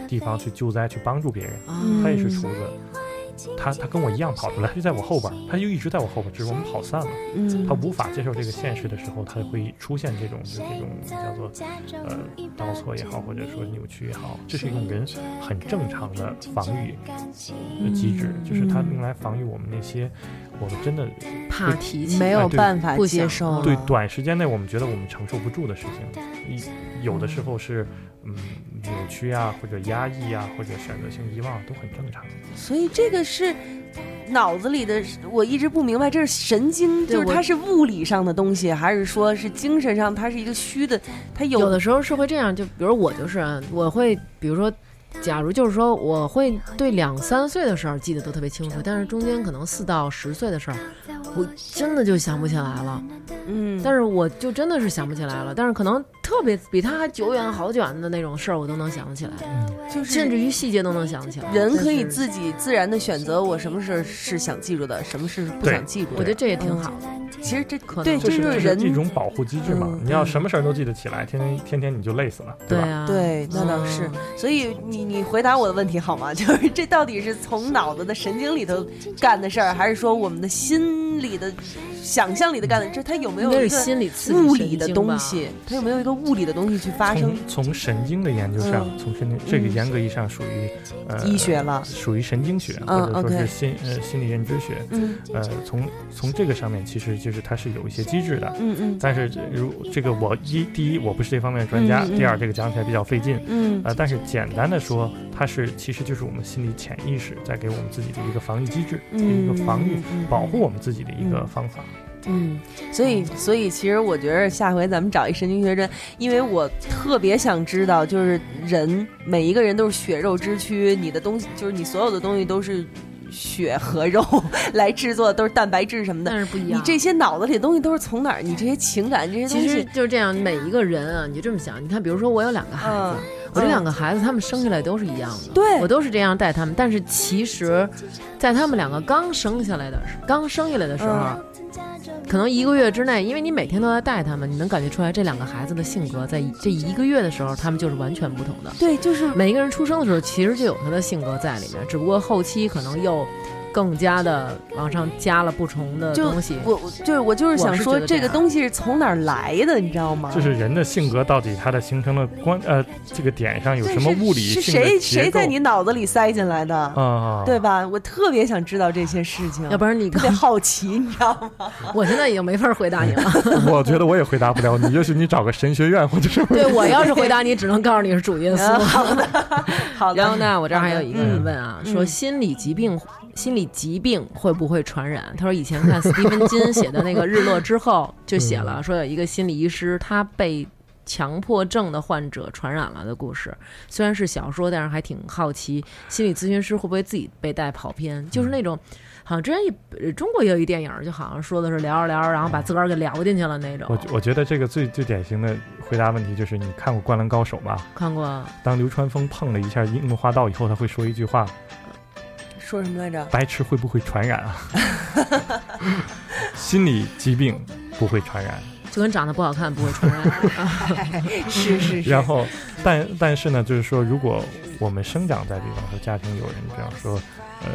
Speaker 9: 地方去救灾，去帮助别人。
Speaker 4: 嗯
Speaker 9: 他也是厨子，他他跟我一样跑出来，他就在我后边儿，他就一直在我后边儿，只是我们跑散了。
Speaker 4: 嗯
Speaker 9: 他无法接受这个现实的时候，他会出现这种就这种叫做呃
Speaker 4: 嗯
Speaker 9: 倒错也好，或者说扭曲也好，这是一种人很正常的防御的机制，
Speaker 4: 嗯
Speaker 9: 就是它用来防御我们那些我们真的
Speaker 10: 嗯怕提起
Speaker 4: 没
Speaker 9: 哎
Speaker 4: 有
Speaker 9: 对
Speaker 4: 办法
Speaker 10: 不
Speaker 4: 接
Speaker 10: 想
Speaker 4: 受了，
Speaker 9: 对短时间内我们觉得我们承受不住的事情，一有的时候是嗯扭曲啊，或者压抑啊，或者选择性遗忘都很正常。
Speaker 4: 所以这个是脑子里的，我一直不明白，这是神经，
Speaker 10: 对
Speaker 4: 就是
Speaker 10: 我
Speaker 4: 它是物理上的东西，还是说是精神上，它是一个虚的？它有
Speaker 10: 有的时候是会这样，就比如我就是啊，我会比如说。假如就是说，我会对两三岁的事儿记得都特别清楚，但是中间可能四到十岁的事儿，我真的就想不起来了。
Speaker 4: 嗯，
Speaker 10: 但是我就真的是想不起来了，但是可能特别比他还久远好远的那种事儿，我都能想得起来，
Speaker 4: 就是
Speaker 10: 甚至于细节都能想起来。
Speaker 4: 人可以
Speaker 10: 但是
Speaker 4: 自己自然的选择，我什么事儿是想记住的，什么事是不
Speaker 9: 对
Speaker 4: 想记住
Speaker 10: 我觉得
Speaker 4: 的。
Speaker 10: 这也挺好的。
Speaker 4: 其实这
Speaker 10: 可能
Speaker 4: 对，
Speaker 10: 就
Speaker 4: 这
Speaker 9: 是
Speaker 4: 就
Speaker 9: 这
Speaker 4: 人
Speaker 9: 一种保护机制嘛
Speaker 4: 嗯，
Speaker 9: 你要什么事儿都记得起来，天天天天你就累死了，
Speaker 10: 对
Speaker 9: 吧？
Speaker 10: 啊，
Speaker 4: 对，那倒是。所以你你回答我的问题好吗？ [laughs] 就是这到底是从脑子的神经里头干的事儿，还是说我们的心里的想象里的干的？这它有没
Speaker 10: 应
Speaker 4: 有
Speaker 10: 该
Speaker 4: 一
Speaker 10: 是
Speaker 4: 个
Speaker 10: 心理刺激
Speaker 4: 物
Speaker 10: 神
Speaker 4: 理的
Speaker 10: 经
Speaker 4: 东
Speaker 10: 吧
Speaker 4: 西，它有没有一个物理的东西去发生
Speaker 9: 从从神经的研究上，
Speaker 4: 嗯
Speaker 9: 从神经这个严格意义上属于呃
Speaker 4: 医学了？
Speaker 9: 属于神经学，
Speaker 4: 嗯
Speaker 9: 或者说
Speaker 4: OK
Speaker 9: 是心呃心理认知学。
Speaker 4: 嗯
Speaker 9: 呃，从从这个上面，其实就是它是有一些机制的。
Speaker 4: 嗯
Speaker 9: 但是如这个我一第一我不是这方面的专家，
Speaker 4: 嗯嗯
Speaker 9: 第二这个讲起来比较费劲。
Speaker 4: 嗯
Speaker 9: 呃，但是简单的说，它是其实就是我们心理潜意识在给我们自己的一个防御机制，一个防御、保护我们自己的一个
Speaker 4: 嗯
Speaker 9: 方法。
Speaker 4: 嗯，所以所以其实我觉得下回咱们找一神经学专，因为我特别想知道，就是人每一个人都是血肉之躯，你的东西就是你所有的东西都是血和肉 [laughs] 来制作，都是蛋白质什么的。
Speaker 10: 但是不一
Speaker 4: 你
Speaker 10: 样。
Speaker 4: 这些脑子里的东西都是从哪儿？你这些情感这些东
Speaker 10: 其实
Speaker 4: 西，嗯
Speaker 10: 就是这样，每一个人啊，你就这么想，你看，比如说我有两个孩子，
Speaker 4: 嗯，
Speaker 10: 我这两个孩子他们生下来都是一样的，
Speaker 4: 对
Speaker 10: 哎我都是这样带他们。但是其实，在他们两个刚生下来的时刚生下来的时候，啊
Speaker 4: 嗯
Speaker 10: 可能一个月之内，因为你每天都在带他们，你能感觉出来这两个孩子的性格在这一个月的时候，他们就是完全不同的。
Speaker 4: 对，就是
Speaker 10: 每一个人出生的时候，其实就有他的性格在里面，只不过后期可能又更加的往上加了不同的
Speaker 4: 就
Speaker 10: 东西。
Speaker 4: 我我就是我就是想
Speaker 10: 我
Speaker 4: 说
Speaker 10: 是觉得这
Speaker 4: 这
Speaker 10: 样
Speaker 4: 个东西是从哪儿来的，你知道吗？
Speaker 9: 就是人的性格到底它的形成的关呃这个点上有
Speaker 4: 这
Speaker 9: 什么
Speaker 4: 是
Speaker 9: 物理
Speaker 4: 是
Speaker 9: 性的
Speaker 4: 谁
Speaker 9: 结
Speaker 4: 谁
Speaker 9: 构
Speaker 4: 在你脑子里塞进来的？
Speaker 9: 啊？
Speaker 4: 对吧？我特别想知道这些事情，
Speaker 10: 要不然你
Speaker 4: 特别好奇，你知道吗？
Speaker 10: 我现在已经没法回答你
Speaker 4: [laughs]
Speaker 10: 了。
Speaker 9: 我觉得我也回答不了你，也许你找个神学院或者什么。
Speaker 10: 对我要是回答你，只能告诉你是主耶
Speaker 4: 啊
Speaker 10: 稣。
Speaker 4: 好嗯的，
Speaker 10: 然后呢，我这儿还有一个人问啊，
Speaker 4: 嗯
Speaker 10: 说
Speaker 4: 嗯
Speaker 10: 心理疾病，心理疾病会不会传染？他说以前看斯蒂芬金写的那个《日落》之后，就写了说有一个心理医师，他被强迫症的患者传染了的故事。虽然是小说，但是还挺好奇，心理咨询师会不会自己被带跑偏？就是那种。好像之前一呃中国也有一电影儿，就好像说的是聊着聊着，然后把自个儿给聊进去了那种
Speaker 9: 我。我觉得这个最最典型的回答问题就是，你看过《灌篮高手》吗？
Speaker 10: 看过
Speaker 9: 当流川枫碰了一下樱木花道以后，他会说一句话
Speaker 4: 说什么来着：“？
Speaker 9: 白痴会不会传染啊？” [laughs] 心理疾病不会传染。
Speaker 10: 就跟长得不好看不会传染。
Speaker 4: 是是是，
Speaker 9: 然后，但但是呢，就是说，如果我们生长在，比方说家庭有人，比方说，呃，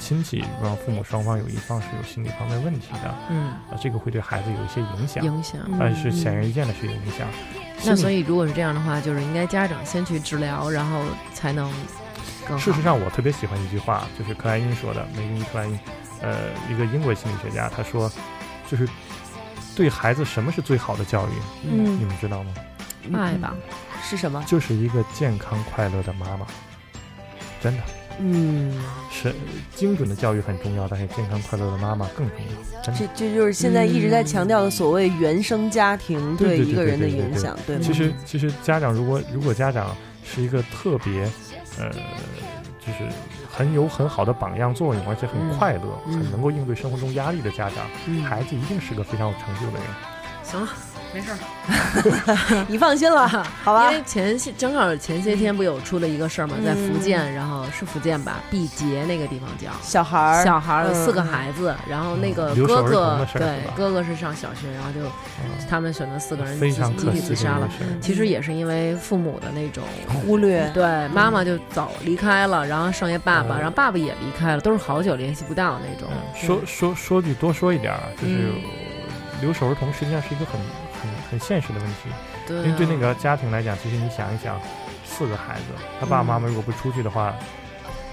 Speaker 9: 亲戚，比方父母双方有一方是有心理方面问题的，
Speaker 10: 嗯，
Speaker 9: 啊，这个会对孩子有一些影响，
Speaker 10: 影响。
Speaker 9: 但嗯哎是显而易见的是有影响。
Speaker 10: 那
Speaker 9: 心理
Speaker 10: 所以，如果是这样的话，就是应该家长先去治疗，然后才能更好。
Speaker 9: 事实上，我特别喜欢一句话，就是克莱因说的，梅根克莱因，呃，一个英国心理学家，他说，就是对孩子什么是最好的教育，你
Speaker 4: 嗯，
Speaker 9: 们知道吗？
Speaker 10: 嗯爱吧，嗯
Speaker 4: 是什么？
Speaker 9: 就是一个健康快乐的妈妈，真的
Speaker 4: 嗯，
Speaker 9: 是精准的教育很重要，但是健康快乐的妈妈更重要，真
Speaker 4: 这
Speaker 9: 的。
Speaker 4: 这就是现在一直在强调的所谓原生家庭
Speaker 9: 对对
Speaker 4: 一个人的影响，对吗？
Speaker 9: 其
Speaker 10: 嗯
Speaker 9: 实，其实家长如果如果家长是一个特别，呃，就是很有很好的榜样作用，而且很
Speaker 10: 嗯
Speaker 9: 快乐，
Speaker 10: 嗯
Speaker 9: 很能够应对生活中压力的家长，
Speaker 10: 嗯
Speaker 9: 孩子一定是个非常有成就的人。
Speaker 10: 行了，没事儿。
Speaker 4: 你放心了，
Speaker 10: [laughs]
Speaker 4: 好吧
Speaker 10: 因？为前些正好前些天不有出了一个事儿嘛，在福建，然后是福建吧，毕节那个地方叫。
Speaker 4: 小孩儿，
Speaker 10: 小孩儿有
Speaker 4: 嗯
Speaker 10: 四个孩子，然后那个
Speaker 9: 嗯留守
Speaker 10: 哥
Speaker 9: 儿
Speaker 10: 哥
Speaker 9: 童的事儿啊
Speaker 10: 对
Speaker 9: 是吧
Speaker 10: 哥哥是上小学，然后就
Speaker 9: 啊
Speaker 10: 他们选择四个人
Speaker 9: [laughs] 非
Speaker 10: 集
Speaker 9: 常
Speaker 10: 集
Speaker 9: 可
Speaker 10: 体
Speaker 9: 惜
Speaker 10: 自
Speaker 9: 的一
Speaker 10: 杀
Speaker 9: 个
Speaker 10: 了。
Speaker 9: 事儿。嗯
Speaker 10: 其实也是因为父母的那种
Speaker 4: 忽略，
Speaker 10: 对，妈妈就早离开了，然后剩下爸爸，
Speaker 9: 嗯
Speaker 10: 然后爸爸也离开了，都是好久联系不到那种。
Speaker 9: 嗯说说说句多说一点儿，啊就是
Speaker 10: 嗯
Speaker 9: 留守儿童实际上是一个很很很现实的问题，
Speaker 10: 对啊，
Speaker 9: 因为对那个家庭来讲，其实你想一想，四个孩子，他爸爸妈妈
Speaker 10: 嗯
Speaker 9: 如果不出去的话，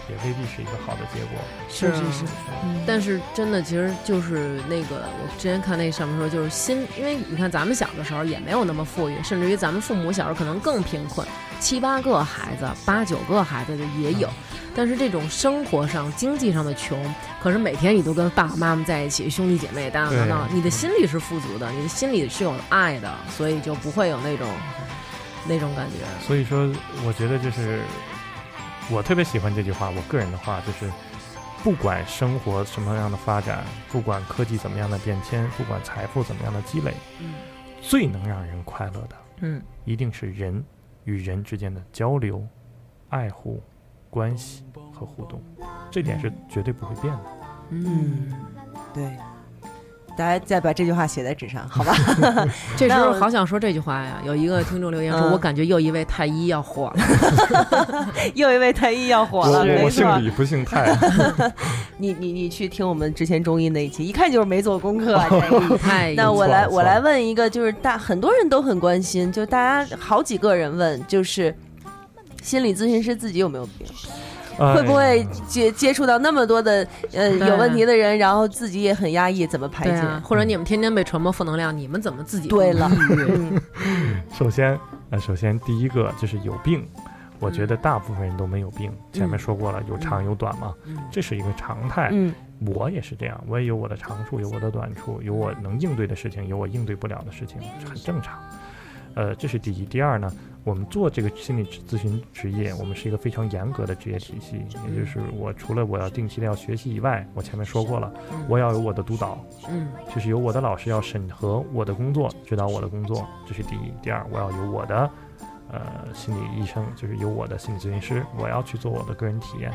Speaker 9: 也未必是一个好的结果。
Speaker 10: 是啊
Speaker 4: 是是嗯
Speaker 10: 但是真的，其实就是那个，我之前看那上面说，就是心，因为你看咱们小的时候也没有那么富裕，甚至于咱们父母小时候可能更贫困，七八个孩子、八九个孩子的也有。但是这种生活上、经济上的穷，可是每天你都跟爸爸妈妈在一起，兄弟姐妹打打闹闹，
Speaker 9: 对
Speaker 10: 你的心里是富足的，你的心里是有爱的，所以就不会有
Speaker 4: [laughs]
Speaker 10: 那种那种感觉。
Speaker 9: 所以说，我觉得就是我特别喜欢这句话。我个人的话就是，不管生活什么样的发展，不管科技怎么样的变迁，不管财富怎么样的积累，
Speaker 10: 嗯
Speaker 9: 最能让人快乐的，
Speaker 10: 嗯，
Speaker 9: 一定是人与人之间的交流、爱护、关系和互动，这点是绝对不会变的。
Speaker 4: 嗯，对。大家再把这句话写在纸上，好吧？ [laughs]
Speaker 10: 这时
Speaker 4: 那
Speaker 10: 候
Speaker 4: 我
Speaker 10: 好想说这句话呀！有一个听众留言说：“
Speaker 4: 嗯
Speaker 10: 我感觉又一位太医要火了。
Speaker 4: 又一位太医要火了，没错。
Speaker 9: 李不 [laughs] 姓泰，
Speaker 4: 你你你去听我们之前中医那一期，一看就是没做功课。啊这
Speaker 9: [laughs]
Speaker 10: 太医
Speaker 4: 那我
Speaker 9: 错
Speaker 4: 来，
Speaker 9: 错
Speaker 4: 我来问一个，就是大很多人都很关心，就大家好几个人问，就是心理咨询师自己有没有病，
Speaker 9: 哎呃
Speaker 4: 会不会接接触到那么多的呃
Speaker 10: 对
Speaker 4: 有问题的人，然后自己也很压抑，怎么排
Speaker 10: 对
Speaker 4: 解？
Speaker 10: 啊，或者你们天天被传播负能量，你们怎么自己
Speaker 4: 嗯对了
Speaker 10: 抑郁
Speaker 4: [laughs] 嗯
Speaker 9: 首先，呃，首先第一个就是有病，我觉得大部分人都没有病。前面说过了，有长有短嘛，
Speaker 10: 嗯
Speaker 9: 这是一个常态。
Speaker 4: 嗯
Speaker 9: 我也是这样，我也有我的长处，有我的短处，有我能应对的事情，有我应对不了的事情，这很正常。呃，这是第一。第二呢，我们做这个心理咨询职业，我们是一个非常严格的职业体系，也就是我除了我要定期的要学习以外，我前面说过了，我要有我的督导，
Speaker 10: 嗯
Speaker 9: 就是由我的老师要审核我的工作，指导我的工作，这是第一。第二，我要有我的呃心理医生，就是有我的心理咨询师，我要去做我的个人体验，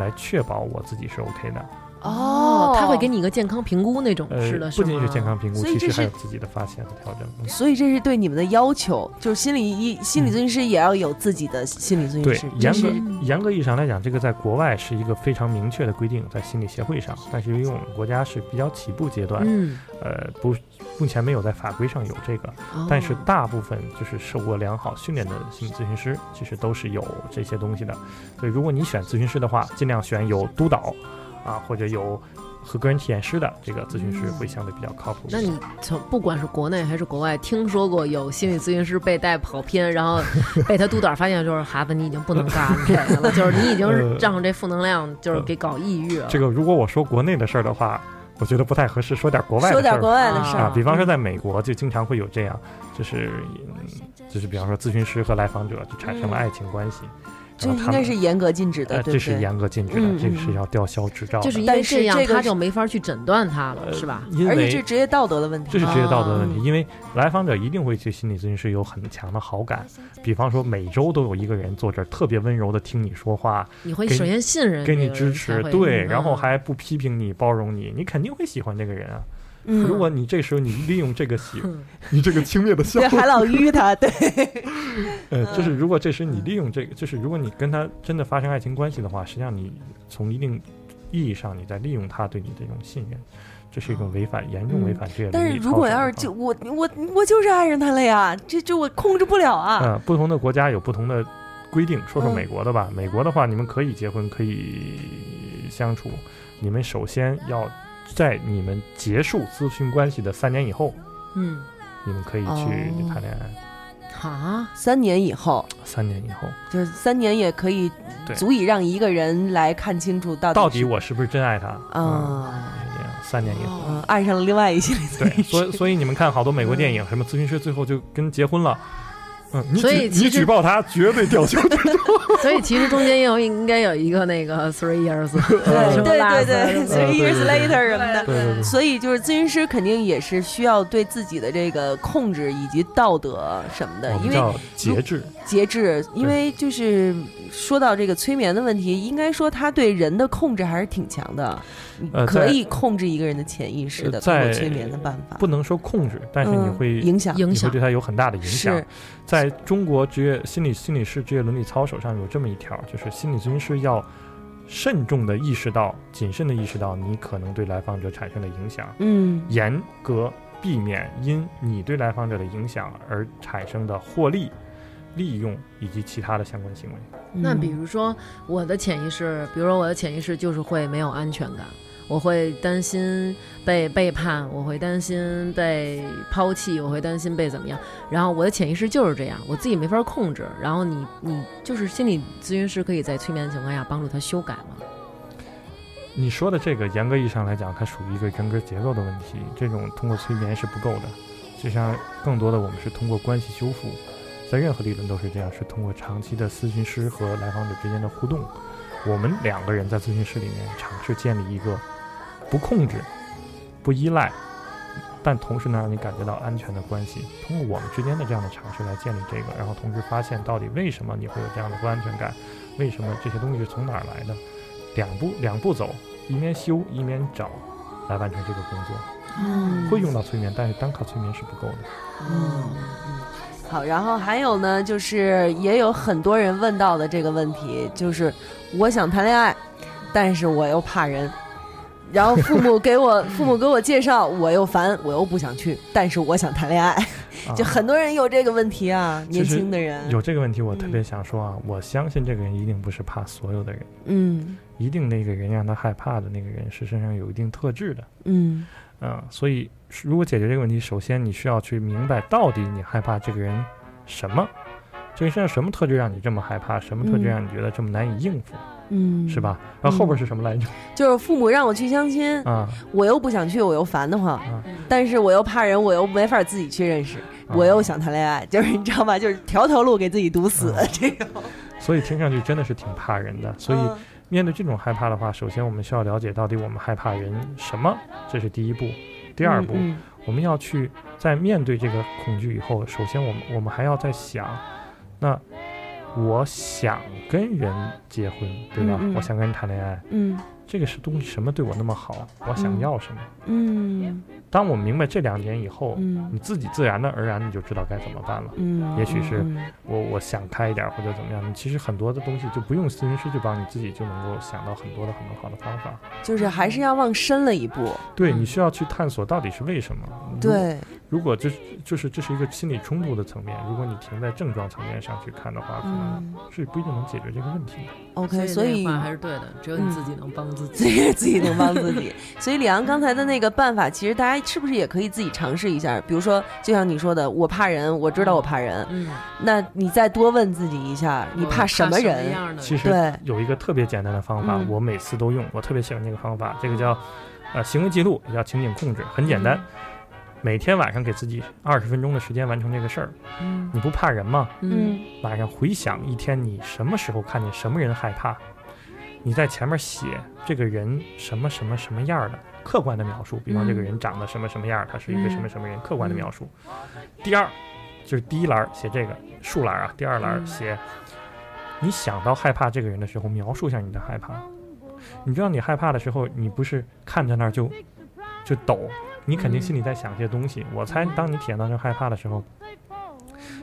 Speaker 9: 来确保我自己是 OK 的。
Speaker 4: 哦
Speaker 10: 他会给你一个健康评估那种，
Speaker 9: 呃
Speaker 10: 是的，，
Speaker 9: 不
Speaker 10: 吗
Speaker 9: 仅是健康评估，
Speaker 4: 所以
Speaker 9: 其
Speaker 4: 这
Speaker 9: 实还有
Speaker 4: 是
Speaker 9: 自己的发现和调整。嗯
Speaker 4: 所以这是对你们的要求，就是心理医心理咨询师也要有自己的心理咨询
Speaker 9: 对
Speaker 4: 师，，这
Speaker 9: 严
Speaker 4: 是
Speaker 9: 格严格意义上来讲，这个在国外是一个非常明确的规定，在心理协会上，但是由于我们国家是比较起步阶段，
Speaker 10: 嗯，
Speaker 9: 呃，不，目前没有在法规上有这个，
Speaker 10: 哦
Speaker 9: 但是大部分就是受过良好训练的心理咨询师，其实都是有这些东西的。所以，如果你选咨询师的话，尽量选有督导啊，或者有和个人体验师的这个咨询师，会相对比较靠谱一些。
Speaker 10: 那你从不管是国内还是国外，听说过有心理咨询师被带跑偏，然
Speaker 9: [laughs]
Speaker 10: 后被他督导发现，就是孩子你已经不能干这个
Speaker 9: [laughs]
Speaker 10: 了，就是你已经是
Speaker 9: 呃
Speaker 10: 让这负能量就是给搞抑郁了。
Speaker 9: 这个，如果我说国内的事儿的话，我觉得不太合适，说点国外的事儿。
Speaker 4: 说点国外的事
Speaker 9: 啊
Speaker 4: 儿，，
Speaker 9: 比方说在美国就经常会有这样，就是嗯就是比方说咨询师和来访者就产
Speaker 10: 嗯
Speaker 9: 生了爱情关系，
Speaker 4: 这
Speaker 9: 然后
Speaker 4: 应
Speaker 9: 啊他
Speaker 4: 该
Speaker 9: 们
Speaker 4: 是严格禁止
Speaker 9: 呃
Speaker 4: 的，对
Speaker 9: 这
Speaker 4: 不
Speaker 9: 是
Speaker 4: 对？
Speaker 9: 严格禁止的，
Speaker 4: 嗯
Speaker 9: 这个是要吊销执照的，
Speaker 10: 就是因
Speaker 4: 但
Speaker 10: 为
Speaker 4: 是
Speaker 10: 这样
Speaker 4: 这，个
Speaker 10: 他
Speaker 4: 是
Speaker 10: 就没法去诊断他了，
Speaker 9: 呃
Speaker 10: 是吧？
Speaker 9: 因
Speaker 4: 而且这
Speaker 9: 为
Speaker 4: 是职业道德的问
Speaker 9: 这
Speaker 4: 题
Speaker 9: 是。职业道德的问题，
Speaker 4: 啊
Speaker 9: 因为来访者一定会对心理咨询师有很强的好感，比方说每周都有一个人坐这儿特别温柔的听你说话，
Speaker 10: 你会
Speaker 9: 给
Speaker 10: 首
Speaker 9: 你
Speaker 10: 先信任
Speaker 9: 给
Speaker 10: 这
Speaker 9: 你
Speaker 10: 个
Speaker 9: 支
Speaker 10: 人
Speaker 9: 持
Speaker 10: 才，会
Speaker 9: 对，
Speaker 10: 嗯
Speaker 9: 然后还不批评你、包容你，你肯定会喜欢这个人啊。
Speaker 4: 嗯
Speaker 9: [laughs] 如果你这时候你利用这个喜
Speaker 10: 嗯，
Speaker 9: 你这个轻蔑的笑
Speaker 4: 对，，还
Speaker 9: [laughs]
Speaker 4: 老淤他，对，
Speaker 9: 呃，就是
Speaker 4: 嗯
Speaker 9: 如果这时你利用这个，就是如果你跟他真的发生爱情关系的话，实际上你从一定意义上你在利用他对你的这种信任，这是一种违反严重违反这个
Speaker 4: 哦嗯但
Speaker 9: 伦
Speaker 4: 是
Speaker 9: 理
Speaker 4: 如
Speaker 9: 操
Speaker 4: 果
Speaker 9: 守
Speaker 4: 要是
Speaker 9: 的方
Speaker 4: 就我我我就是爱上他了呀，这这我控制不了啊。
Speaker 9: 呃，不同的国家有不同的规定。说说
Speaker 4: 嗯
Speaker 9: 美国的吧，美国的话，你们可以结婚，可以相处，你们首先要在你们结束咨询关系的三年以后，
Speaker 10: 嗯
Speaker 9: 你们可以去
Speaker 4: 哦
Speaker 9: 谈恋爱。
Speaker 10: 啊，
Speaker 4: 三年以后，
Speaker 9: 三年以后，
Speaker 4: 就是三年也可以
Speaker 9: 对
Speaker 4: 足以让一个人来看清楚到底
Speaker 9: 到底
Speaker 4: 是
Speaker 9: 我是不是真爱他？嗯，
Speaker 4: 啊
Speaker 9: 是这样，三年以后。
Speaker 4: 嗯爱上了另外一些 [laughs]
Speaker 9: 对，所以所以你们看好多美国电影，什么咨询师最后就跟结婚了，嗯，你
Speaker 10: 所以
Speaker 9: 举
Speaker 10: 其
Speaker 9: 你
Speaker 10: 实
Speaker 9: 举报他绝对吊销执照。
Speaker 10: 所以其实中间也有应该有一个那个 three years，
Speaker 4: [laughs] 对
Speaker 10: 什么
Speaker 4: 对
Speaker 10: last
Speaker 4: 对对
Speaker 10: 什么
Speaker 4: ，three
Speaker 9: 对对
Speaker 4: years
Speaker 9: 对
Speaker 4: later 什么的
Speaker 9: 对。对对，
Speaker 4: 所以就是咨询师肯定也是需要对自己的这个控制以及道德什么的，
Speaker 9: 我
Speaker 4: 因
Speaker 9: 们
Speaker 4: 为
Speaker 9: 叫节制，
Speaker 4: 节制，因为就是说到这个催眠的问题，应该说他对人的控制还是挺强的，
Speaker 9: 呃
Speaker 4: 可
Speaker 9: 在
Speaker 4: 以控制一个人的潜意识的
Speaker 9: 呃
Speaker 4: 通
Speaker 9: 在
Speaker 4: 过催眠的办法，
Speaker 9: 不能说控制，但是你
Speaker 4: 嗯
Speaker 9: 会
Speaker 4: 影响
Speaker 10: [laughs] 影
Speaker 9: 你会
Speaker 10: 响
Speaker 9: 对他有很大的影响
Speaker 4: 是。
Speaker 9: 在中国职业心理心理师职业伦理操守上有这么一条，就是心理咨询师要慎重的意识到、谨慎的意识到你可能对来访者产生的影响，
Speaker 4: 嗯
Speaker 9: 严格避免因你对来访者的影响而产生的获利、利用以及其他的相关行为。
Speaker 4: 嗯
Speaker 10: 那比如说我的潜意识，比如说我的潜意识就是会没有安全感，我会担心被背叛，我会担心被抛弃，我会担心被怎么样。然后我的潜意识就是这样，我自己没法控制。然后你你就是心理咨询师可以在催眠的情况下帮助他修改嘛？
Speaker 9: 你说的这个，严格意义上来讲，它属于一个人格结构的问题，这种通过催眠是不够的。就像更多的我们是通过关系修复，在任何理论都是这样，是通过长期的咨询师和来访者之间的互动，我们两个人在咨询室里面尝试建立一个不控制、不依赖，但同时呢让你感觉到安全的关系。通过我们之间的这样的尝试来建立这个，然后同时发现到底为什么你会有这样的不安全感，为什么这些东西是从哪儿来的，两步两步走，一面修一面找，来完成这个工作。
Speaker 4: 嗯
Speaker 9: 会用到催眠，但是单靠催眠是不够的。
Speaker 4: 嗯，好，然后还有呢，就是也有很多人问到的这个问题，就是我想谈恋爱，但是我又怕人，然后父母给我 [laughs] 父母给我介绍，我又烦，我又不想去，但是我想谈恋爱，
Speaker 9: 啊、
Speaker 4: [laughs] 就很多人有这个问题啊，
Speaker 9: 其
Speaker 4: 年
Speaker 9: 实
Speaker 4: 轻的人，
Speaker 9: 有这个问题，我特别想说啊，我相信这个人一定不是怕所有的人，
Speaker 4: 嗯
Speaker 9: 一定那个人让他害怕的那个人是身上有一定特质的。
Speaker 4: 嗯
Speaker 9: 嗯，所以如果解决这个问题，首先你需要去明白到底你害怕这个人什么，这个人身上什么特质让你这么害怕，什么特质
Speaker 4: 嗯
Speaker 9: 让你觉得这么难以应付，
Speaker 4: 嗯，
Speaker 9: 是？吧？然后后边是什么来着？
Speaker 4: 就是父母让我去相亲，
Speaker 9: 啊，
Speaker 4: 我又不想去，我又烦得慌
Speaker 9: 啊，
Speaker 4: 但是我又怕人，我又没法自己去认识，我又想谈恋爱， [laughs] 就是你知道吧？就是条条路给自己堵死
Speaker 9: 嗯，
Speaker 4: 这个。
Speaker 9: 所以听上去真的是挺怕人的。所以
Speaker 4: 嗯
Speaker 9: 面对这种害怕的话，首先我们需要了解到底我们害怕人什么，这是第一步。第二步，
Speaker 4: 嗯
Speaker 9: 我们要去在面对这个恐惧以后，首先我们我们还要在想，那我想跟人结婚，对吧？
Speaker 4: 嗯嗯
Speaker 9: 我想跟人谈恋爱，
Speaker 4: 嗯
Speaker 9: 这个是东西什么对我那么好，我想要什么。
Speaker 4: 嗯
Speaker 9: 当我明白这两点以后，
Speaker 4: 嗯
Speaker 9: 你自己自然的而然你就知道该怎么办了。
Speaker 4: 嗯，
Speaker 9: 也许是
Speaker 4: 嗯
Speaker 9: 我我想开一点或者怎么样，你其实很多的东西就不用咨询师去帮你自己就能够想到很多的很多好的方法。
Speaker 4: 就是还是要往深了一步。
Speaker 9: 对你需要去探索到底是为什么。如
Speaker 4: 嗯对，
Speaker 9: 如果这是就是这是一个心理冲突的层面，如果你停在症状层面上去看的话，可能
Speaker 4: 嗯
Speaker 9: 是不一定能解决这个问题的。
Speaker 4: ，OK，所以
Speaker 10: 那话还是对的，只有你
Speaker 4: 嗯 [laughs]
Speaker 10: 自己能帮自己，
Speaker 4: 自己自己能帮自己。所以李昂刚才的那个办法，其实大家是不是也可以自己尝试一下？比如说，就像你说的，我怕人，我知道我怕人，
Speaker 10: 嗯，
Speaker 4: 那你再多问自己一下，你
Speaker 10: 我
Speaker 4: 怕什么人？
Speaker 10: 样的
Speaker 9: 其实
Speaker 4: 对
Speaker 9: 有一个特别简单的方法，
Speaker 4: 嗯
Speaker 9: 我每次都用，我特别喜欢这个方法，这个叫呃行为记录，也叫情景控制，很简
Speaker 4: 嗯
Speaker 9: 单。每天晚上给自己二十分钟的时间完成这个事儿，
Speaker 10: 嗯
Speaker 9: 你不怕人吗？
Speaker 10: 嗯
Speaker 9: 晚上回想一天，你什么时候看见什么人害怕？你在前面写这个人什么什么什么样儿的客观的描述，比方这个人长得什么什么样儿，他是一个什么什么人，客观的描述。第二，就是第一栏儿写这个竖栏儿啊，第二栏儿写你想到害怕这个人的时候，描述一下你的害怕。你知道你害怕的时候，你不是看着那儿就就抖，你肯定心里在想一些东西。我猜，当你体验到这害怕的时候，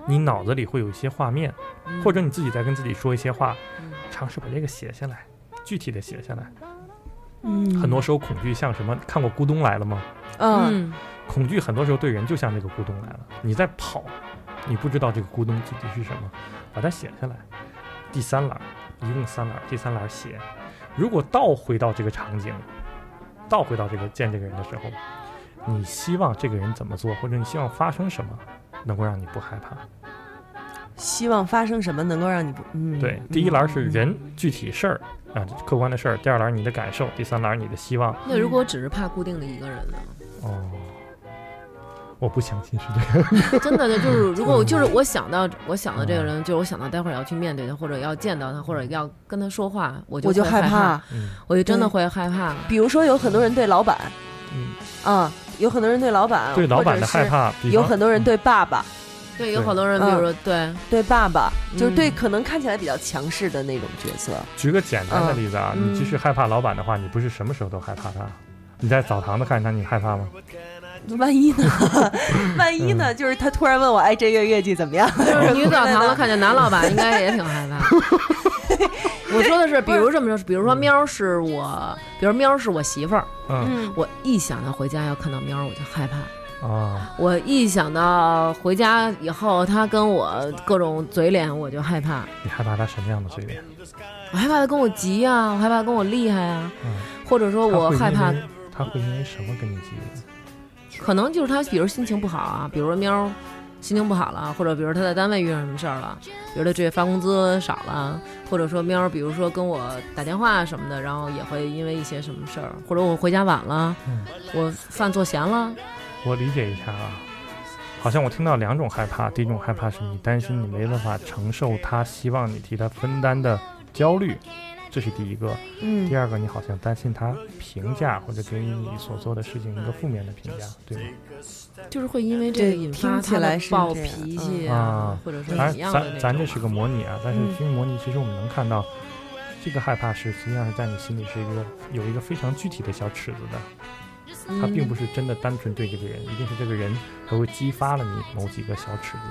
Speaker 9: 你脑子里会有一些画面，
Speaker 4: 嗯
Speaker 9: 或者你自己在跟自己说一些话，
Speaker 10: 嗯
Speaker 9: 尝试把这个写下来，具体的写下来。
Speaker 4: 嗯，
Speaker 9: 很多时候恐惧像什么？看过《咕咚来了》吗？
Speaker 4: 嗯，
Speaker 10: 嗯
Speaker 9: 恐惧很多时候对人就像那个咕咚来了，你在跑，你不知道这个咕咚具体是什么，把它写下来。第三栏，一共三栏，第三栏写，如果倒回到这个场景，倒回到这个见这个人的时候，你希望这个人怎么做，或者你希望发生什么，能够让你不害怕。
Speaker 4: 希望发生什么能够让你不嗯，
Speaker 9: 对，第一栏是人具体事儿啊、客观的事儿；第二栏你的感受；第三栏你的希望。
Speaker 10: 那如果只是怕固定的一个人呢？ [laughs]
Speaker 9: 哦，我不相信是这样。
Speaker 10: 真的就是， [laughs] 如果我就是我想到我想到这个人，就是我想到待会儿要去面对他，或者要见到他，或者要跟他说话，我就
Speaker 4: 我就
Speaker 10: 会
Speaker 4: 害
Speaker 10: 怕，
Speaker 4: 怕。
Speaker 9: 嗯
Speaker 10: 我就真的会害怕。
Speaker 4: 比如说，有很多人对老板
Speaker 9: 嗯，
Speaker 4: 啊，有很多人对老板，
Speaker 9: 对老板的害，怕，比
Speaker 4: 有
Speaker 9: 方
Speaker 4: 很多人对爸爸，
Speaker 10: 对，有好多人，比如说对，
Speaker 4: 对爸爸，就是对
Speaker 10: 嗯
Speaker 4: 可能看起来比较强势的那种角色。
Speaker 9: 举个简单的
Speaker 4: 嗯
Speaker 9: 例子啊，
Speaker 4: 嗯
Speaker 9: 你即使害怕老板的话，你不是什么时候都害怕他。你在澡堂子看见他，你害怕吗？
Speaker 4: 万一呢？万一呢？就是他突然问我，哎，这月月季怎么样？
Speaker 10: 就是女澡堂
Speaker 4: 回来
Speaker 10: 子
Speaker 4: 呢
Speaker 10: 看见男老板，应该也挺害怕。我说的是，比如这么说，比如说喵是我，比如喵是我媳妇儿，
Speaker 9: 嗯
Speaker 10: 我一想到回家要看到喵，我就害怕。
Speaker 9: 啊，
Speaker 10: 我一想到回家以后，他跟我各种嘴脸，我就害怕。
Speaker 9: 你害怕他什么样的嘴脸？
Speaker 10: 我害怕他跟我急呀、我害怕他跟我厉害呀、
Speaker 9: 嗯
Speaker 10: 或者说我
Speaker 9: 他会因
Speaker 10: 害怕
Speaker 9: 为，他会因为什么跟你急？
Speaker 10: 可能就是他，比如心情不好啊，比如说喵儿心情不好了，或者比如他在单位遇上什么事儿了，比如他这月发工资少了，或者说喵儿，比如说跟我打电话什么的，然后也会因为一些什么事儿，或者我回家晚了，
Speaker 9: 嗯
Speaker 10: 我饭做咸了，
Speaker 9: 我理解一下啊，好像我听到两种害怕。第一种害怕是你担心你没办法承受他希望你替他分担的焦虑，这是第一个。
Speaker 4: 嗯
Speaker 9: 第二个，你好像担心他评价或者给你所做的事情一个负面的评价，对吗？
Speaker 10: 就是会因为这个
Speaker 4: 对
Speaker 10: 引
Speaker 4: 听
Speaker 10: 发
Speaker 4: 起
Speaker 10: 他
Speaker 4: 来
Speaker 10: 的
Speaker 4: 是
Speaker 10: 暴
Speaker 4: 这样
Speaker 10: 脾气
Speaker 9: 啊
Speaker 10: 或者说
Speaker 9: 当
Speaker 10: 怎
Speaker 9: 然
Speaker 10: 么，样的那
Speaker 9: 咱
Speaker 10: 种。
Speaker 9: 咱这是个模拟啊，但是
Speaker 4: 嗯
Speaker 9: 这个模拟其实我们能看到，这个害怕是实际上是在你心里是一个有一个非常具体的小尺子的，
Speaker 10: 嗯
Speaker 9: 它并不是真的单纯对这个人，一定是这个人还会激发了你某几个小尺子。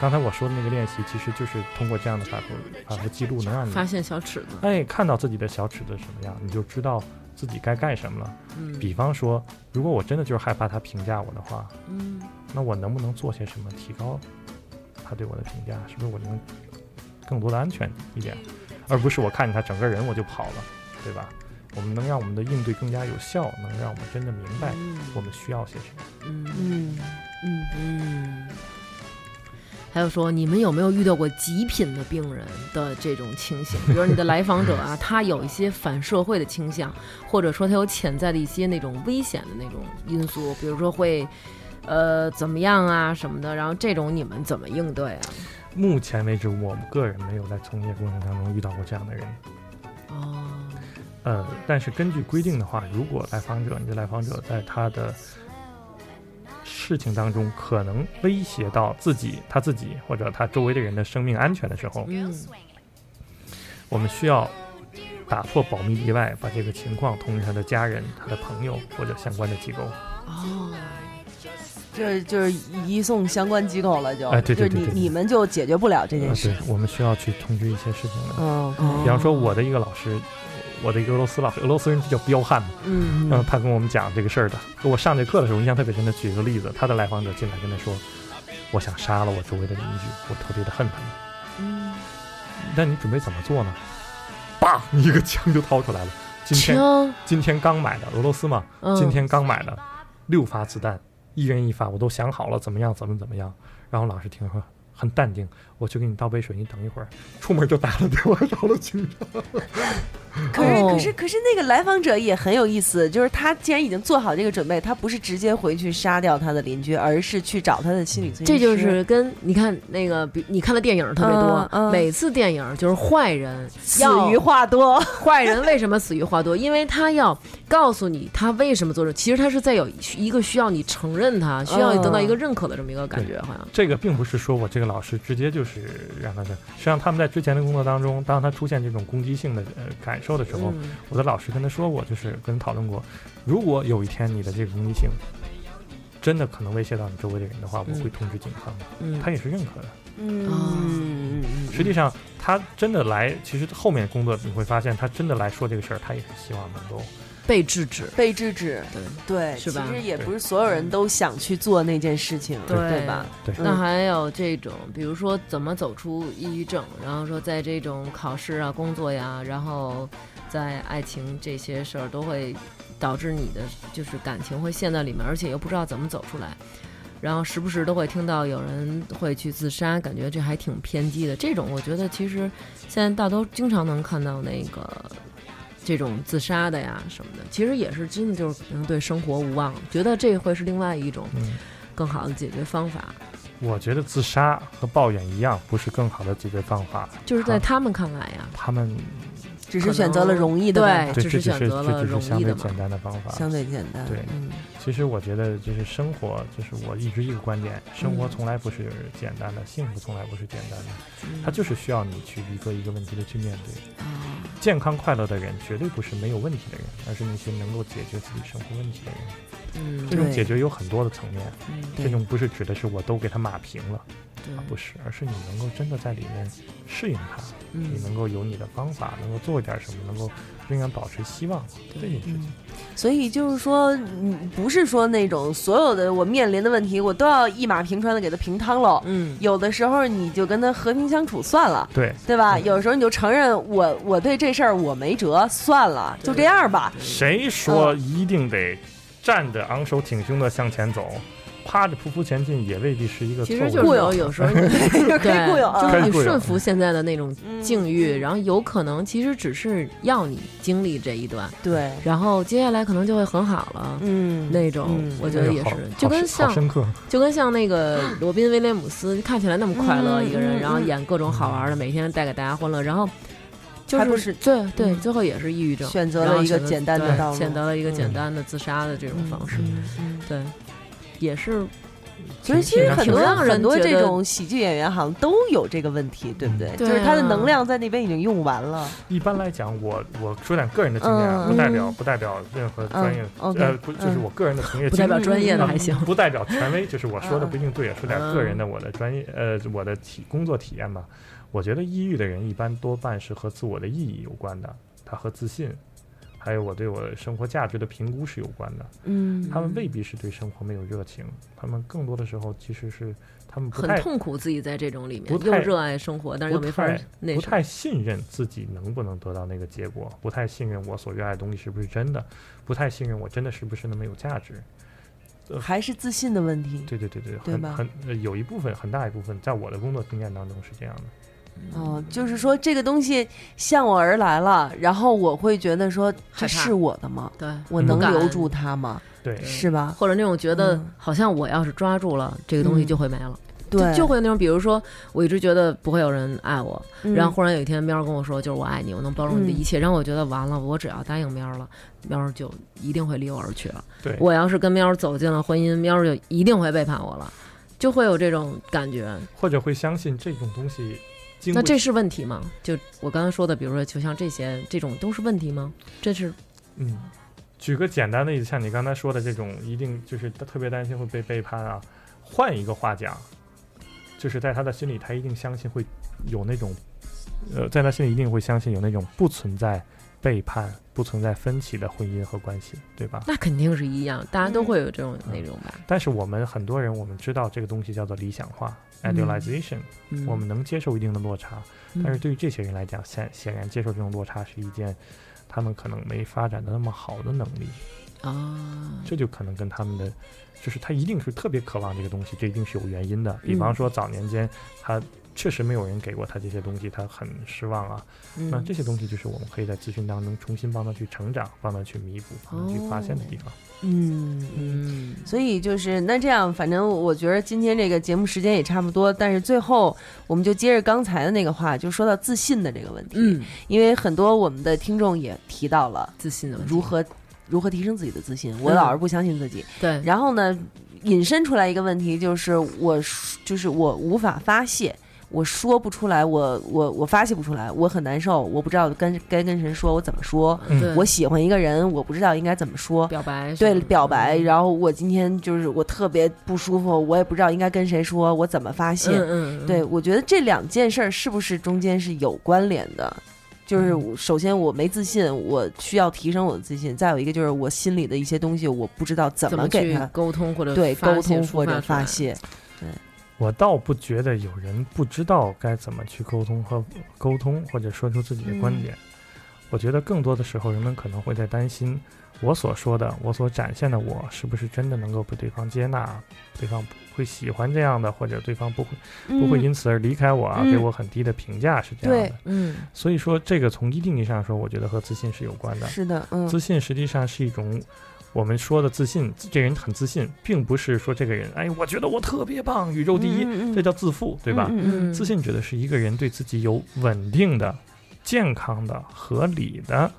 Speaker 9: 刚才我说的那个练习，其实就是通过这样的反复反复记录，能让你
Speaker 10: 发现小尺子，
Speaker 9: 哎看到自己的小尺子是什么样，你就知道自己该干什么了。
Speaker 10: 嗯
Speaker 9: 比方说，如果我真的就是害怕他评价我的话，
Speaker 10: 嗯，
Speaker 9: 那我能不能做些什么提高他对我的评价？是不是我能更多的安全一点，而不是我看见他整个人我就跑了，对吧？我们能让我们的应对更加有效，能让我们真的明白我们需要些什么。
Speaker 10: 嗯
Speaker 4: 嗯嗯，
Speaker 10: 嗯，还有说，你们有没有遇到过极品的病人的这种倾向？比如你的来访者啊，他有一些反社会的倾向，或者说他有潜在的一些那种危险的那种因素，比如说会，呃，怎么样啊什么的。然后这种你们怎么应对啊？
Speaker 9: 目前为止，我个人没有在从业过程当中遇到过这样的人。
Speaker 10: 哦，
Speaker 9: 呃，但是根据规定的话，如果来访者，你的来访者在他的事情当中可能威胁到自己、他自己或
Speaker 4: 嗯
Speaker 9: 者他周围的人的生命安全的时候，
Speaker 10: 嗯
Speaker 9: 我们需要打破保密意外，把这个情况通知他的家人、他的朋友或者相关的机构。
Speaker 4: 哦，这就是移送相关机构了，就
Speaker 9: 哎对对对
Speaker 4: 就你
Speaker 9: 对对
Speaker 4: 你们就解决不了这
Speaker 9: 呃
Speaker 4: 件事
Speaker 9: 对。，我们需要去通知一些事情的。
Speaker 4: 嗯，
Speaker 9: 比方说，我的一个老师，我的一个俄罗斯老师，俄罗斯人比较彪悍嘛，
Speaker 4: 嗯
Speaker 9: 然后他跟我们讲这个事儿的。我上这课的时候，印象特别深的，举一个例子，他的来访者进来跟他说：“我想杀了我周围的邻居，我特别的恨他们。”
Speaker 10: 嗯
Speaker 9: 那你准备怎么做呢？叭，一个枪就掏出来了。今天
Speaker 10: 枪
Speaker 9: 今天刚买的，俄罗斯嘛，
Speaker 10: 嗯
Speaker 9: 今天刚买的，六发子弹，一人一发，我都想好了怎么样，怎么怎么样。然后老师听了说很淡定，我去给你倒杯水，你等一会儿。出门就打了电话找了警察。
Speaker 4: 可是
Speaker 9: 哦
Speaker 4: 可是可是那个来访者也很有意思，就是他既然已经做好这个准备，他不是直接回去杀掉他的邻居，而是去找他的心理咨询师。
Speaker 10: 这嗯就是跟你看那个，比你看的电影特别多，
Speaker 4: 嗯嗯
Speaker 10: 每次电影就是坏人
Speaker 4: 死
Speaker 10: 要 [laughs]
Speaker 4: 于话多，
Speaker 10: 坏人为什么死于话多？因为他要告诉你他为什么做这，其实他是在有一个需要你承认他，需要你得到一个认可的这么一个感觉，好像。
Speaker 9: 这个并不是说我这个老师直接就是让他这，实际上他们在之前的工作当中，当他出现这种攻击性的呃感受的时候，
Speaker 10: 嗯
Speaker 9: 我的老师跟他说过，就是跟他讨论过，如果有一天你的这个攻击性真的可能威胁到你周围的人的话，我
Speaker 10: 嗯
Speaker 9: 会通知警方的。
Speaker 10: 嗯
Speaker 9: 他也是认可的。
Speaker 4: 嗯嗯
Speaker 9: 实际上，他真的来，其实后面工作你会发现，他真的来说这个事儿，他也是希望能够
Speaker 10: 被制止，
Speaker 4: 被制止，对，
Speaker 10: 是吧
Speaker 4: 其实也不是所有人都想去做那件事情，
Speaker 10: 对
Speaker 4: 对吧？嗯
Speaker 9: 对
Speaker 10: 那还有这种，比如说怎么走出抑郁症，然后说在这种考试啊、工作呀，然后在爱情这些事儿都会导致你的就是感情会陷在里面，而且又不知道怎么走出来。然后时不时都会听到有人会去自杀，感觉这还挺偏激的。这种我觉得其实现在大都经常能看到那个这种自杀的呀什么的，其实也是真的就是可能对生活无望，觉得这会是另外一种
Speaker 9: 嗯
Speaker 10: 更好的解决方法。
Speaker 9: 我觉得自杀和抱怨一样，不是更好的解决方法。
Speaker 10: 就是在他们看来啊呀，
Speaker 9: 他们
Speaker 10: 可
Speaker 4: 只是
Speaker 10: 能
Speaker 4: 选择了容易的办法，
Speaker 10: 对
Speaker 9: 对，
Speaker 10: 只
Speaker 9: 这
Speaker 10: 哎是选
Speaker 9: 只是
Speaker 10: 择了
Speaker 9: 这只
Speaker 10: 容
Speaker 9: 是相
Speaker 10: 易
Speaker 9: 对
Speaker 10: 的嘛
Speaker 9: 简单的方法。
Speaker 4: 相对简单。
Speaker 9: 对
Speaker 4: 嗯
Speaker 9: 其实我觉得，就是生活，就是我一直一个观点，生活
Speaker 10: 嗯
Speaker 9: 从来不是简单的，幸福从来不是简单的，
Speaker 10: 嗯
Speaker 9: 它就是需要你去一个一个问题的去面对。
Speaker 10: 啊
Speaker 9: 健康快乐的人，绝对不是没有问题的人，而是那些能够解决自己生活问题的人。
Speaker 10: 嗯
Speaker 9: 这种
Speaker 4: 对嗯
Speaker 9: 解决有很多的层面，
Speaker 4: 对嗯
Speaker 9: 这种不是指的是我都给它码平了，
Speaker 10: 对
Speaker 9: 啊不是，而是你能够真的在里面适应它，
Speaker 10: 嗯
Speaker 4: 嗯
Speaker 9: 你能够有你的方法，能够做一点什么，能够仍然保持希望这件
Speaker 4: 嗯
Speaker 9: 事情。
Speaker 4: 所以就是说，嗯，不是说那种所有的我面临的问题，我都要一马平川的给它平汤喽。
Speaker 10: 嗯
Speaker 4: 有的时候你就跟他和平相处算了，
Speaker 9: 对，
Speaker 4: 对吧？有时候你就承认我我对这事儿我没辙，算了，就这样吧。
Speaker 9: 谁说一定得站着昂首挺胸的向前走，趴着匍匐前进也未必是一个错
Speaker 10: 其
Speaker 9: 误
Speaker 10: 实
Speaker 9: 的
Speaker 10: 就是
Speaker 4: 雇
Speaker 10: 说
Speaker 4: 佣
Speaker 10: 有
Speaker 9: [laughs]
Speaker 10: 时候你
Speaker 4: [laughs]
Speaker 10: 对，
Speaker 4: 可以雇佣啊
Speaker 10: 就是
Speaker 9: 可
Speaker 10: 你
Speaker 9: 以雇佣
Speaker 10: 顺服现在的那种
Speaker 4: 嗯
Speaker 10: 境遇，然后有可能其实只是要你经历这一段，
Speaker 4: 对，
Speaker 10: 然后接下来可能就会很好了。
Speaker 4: 嗯，
Speaker 10: 那种
Speaker 4: 嗯
Speaker 10: 我觉
Speaker 9: 哎
Speaker 10: 得
Speaker 9: 呦
Speaker 10: 也
Speaker 9: 好
Speaker 10: 是，
Speaker 9: 好
Speaker 10: 就跟
Speaker 9: 深好
Speaker 10: 像
Speaker 9: 深刻，
Speaker 10: 就跟像那个
Speaker 4: [laughs]
Speaker 10: 罗宾威廉姆斯，看起来那么快乐
Speaker 4: 嗯
Speaker 10: 一个人，
Speaker 4: 嗯
Speaker 10: 然后
Speaker 4: 嗯
Speaker 10: 演各种好玩的，每天带给大家欢乐，然后就
Speaker 4: 还不
Speaker 10: 是
Speaker 4: 是
Speaker 10: 对对，
Speaker 4: 嗯
Speaker 10: 最后也是抑郁症，
Speaker 4: 选择了
Speaker 10: 然后
Speaker 4: 一个
Speaker 10: 选择
Speaker 4: 简单的
Speaker 10: 对
Speaker 4: 道路
Speaker 10: 选择了一个简
Speaker 9: 嗯
Speaker 10: 单的自杀的这种方式，
Speaker 4: 嗯嗯
Speaker 10: 对，也是
Speaker 4: 所以其实很
Speaker 10: 挺
Speaker 4: 多
Speaker 10: 让人
Speaker 4: 很多
Speaker 10: 觉
Speaker 4: 这
Speaker 10: 得
Speaker 4: 种喜剧演员好像都有这个问题，对不对？
Speaker 10: 对
Speaker 4: 就是他的
Speaker 10: 啊
Speaker 4: 能量在那边已经用完了。
Speaker 9: 一般来讲，我我说点个人的经验，啊，
Speaker 4: 嗯
Speaker 9: 不代表不代表任何专业
Speaker 4: 嗯，，OK，
Speaker 9: 呃，不就是
Speaker 4: 嗯
Speaker 9: 我个人的从业
Speaker 10: 不
Speaker 9: 经
Speaker 10: 代
Speaker 9: 历
Speaker 10: 表。专业的
Speaker 9: 啊
Speaker 10: 还行。
Speaker 9: [laughs] 不代表权威，就是我说的
Speaker 4: 嗯
Speaker 9: 不一定对，说点
Speaker 10: 嗯
Speaker 9: 个人的我的专业，呃，我的体工作体验吧。我觉得抑郁的人一般多半是和自我的意义有关的，他和自信，还有我对我生活价值的评估是有关的。
Speaker 4: 嗯
Speaker 9: 他们未必是对生活没有热情，他们更多的时候其实是他们不
Speaker 10: 很
Speaker 9: 太
Speaker 10: 痛苦，自己在这种里面
Speaker 9: 不
Speaker 10: 又
Speaker 9: 太
Speaker 10: 热爱生活，但是又没
Speaker 9: 不
Speaker 10: 法
Speaker 9: 太
Speaker 10: 那
Speaker 9: 不
Speaker 10: 什么
Speaker 9: 太信任自己能不能得到那个结果，不太信任我所热爱的东西是不是真的，不太信任我真的是不是那么有价值。
Speaker 10: 嗯
Speaker 4: 还是自信的问题。
Speaker 9: 对对对对，
Speaker 4: 对
Speaker 9: 很
Speaker 4: 吧
Speaker 9: 很、呃、有一部分很大一部分，在我的工作经验当中是这样的。
Speaker 4: 哦，就是说这个东西向我而来了，然后我会觉得说
Speaker 10: 害怕
Speaker 4: 这是我的吗？
Speaker 10: 对，
Speaker 4: 我
Speaker 9: 嗯
Speaker 4: 能
Speaker 10: 不敢
Speaker 4: 留住它吗？
Speaker 9: 对，
Speaker 10: 嗯
Speaker 4: 是吧？
Speaker 10: 或者那种觉得
Speaker 4: 嗯
Speaker 10: 好像我要是抓住了这个东西
Speaker 4: 嗯
Speaker 10: 就会没了，
Speaker 4: 对，
Speaker 10: 就就会有那种，比如说我一直觉得不会有人爱我，
Speaker 4: 嗯
Speaker 10: 然后忽然有一天，喵儿跟我说，就是我爱你，我能包容你的
Speaker 4: 嗯
Speaker 10: 一切。然后我觉得完了，我只要答应喵儿了，喵儿就一定会离我而去了。
Speaker 9: 对
Speaker 10: 我要是跟喵儿走进了婚姻，喵儿就一定会背叛我了。就会有这种感觉。
Speaker 9: 或者会相信这种东西经不
Speaker 10: 那
Speaker 9: 起。
Speaker 10: 这是问题吗？就我刚刚说的，比如说，就像这些这种都是问题吗？这是
Speaker 9: 嗯，举个简单的例子，像你刚才说的这种，一定就是特别担心会被背叛啊。换一个话讲，就是在他的心里，他一定相信会有那种，呃，在他心里一定会相信有那种不存在背叛、不存在分歧的婚姻和关系，对吧？
Speaker 10: 那肯定是一样，大家
Speaker 4: 嗯
Speaker 10: 都会有这
Speaker 9: 嗯
Speaker 10: 种那种吧。
Speaker 9: 但是我们很多人，我们知道这个东西叫做理想化
Speaker 10: 嗯
Speaker 9: （idealization），、
Speaker 10: 嗯
Speaker 9: 我们能接受一定的落差，
Speaker 10: 嗯
Speaker 9: 但是对于这些人来讲，显显然接受这种落差是一件他们可能没发展的那么好的能力。
Speaker 10: 啊，
Speaker 9: 这就可能跟他们的，就是他一定是特别渴望这个东西，这一定是有原因的。比
Speaker 10: 嗯
Speaker 9: 方说早年间他确实没有人给过他这些东西，他很失望啊。
Speaker 10: 嗯
Speaker 9: 那这些东西就是我们可以在咨询当中重新帮他去成长，帮他去弥补，帮他去发现的地方。
Speaker 4: 嗯
Speaker 10: 嗯，
Speaker 4: 所以就是那这样，反正我觉得今天这个节目时间也差不多，但是最后我们就接着刚才的那个话，就说到自信的这个问题，
Speaker 10: 嗯，
Speaker 4: 因为很多我们的听众也提到了
Speaker 10: 自信的问题
Speaker 4: 如何如何提升自己的自信，我
Speaker 10: 嗯
Speaker 4: 老是不相信自己，
Speaker 10: 对，
Speaker 4: 然后呢，引申出来一个问题就是我就是我无法发泄。我说不出来，我我我发泄不出来，我很难受，我不知道跟该跟谁说，我怎么说？
Speaker 9: 嗯
Speaker 10: 对
Speaker 4: 我喜欢一个人，我不知道应该怎么说。
Speaker 10: 表白什
Speaker 4: 对
Speaker 10: 么的嗯
Speaker 4: 表白，然后我今天就是我特别不舒服，我也不知道应该跟谁说，我怎么发泄。
Speaker 10: 嗯嗯，嗯
Speaker 4: 对，我觉得这两件事儿是不是中间是有关联的？就是我首先我没自信，我需要提升我的自信；再有一个就是我心里的一些东西，我不知道怎
Speaker 10: 怎
Speaker 4: 么给
Speaker 10: 去
Speaker 4: 他
Speaker 10: 沟通或者
Speaker 4: 对
Speaker 10: 发
Speaker 4: 沟
Speaker 10: 泄
Speaker 4: 通
Speaker 10: 抒
Speaker 4: 或者
Speaker 10: 出来
Speaker 4: 发，泄。
Speaker 9: 我倒不觉得有人不知道该怎么去沟通和沟通，或者说出自己的观
Speaker 4: 嗯
Speaker 9: 点。我觉得更多的时候，人们可能会在担心我所说的、我所展现的我是不是真的能够被对方接纳，对方不会喜欢这样的，或者对方不会不会因此而离开我啊，
Speaker 4: 嗯
Speaker 9: 给我很低的评价是这样
Speaker 4: 对
Speaker 9: 的。
Speaker 10: 嗯
Speaker 9: 所以说，这个从一定意义上说，我觉得和自信是有关的。
Speaker 4: 是的，嗯
Speaker 9: 自信实际上是一种我们说的自信，这人很自信，并不是说这个人，哎，我觉得我特别棒，宇宙第一，
Speaker 4: 嗯嗯嗯
Speaker 9: 这叫自负，对吧？
Speaker 4: 嗯嗯
Speaker 10: 嗯，
Speaker 9: 自信指的是一个人对自己有稳定的、健康的、合理的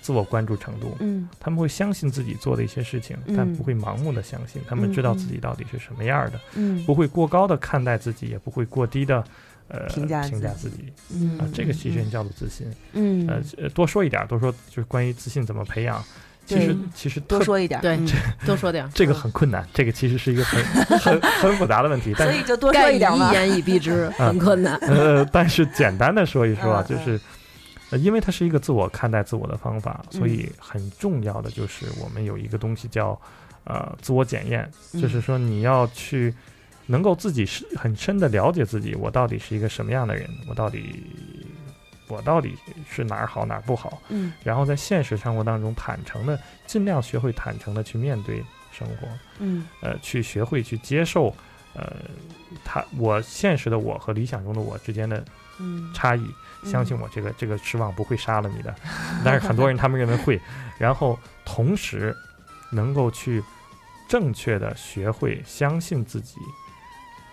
Speaker 9: 自我关注程度。
Speaker 4: 嗯
Speaker 9: 他们会相信自己做的一些事情，但
Speaker 4: 嗯
Speaker 9: 不会盲目的相信，他
Speaker 4: 嗯
Speaker 9: 们知道
Speaker 4: 嗯
Speaker 9: 自己到底是什么样的，
Speaker 4: 嗯
Speaker 9: 不会过高的看待自己，也不会过低的。呃，
Speaker 4: 评价
Speaker 9: 评
Speaker 4: 自
Speaker 9: 价
Speaker 4: 己
Speaker 9: 自己
Speaker 4: 嗯
Speaker 9: 啊，这个其实人叫做自信。
Speaker 4: 嗯，
Speaker 9: 呃
Speaker 4: 嗯，
Speaker 9: 呃多说一点儿，多说就是关于自信怎么培养。其实
Speaker 4: 对
Speaker 9: 其实特
Speaker 4: 多说一点儿，
Speaker 10: 对
Speaker 9: [laughs]
Speaker 4: 嗯
Speaker 10: 多说点儿，
Speaker 9: 这个很困难，这个其实是一个很很很复杂的
Speaker 4: [laughs]
Speaker 9: 问题。但
Speaker 4: 所
Speaker 9: 是
Speaker 4: 以就多说
Speaker 10: 盖
Speaker 4: 一点儿
Speaker 10: 以
Speaker 4: 嘛
Speaker 10: 一。言以蔽
Speaker 9: [laughs]
Speaker 10: 之，很困难。
Speaker 9: 呃，但是简单的说一说啊，
Speaker 4: 嗯
Speaker 9: 就是、呃因为它是一个自我看待自我的方法，所
Speaker 4: 嗯
Speaker 9: 以很重要的就是我们有一个东西叫呃自我检验，
Speaker 4: 嗯
Speaker 9: 就是说你要去。能够自己是很深的了解自己，我到底是一个什么样的人，我到底我到底是哪儿好哪儿不好，
Speaker 4: 嗯
Speaker 9: 然后在现实生活当中坦诚的，尽量学会坦诚的去面对生活，
Speaker 4: 嗯
Speaker 9: 呃，去学会去接受，呃，他我现实的我和理想中的我之间的
Speaker 4: 嗯
Speaker 9: 差异。相信我，这个这个失望不会杀了你的， [laughs] 但是很多人他们认为会，然后同时能够去正确的学会相信自己，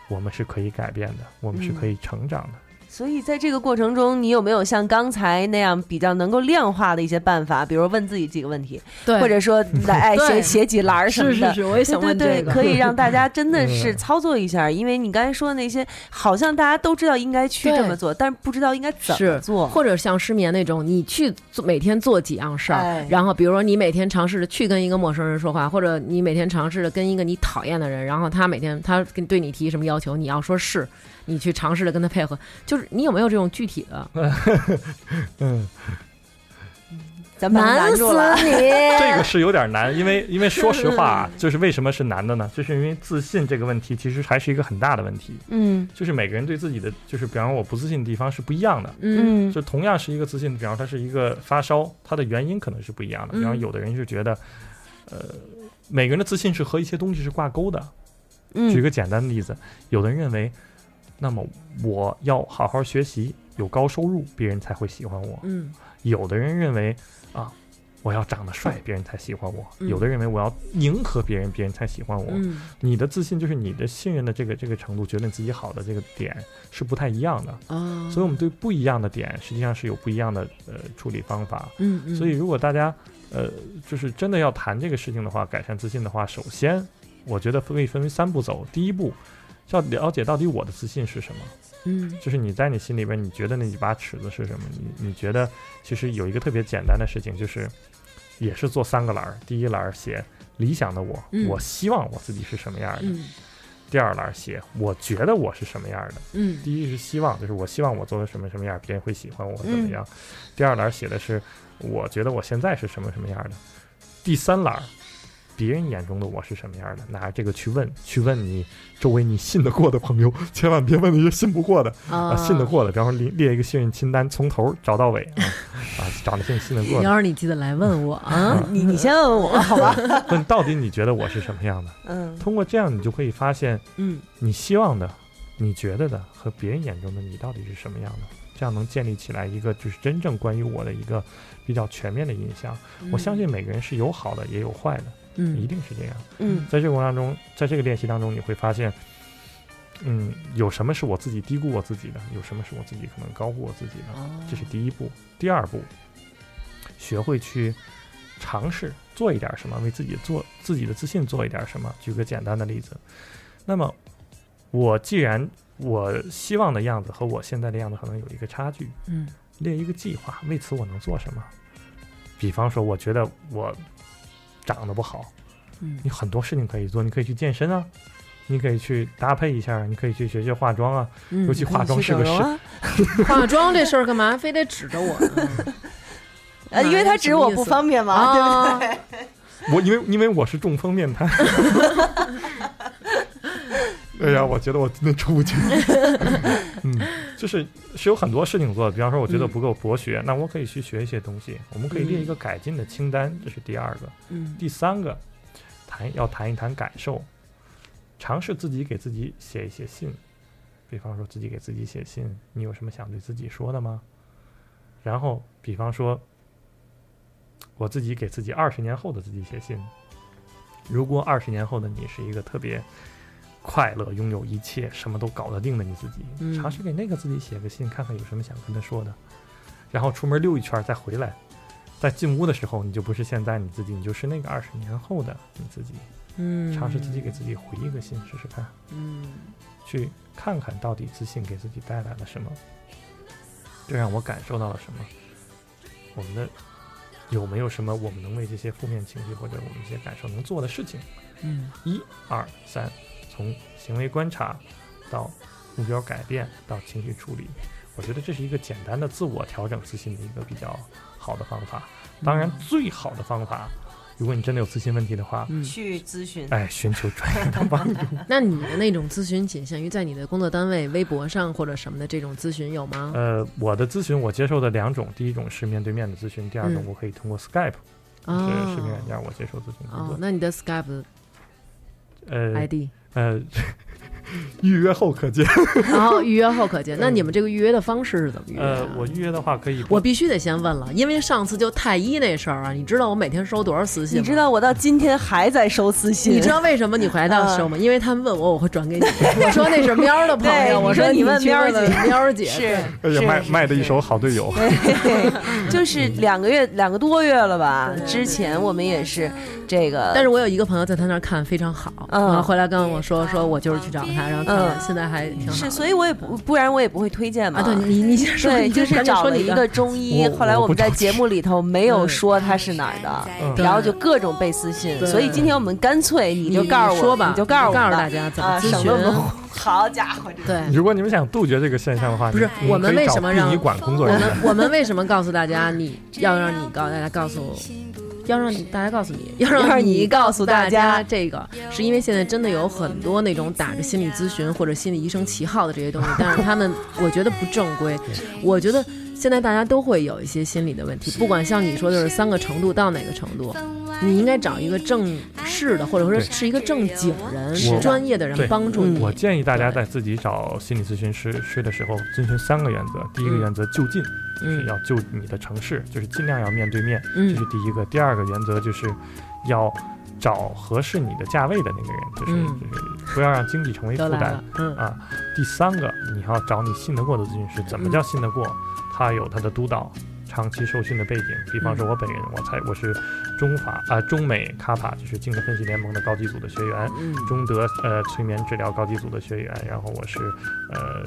Speaker 9: 我们是可以改变的，我们是可以成长的。
Speaker 4: 所以在这个过程中，你有没有像刚才那样比较能够量化的一些办法？比如问自己几个问题，
Speaker 10: 对，
Speaker 4: 或者说来哎
Speaker 10: 对
Speaker 4: 写写几栏儿什么
Speaker 10: 是
Speaker 4: 的。
Speaker 10: 是是，我也
Speaker 4: 对
Speaker 10: 想
Speaker 4: 对
Speaker 10: 问
Speaker 4: 对，
Speaker 10: 这个，
Speaker 4: 可以让
Speaker 10: [laughs]
Speaker 4: 大家真的
Speaker 9: 嗯
Speaker 4: 是操作一下，因为你刚才说的那些，好像大家都知道应该去
Speaker 10: 对
Speaker 4: 这么做，但是不知道应该怎么
Speaker 10: 是
Speaker 4: 做。
Speaker 10: 或者像失眠那种，你去做每天做几样事儿，
Speaker 4: 哎
Speaker 10: 然后比如说你每天尝试着去跟一个陌生人说话，或者你每天尝试着跟一个你讨厌的人，然后他每天他跟对你提什么要求，你要说是，你去尝试着跟他配合，就是你有没有这种具体的？
Speaker 9: 嗯，
Speaker 4: 咱们把它拦住了，
Speaker 2: 啊
Speaker 9: 这个是有点难，因为因为说实话啊，就是为什么是难的呢？就是因为自信这个问题其实还是一个很大的问题，
Speaker 4: 嗯
Speaker 9: 就是每个人对自己的，就是比方说我不自信的地方是不一样的。
Speaker 10: 嗯
Speaker 4: 嗯
Speaker 9: 就同样是一个自信，比方说它是一个发烧，它的原因可能是不一样的。
Speaker 10: 嗯
Speaker 9: 比方有的人是觉得，呃，每个人的自信是和一些东西是挂钩的。举
Speaker 4: 嗯
Speaker 9: 个简单的例子，有的人认为，那么我要好好学习，有高收入，别人才会喜欢我。
Speaker 10: 嗯
Speaker 9: 有的人认为啊，我要长得帅，别人才喜欢我；
Speaker 10: 嗯
Speaker 9: 有的认为我要迎合别人，别人才喜欢我。
Speaker 10: 嗯
Speaker 9: 你的自信就是你的信任的这个这个程度，觉得你自己好的这个点是不太一样的。
Speaker 10: 哦，
Speaker 9: 所以，我们对不一样的点，实际上是有不一样的呃处理方法。
Speaker 10: 嗯嗯，
Speaker 9: 所以，如果大家呃就是真的要谈这个事情的话，改善自信的话，首先我觉得可以分为三步走。第一步，要了解到底我的自信是什么。
Speaker 10: 嗯
Speaker 9: 就是你在你心里边，你觉得那一把尺子是什么？你你觉得其实有一个特别简单的事情，就是也是做三个栏儿，第一栏儿写理想的我，
Speaker 10: 嗯
Speaker 9: 我希望我自己是什么样儿的；
Speaker 10: 嗯
Speaker 9: 第二栏儿写我觉得我是什么样儿的。
Speaker 10: 嗯
Speaker 9: 第一是希望，就是我希望我做的什么什么样儿，别人会喜欢我怎么样；
Speaker 10: 嗯
Speaker 9: 第二栏儿写的是我觉得我现在是什么什么样儿的；第三栏儿。别人眼中的我是什么样儿的？拿这个去问，去问你周围你信得过的朋友，千万别问那些信不过的。啊，
Speaker 10: 啊
Speaker 9: 信得。过的，比方说列列一个信任清单，从头找到尾啊，啊，找那些你信得过的，
Speaker 10: 要是 [laughs] 你记得来问我啊，
Speaker 4: 啊，你你先问问我好吧？
Speaker 9: 问到底你觉得我是什么样的？
Speaker 4: [laughs] 嗯
Speaker 9: 通过这样，你就可以发现
Speaker 4: 嗯
Speaker 9: 你希望的、你觉得的和别人眼中的你到底是什么样的，这样能建立起来一个就是真正关于我的一个比较全面的印象。
Speaker 4: 嗯
Speaker 9: 我相信每个人是有好的，也有坏的，一
Speaker 10: 嗯
Speaker 9: 定是这样。
Speaker 4: 嗯
Speaker 9: 在这个过程当中，在这个练习当中，你会发现，嗯，有什么是我自己低估我自己的，有什么是我自己可能高估我自己的，这是第一步。第二步，学会去尝试做一点什么，为自己做自己的自信做一点什么。举个简单的例子，那么我既然我希望的样子和我现在的样子可能有一个差距，
Speaker 10: 嗯
Speaker 9: 列一个计划，为此我能做什么？比方说，我觉得我长得不好，
Speaker 10: 嗯
Speaker 9: 你很多事情可以做，你可以去健身啊，你可以去搭配一下，你可以去学学化妆啊。
Speaker 10: 嗯
Speaker 9: 尤其化妆
Speaker 4: 你
Speaker 9: 是
Speaker 4: 去
Speaker 9: 个
Speaker 4: 整容
Speaker 9: 事，
Speaker 4: 啊？
Speaker 10: 化妆这事儿干嘛非得指着
Speaker 4: [laughs]
Speaker 10: 我嗯呢？
Speaker 4: 呃，因为他指我不方便嘛，对不对？
Speaker 10: 啊，
Speaker 9: [laughs] 我因为因为我是中风面瘫。 [laughs] 哎呀，我觉得我真的出不去。 [laughs] 嗯，就是是有很多事情做的，比方说我觉得不够博学，那我可以去学一些东西。我们可以列一个改进的清单，这是第二个。
Speaker 10: 嗯
Speaker 9: 第三个，谈要谈一谈感受，尝试自己给自己写一写信，比方说自己给自己写信，你有什么想对自己说的吗？然后，比方说，我自己给自己二十年后的自己写信，如果二十年后的你是一个特别快乐、拥有一切、什么都搞得定的你自己，
Speaker 10: 嗯
Speaker 9: 尝试给那个自己写个信，看看有什么想跟他说的，然后出门溜一圈儿再回来。在进屋的时候，你就不是现在你自己，你就是那个二十年后的你自己。
Speaker 10: 嗯，
Speaker 9: 尝试自己给自己回一个信试试看，
Speaker 10: 嗯
Speaker 9: 去看看到底自信给自己带来了什么，这让我感受到了什么。我们的有没有什么我们能为这些负面情绪或者我们这些感受能做的事情？
Speaker 10: 嗯
Speaker 9: 一二三，从行为观察到目标改变到情绪处理，我觉得这是一个简单的自我调整自信的一个比较好的方法。当然，最好的方法，如果你真的有自信问题的话，
Speaker 10: 嗯。
Speaker 4: 去咨询。
Speaker 9: 哎，寻求专业的帮助。
Speaker 10: 那你的那种咨询仅限于在你的工作单位、微博上或者什么的这种咨询有吗？
Speaker 9: 呃，我的咨询我接受的两种，第一种是面对面的咨询，第二种
Speaker 10: 嗯
Speaker 9: 我可以通过 Skype，、
Speaker 10: 哦
Speaker 9: 呃是视频软件我接受咨询工
Speaker 10: 哦
Speaker 9: 作。，
Speaker 10: 那你的 Skype 的
Speaker 9: 呃
Speaker 10: ID，
Speaker 9: 呃，预约后可见。
Speaker 10: 然后预约后可
Speaker 9: [laughs]
Speaker 10: 见。那你们这个预约的方式是怎么预约啊？
Speaker 9: 嗯呃，我预约的话可以，
Speaker 10: 我必须得先问了，因为上次就太医那事儿啊，你知道我每天收多少私信
Speaker 4: 你
Speaker 10: 吗？
Speaker 4: 知道我到今天还在收私信，
Speaker 10: 你知道为什么你回答
Speaker 4: [laughs]
Speaker 10: 的时候吗？因为他们问我，我会转给你。我说那是喵儿的朋
Speaker 4: 对
Speaker 10: 友，我说
Speaker 4: 你说你问
Speaker 10: 去
Speaker 4: 喵儿
Speaker 10: 问
Speaker 4: 姐
Speaker 10: 喵儿姐
Speaker 4: 是
Speaker 9: 而且
Speaker 4: 是
Speaker 9: 卖
Speaker 4: 是
Speaker 9: 卖的一手好队友。
Speaker 4: [laughs]
Speaker 10: [laughs]
Speaker 4: 对，就是两个月、两个多月了吧？之前我们也是这个，
Speaker 10: 但是我有一个朋友在他那儿看非常好，
Speaker 4: 嗯
Speaker 10: 然后回来跟我说，说我就是去找他，然后看了
Speaker 4: 嗯
Speaker 10: 现在还挺好
Speaker 4: 是，所以我也不，不然我也不会推荐嘛。
Speaker 10: 啊。对你，你先说，
Speaker 4: 对，
Speaker 10: 你
Speaker 4: 就是
Speaker 10: 赶紧
Speaker 4: 找
Speaker 10: 说
Speaker 4: 了
Speaker 10: 你
Speaker 4: 一
Speaker 10: 的
Speaker 4: 个中医，
Speaker 9: 我
Speaker 4: 后来
Speaker 9: 我
Speaker 4: 我们
Speaker 9: 不着
Speaker 4: 在
Speaker 9: 急
Speaker 4: 节目里头没有
Speaker 10: 嗯
Speaker 4: 说他是哪儿的，
Speaker 9: 嗯
Speaker 4: 然后就各种被私信，
Speaker 10: 对
Speaker 4: 所以今天我们干脆你就告诉我，
Speaker 10: 说吧，
Speaker 4: 你就告诉我
Speaker 10: 告诉
Speaker 4: 吧
Speaker 10: 大家怎么
Speaker 4: 啊，
Speaker 10: 咨
Speaker 4: 省
Speaker 10: 询
Speaker 4: 得。我们 [laughs] 好家伙，这
Speaker 10: [laughs] 对，
Speaker 9: 如果你们想杜绝这个现象的话，
Speaker 10: 不是
Speaker 9: 你
Speaker 10: 我们
Speaker 9: 可以
Speaker 10: 为
Speaker 9: 找
Speaker 10: 什么
Speaker 9: 殡仪
Speaker 10: 让
Speaker 9: 馆工作
Speaker 10: 我
Speaker 9: 人
Speaker 10: 们
Speaker 9: 员？
Speaker 10: 我们为什么告诉大家你要让你告大家告诉，要让你大家告诉你，要
Speaker 4: 要
Speaker 10: 让
Speaker 4: 让你
Speaker 10: 你
Speaker 4: 告
Speaker 10: 告
Speaker 4: 诉
Speaker 10: 诉
Speaker 4: 大
Speaker 10: 大
Speaker 4: 家
Speaker 10: 家这个，是因为现在真的有很多那种打着心理咨询或者心理医生旗号的这些东西，但是他们我觉得不正规，我觉得。现在大家都会有一些心理的问题，不管像你说的是三个程度到哪个程度，你应该找一个正式的，或者说
Speaker 9: 对
Speaker 10: 是一个正经人、
Speaker 9: 我
Speaker 10: 专业的人
Speaker 9: 对嗯
Speaker 10: 帮助你。
Speaker 9: 我建议大家在自己找心理咨询师师的时候，遵循三个原则。第一个
Speaker 10: 嗯
Speaker 9: 原则就近，就是
Speaker 10: 嗯
Speaker 9: 要就你的城市，就是尽量要面对面。这
Speaker 10: 嗯
Speaker 9: 是第一个。第二个原则就是要找合适你的价位的那个人，就是、
Speaker 10: 嗯
Speaker 9: 就是不要让经济成为负
Speaker 10: 都来了
Speaker 9: 担。，
Speaker 10: 嗯
Speaker 9: 啊第三个，你要找你信得过的咨询师。怎么
Speaker 10: 嗯
Speaker 9: 叫信得过？他有他的督导，长期受训的背景，比方
Speaker 10: 嗯
Speaker 9: 说我本人，我才我是中法啊、中美卡帕，就是精神分析联盟的高级组的学员，
Speaker 10: 嗯
Speaker 9: 中德呃催眠治疗高级组的学员，然后我是呃。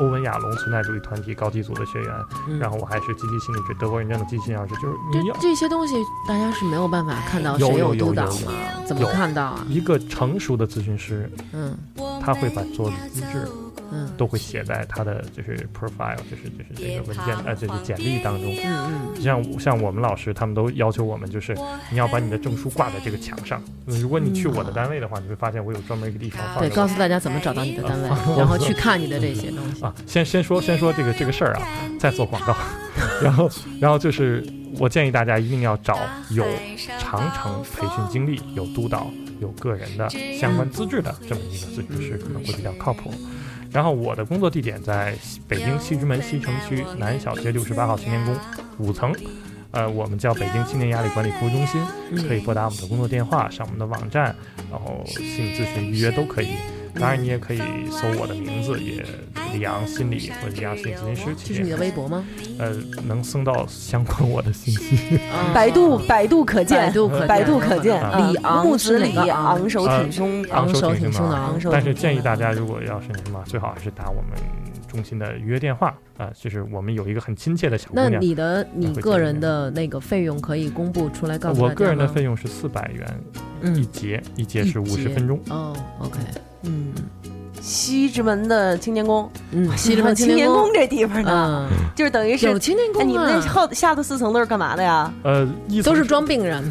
Speaker 9: 欧文亚龙存在主义团体高级组的学员，
Speaker 10: 嗯
Speaker 9: 然后我还是积极心理学德国认证的积极心理师，就是
Speaker 10: 这
Speaker 9: 你要
Speaker 10: 这些东西大家是没有办法看到
Speaker 9: 嗯有
Speaker 10: 谁
Speaker 9: 有有
Speaker 10: 督导
Speaker 9: 有
Speaker 10: 吗？怎么
Speaker 9: 有
Speaker 10: 看到啊？
Speaker 9: 一个成熟的咨询师，
Speaker 10: 嗯
Speaker 9: 他会把所有的资质
Speaker 10: 嗯
Speaker 9: 都会写在他的就是 profile，就是就是这个文件呃就是简历当中。
Speaker 10: 嗯嗯，
Speaker 9: 像像我们老师，他们都要求我们，就是你要把你的证书挂在这个墙上。嗯如果你去我的单位的话，你会发现啊我有专门一个地方放
Speaker 10: 对，
Speaker 9: 着
Speaker 10: 告
Speaker 9: 我
Speaker 10: 诉大家怎么找到你的单
Speaker 9: [laughs]
Speaker 10: 位，
Speaker 9: 啊
Speaker 10: 然后去看你的这些东西。
Speaker 9: 啊，先先说先说这个这个事儿啊，再做广告， [laughs] 然后然后就是我建议大家一定要找
Speaker 8: 啊
Speaker 9: 有长程培训经历、有督导、有个人的相关资质的这么一个咨询师，可能会比较靠谱。然后我的工作地点在西北京西直门西城区南小街六十八号青年宫五层，呃，我们叫北京青年压力管理服务中心，可以拨打我们的工作电话，上我们的网站，然后心理咨询预约都可以。当然，你也可以搜我的名字，也李阳心理或者李阳心理咨询师，
Speaker 10: 这
Speaker 9: 其
Speaker 10: 是
Speaker 9: 实
Speaker 10: 哎你的
Speaker 9: 也
Speaker 10: 微博
Speaker 9: [laughs]
Speaker 10: 吗？
Speaker 9: 呃能搜到相关我的信息。
Speaker 4: 百度
Speaker 9: 啊
Speaker 4: 百度可
Speaker 10: 啊百
Speaker 4: 见，
Speaker 10: 度可见
Speaker 4: 百度可见，
Speaker 10: 啊
Speaker 4: 李昂木子
Speaker 10: 是哪
Speaker 4: 嗯李
Speaker 10: 个昂
Speaker 4: 昂首挺胸，
Speaker 9: 昂
Speaker 10: 昂
Speaker 9: 首
Speaker 10: 首
Speaker 9: 挺
Speaker 10: 挺
Speaker 9: 胸
Speaker 10: 胸
Speaker 9: 的
Speaker 10: 的
Speaker 9: 昂
Speaker 10: 昂首
Speaker 9: 啊但是
Speaker 10: 挺胸
Speaker 9: 建议
Speaker 10: 的
Speaker 9: 大家，如果要是什么，最好还是打我们中心的预约电话啊、就是我们有一个很亲切的小姑
Speaker 10: 那
Speaker 9: 娘。
Speaker 10: 你的你
Speaker 9: 那会
Speaker 10: 个
Speaker 9: 见
Speaker 10: 人
Speaker 9: 面
Speaker 10: 的那个费用可以公布出来告诉
Speaker 9: 我
Speaker 10: 大
Speaker 9: 个
Speaker 10: 家
Speaker 9: 人的
Speaker 10: 吗
Speaker 9: 费用是四百元一
Speaker 10: 嗯
Speaker 9: 节，一节
Speaker 10: 一
Speaker 9: 是五十
Speaker 10: 节
Speaker 9: 分钟。
Speaker 10: 哦，OK，
Speaker 4: 嗯，西直门的青年宫，啊
Speaker 10: 嗯，西直门
Speaker 4: 青年宫这地方呢，
Speaker 10: 嗯，
Speaker 4: 就是等于
Speaker 10: 有
Speaker 4: 是。
Speaker 10: 青年宫
Speaker 4: 哎，
Speaker 10: 啊，
Speaker 4: 你们那后下头四层都是干嘛的呀？
Speaker 9: 呃，一层
Speaker 10: 都是装病人，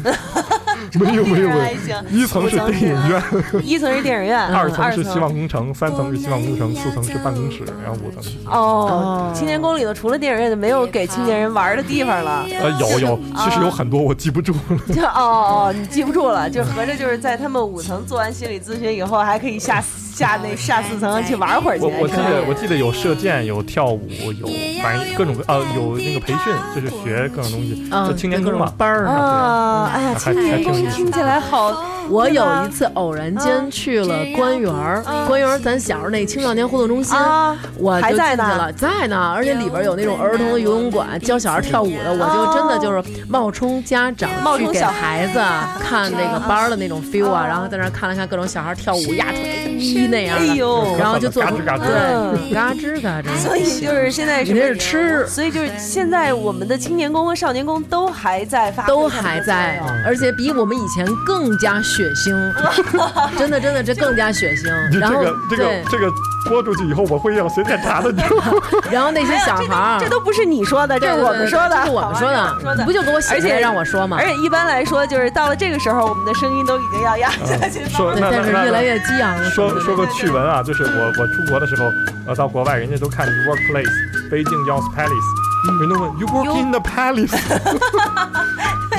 Speaker 9: [laughs] 没有没有没有，
Speaker 4: 行，
Speaker 9: 一层是
Speaker 4: 我想
Speaker 9: 电影院，
Speaker 4: 一层是电影院，
Speaker 9: 二
Speaker 4: 嗯
Speaker 9: 层是希望工程，三层是希望工程，四层是办公室，然后五层是。
Speaker 4: 哦，青年宫里头除了电影院就没有给青年人玩的地方了。
Speaker 9: 呃，有有，其实有很多我记不住。
Speaker 4: 就哦哦，你记不住了，就合着就是在他们五层做完心理咨询以后，还可以下下那下四层去玩会儿去。
Speaker 9: 我我记
Speaker 4: 是吧
Speaker 9: 得我记得有射箭，有跳舞，有反正各种呃有那个培训，就是学各种东西，
Speaker 10: 嗯，
Speaker 9: 就青年
Speaker 10: 各
Speaker 9: 宫
Speaker 10: 种
Speaker 9: 嘛。
Speaker 10: 班儿啊。
Speaker 4: 啊，哎呀，
Speaker 9: 还
Speaker 4: 青年
Speaker 9: 还挺
Speaker 4: 宫
Speaker 9: 有意思
Speaker 4: 听起来好，
Speaker 10: 我
Speaker 4: 对
Speaker 10: 有
Speaker 4: 吧
Speaker 10: 一次偶然间去了官园儿，官园儿咱小时候那青少年互动中心，
Speaker 4: 嗯啊
Speaker 10: 我就
Speaker 4: 还
Speaker 10: 进
Speaker 4: 在
Speaker 10: 去
Speaker 4: 呢
Speaker 10: 了，在呢，而且里边有那种儿童的游泳馆，教小孩跳舞的，我就真的就是冒充家长
Speaker 4: 冒
Speaker 10: 去
Speaker 4: 充
Speaker 10: 给
Speaker 4: 小
Speaker 10: 孩子看那个班儿的那种 feel 啊，然后在那儿看了看各种小孩跳舞压腿一那样
Speaker 4: 哎
Speaker 10: 的，
Speaker 4: 呦，
Speaker 10: 然后就做
Speaker 9: 嘎
Speaker 10: 出
Speaker 9: 吱嘎吱
Speaker 10: 对嘎吱嘎吱，
Speaker 4: 嗯所以就是现在
Speaker 10: 你
Speaker 4: 是
Speaker 10: 这是吃。
Speaker 4: 所以就是现在我们的青年宫和少年宫都还在发挥啊
Speaker 10: 都
Speaker 4: 他们的
Speaker 10: 还在
Speaker 9: 啊
Speaker 4: 作用，
Speaker 10: 而且比我们以前更加血腥，
Speaker 4: [laughs]
Speaker 10: 真的真的，这更加血
Speaker 9: [laughs] 你
Speaker 10: 腥。
Speaker 9: 这
Speaker 10: 然后
Speaker 9: 个这
Speaker 10: 对
Speaker 9: 个，这个播出去以后，我会要写检查的，
Speaker 4: [laughs]
Speaker 9: 你知道吗？
Speaker 10: 然后那些小孩儿，
Speaker 4: 哎这都不是你说的，这
Speaker 10: 对
Speaker 4: 是
Speaker 10: 对
Speaker 4: 我们
Speaker 10: 对
Speaker 4: 说的，
Speaker 10: 这是我
Speaker 4: 好
Speaker 10: 们
Speaker 4: 吧
Speaker 10: 说
Speaker 4: [laughs] 这是我们
Speaker 10: 的，你不就给我写
Speaker 4: 而且
Speaker 10: 出来让我说吗？
Speaker 4: 而且一般来说，就是到了这个时候，我们的声音都已经要压下去了。
Speaker 9: 嗯说
Speaker 10: 对，
Speaker 9: 那
Speaker 10: 但
Speaker 9: 那
Speaker 10: 是
Speaker 9: 那
Speaker 10: 越来越激昂了。
Speaker 9: 说说个趣闻啊，就是我我出国的时候，呃，到国外人家都看 workplace，北京 your
Speaker 4: 嗯
Speaker 9: palace，人都问 you work in the palace，你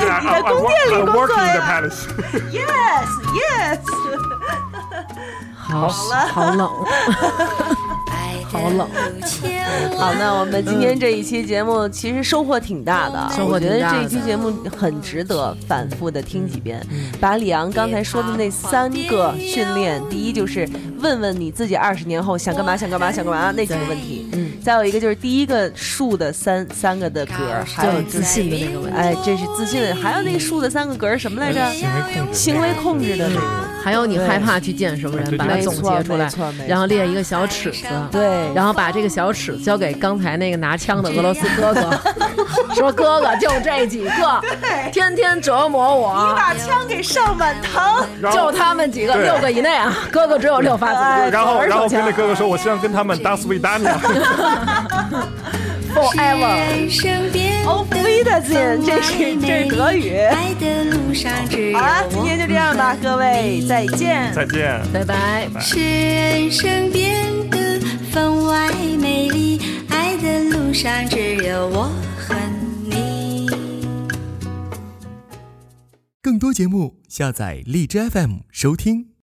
Speaker 4: [laughs]
Speaker 9: [laughs]
Speaker 4: 在宫
Speaker 9: 殿
Speaker 4: 里工作
Speaker 9: in the
Speaker 4: 呀
Speaker 9: palace，
Speaker 4: Yes, yes。
Speaker 10: 好好 [laughs] 冷，好冷。
Speaker 4: 好，那我们今天这一期节目其实收获挺大的，
Speaker 10: 嗯收获
Speaker 4: 我
Speaker 10: 挺
Speaker 4: 觉得
Speaker 10: 大的
Speaker 4: 这一期节目很值得反复的听几遍，
Speaker 10: 嗯
Speaker 4: 把李昂刚才说的那三个训练，第一就是问问你自己二十年后想干嘛想干嘛想干嘛那几个问题，
Speaker 10: 嗯，
Speaker 4: 再有一个就是第一个数的三三个的格儿，还有
Speaker 10: 对自信的那个问题，
Speaker 4: 哎，这是自信的，还有那个数的三个格儿什么来着？
Speaker 9: 行为控制，
Speaker 4: 行为控制的那个。
Speaker 10: 还有你害怕去见什么人，
Speaker 9: 对
Speaker 10: 把它
Speaker 9: 没
Speaker 10: 总
Speaker 4: 错
Speaker 10: 结出来
Speaker 4: 没错没错，
Speaker 10: 然后列一个小尺子，
Speaker 4: 对，
Speaker 10: 然后把这个小尺交给刚才那个拿枪的俄罗斯哥哥， [laughs] 说哥哥就这几个，天天折磨我，
Speaker 4: 把枪给上满膛，
Speaker 9: 然后
Speaker 10: 就他们几个
Speaker 9: 对
Speaker 10: 六个以内啊，哥哥只有六发子
Speaker 9: 然后然后跟那哥哥说，我希望跟
Speaker 4: [laughs]
Speaker 9: 他们 Das w i d a n i
Speaker 10: 弹，forever。
Speaker 4: 哦，维的字，这是这是德语。好了，今天就这样吧，各位，再见。
Speaker 9: 再见。
Speaker 10: 拜拜。
Speaker 8: 使人生变得分外美丽，爱的路上只有我和你。
Speaker 11: 更多节目，下载荔枝 FM 收听。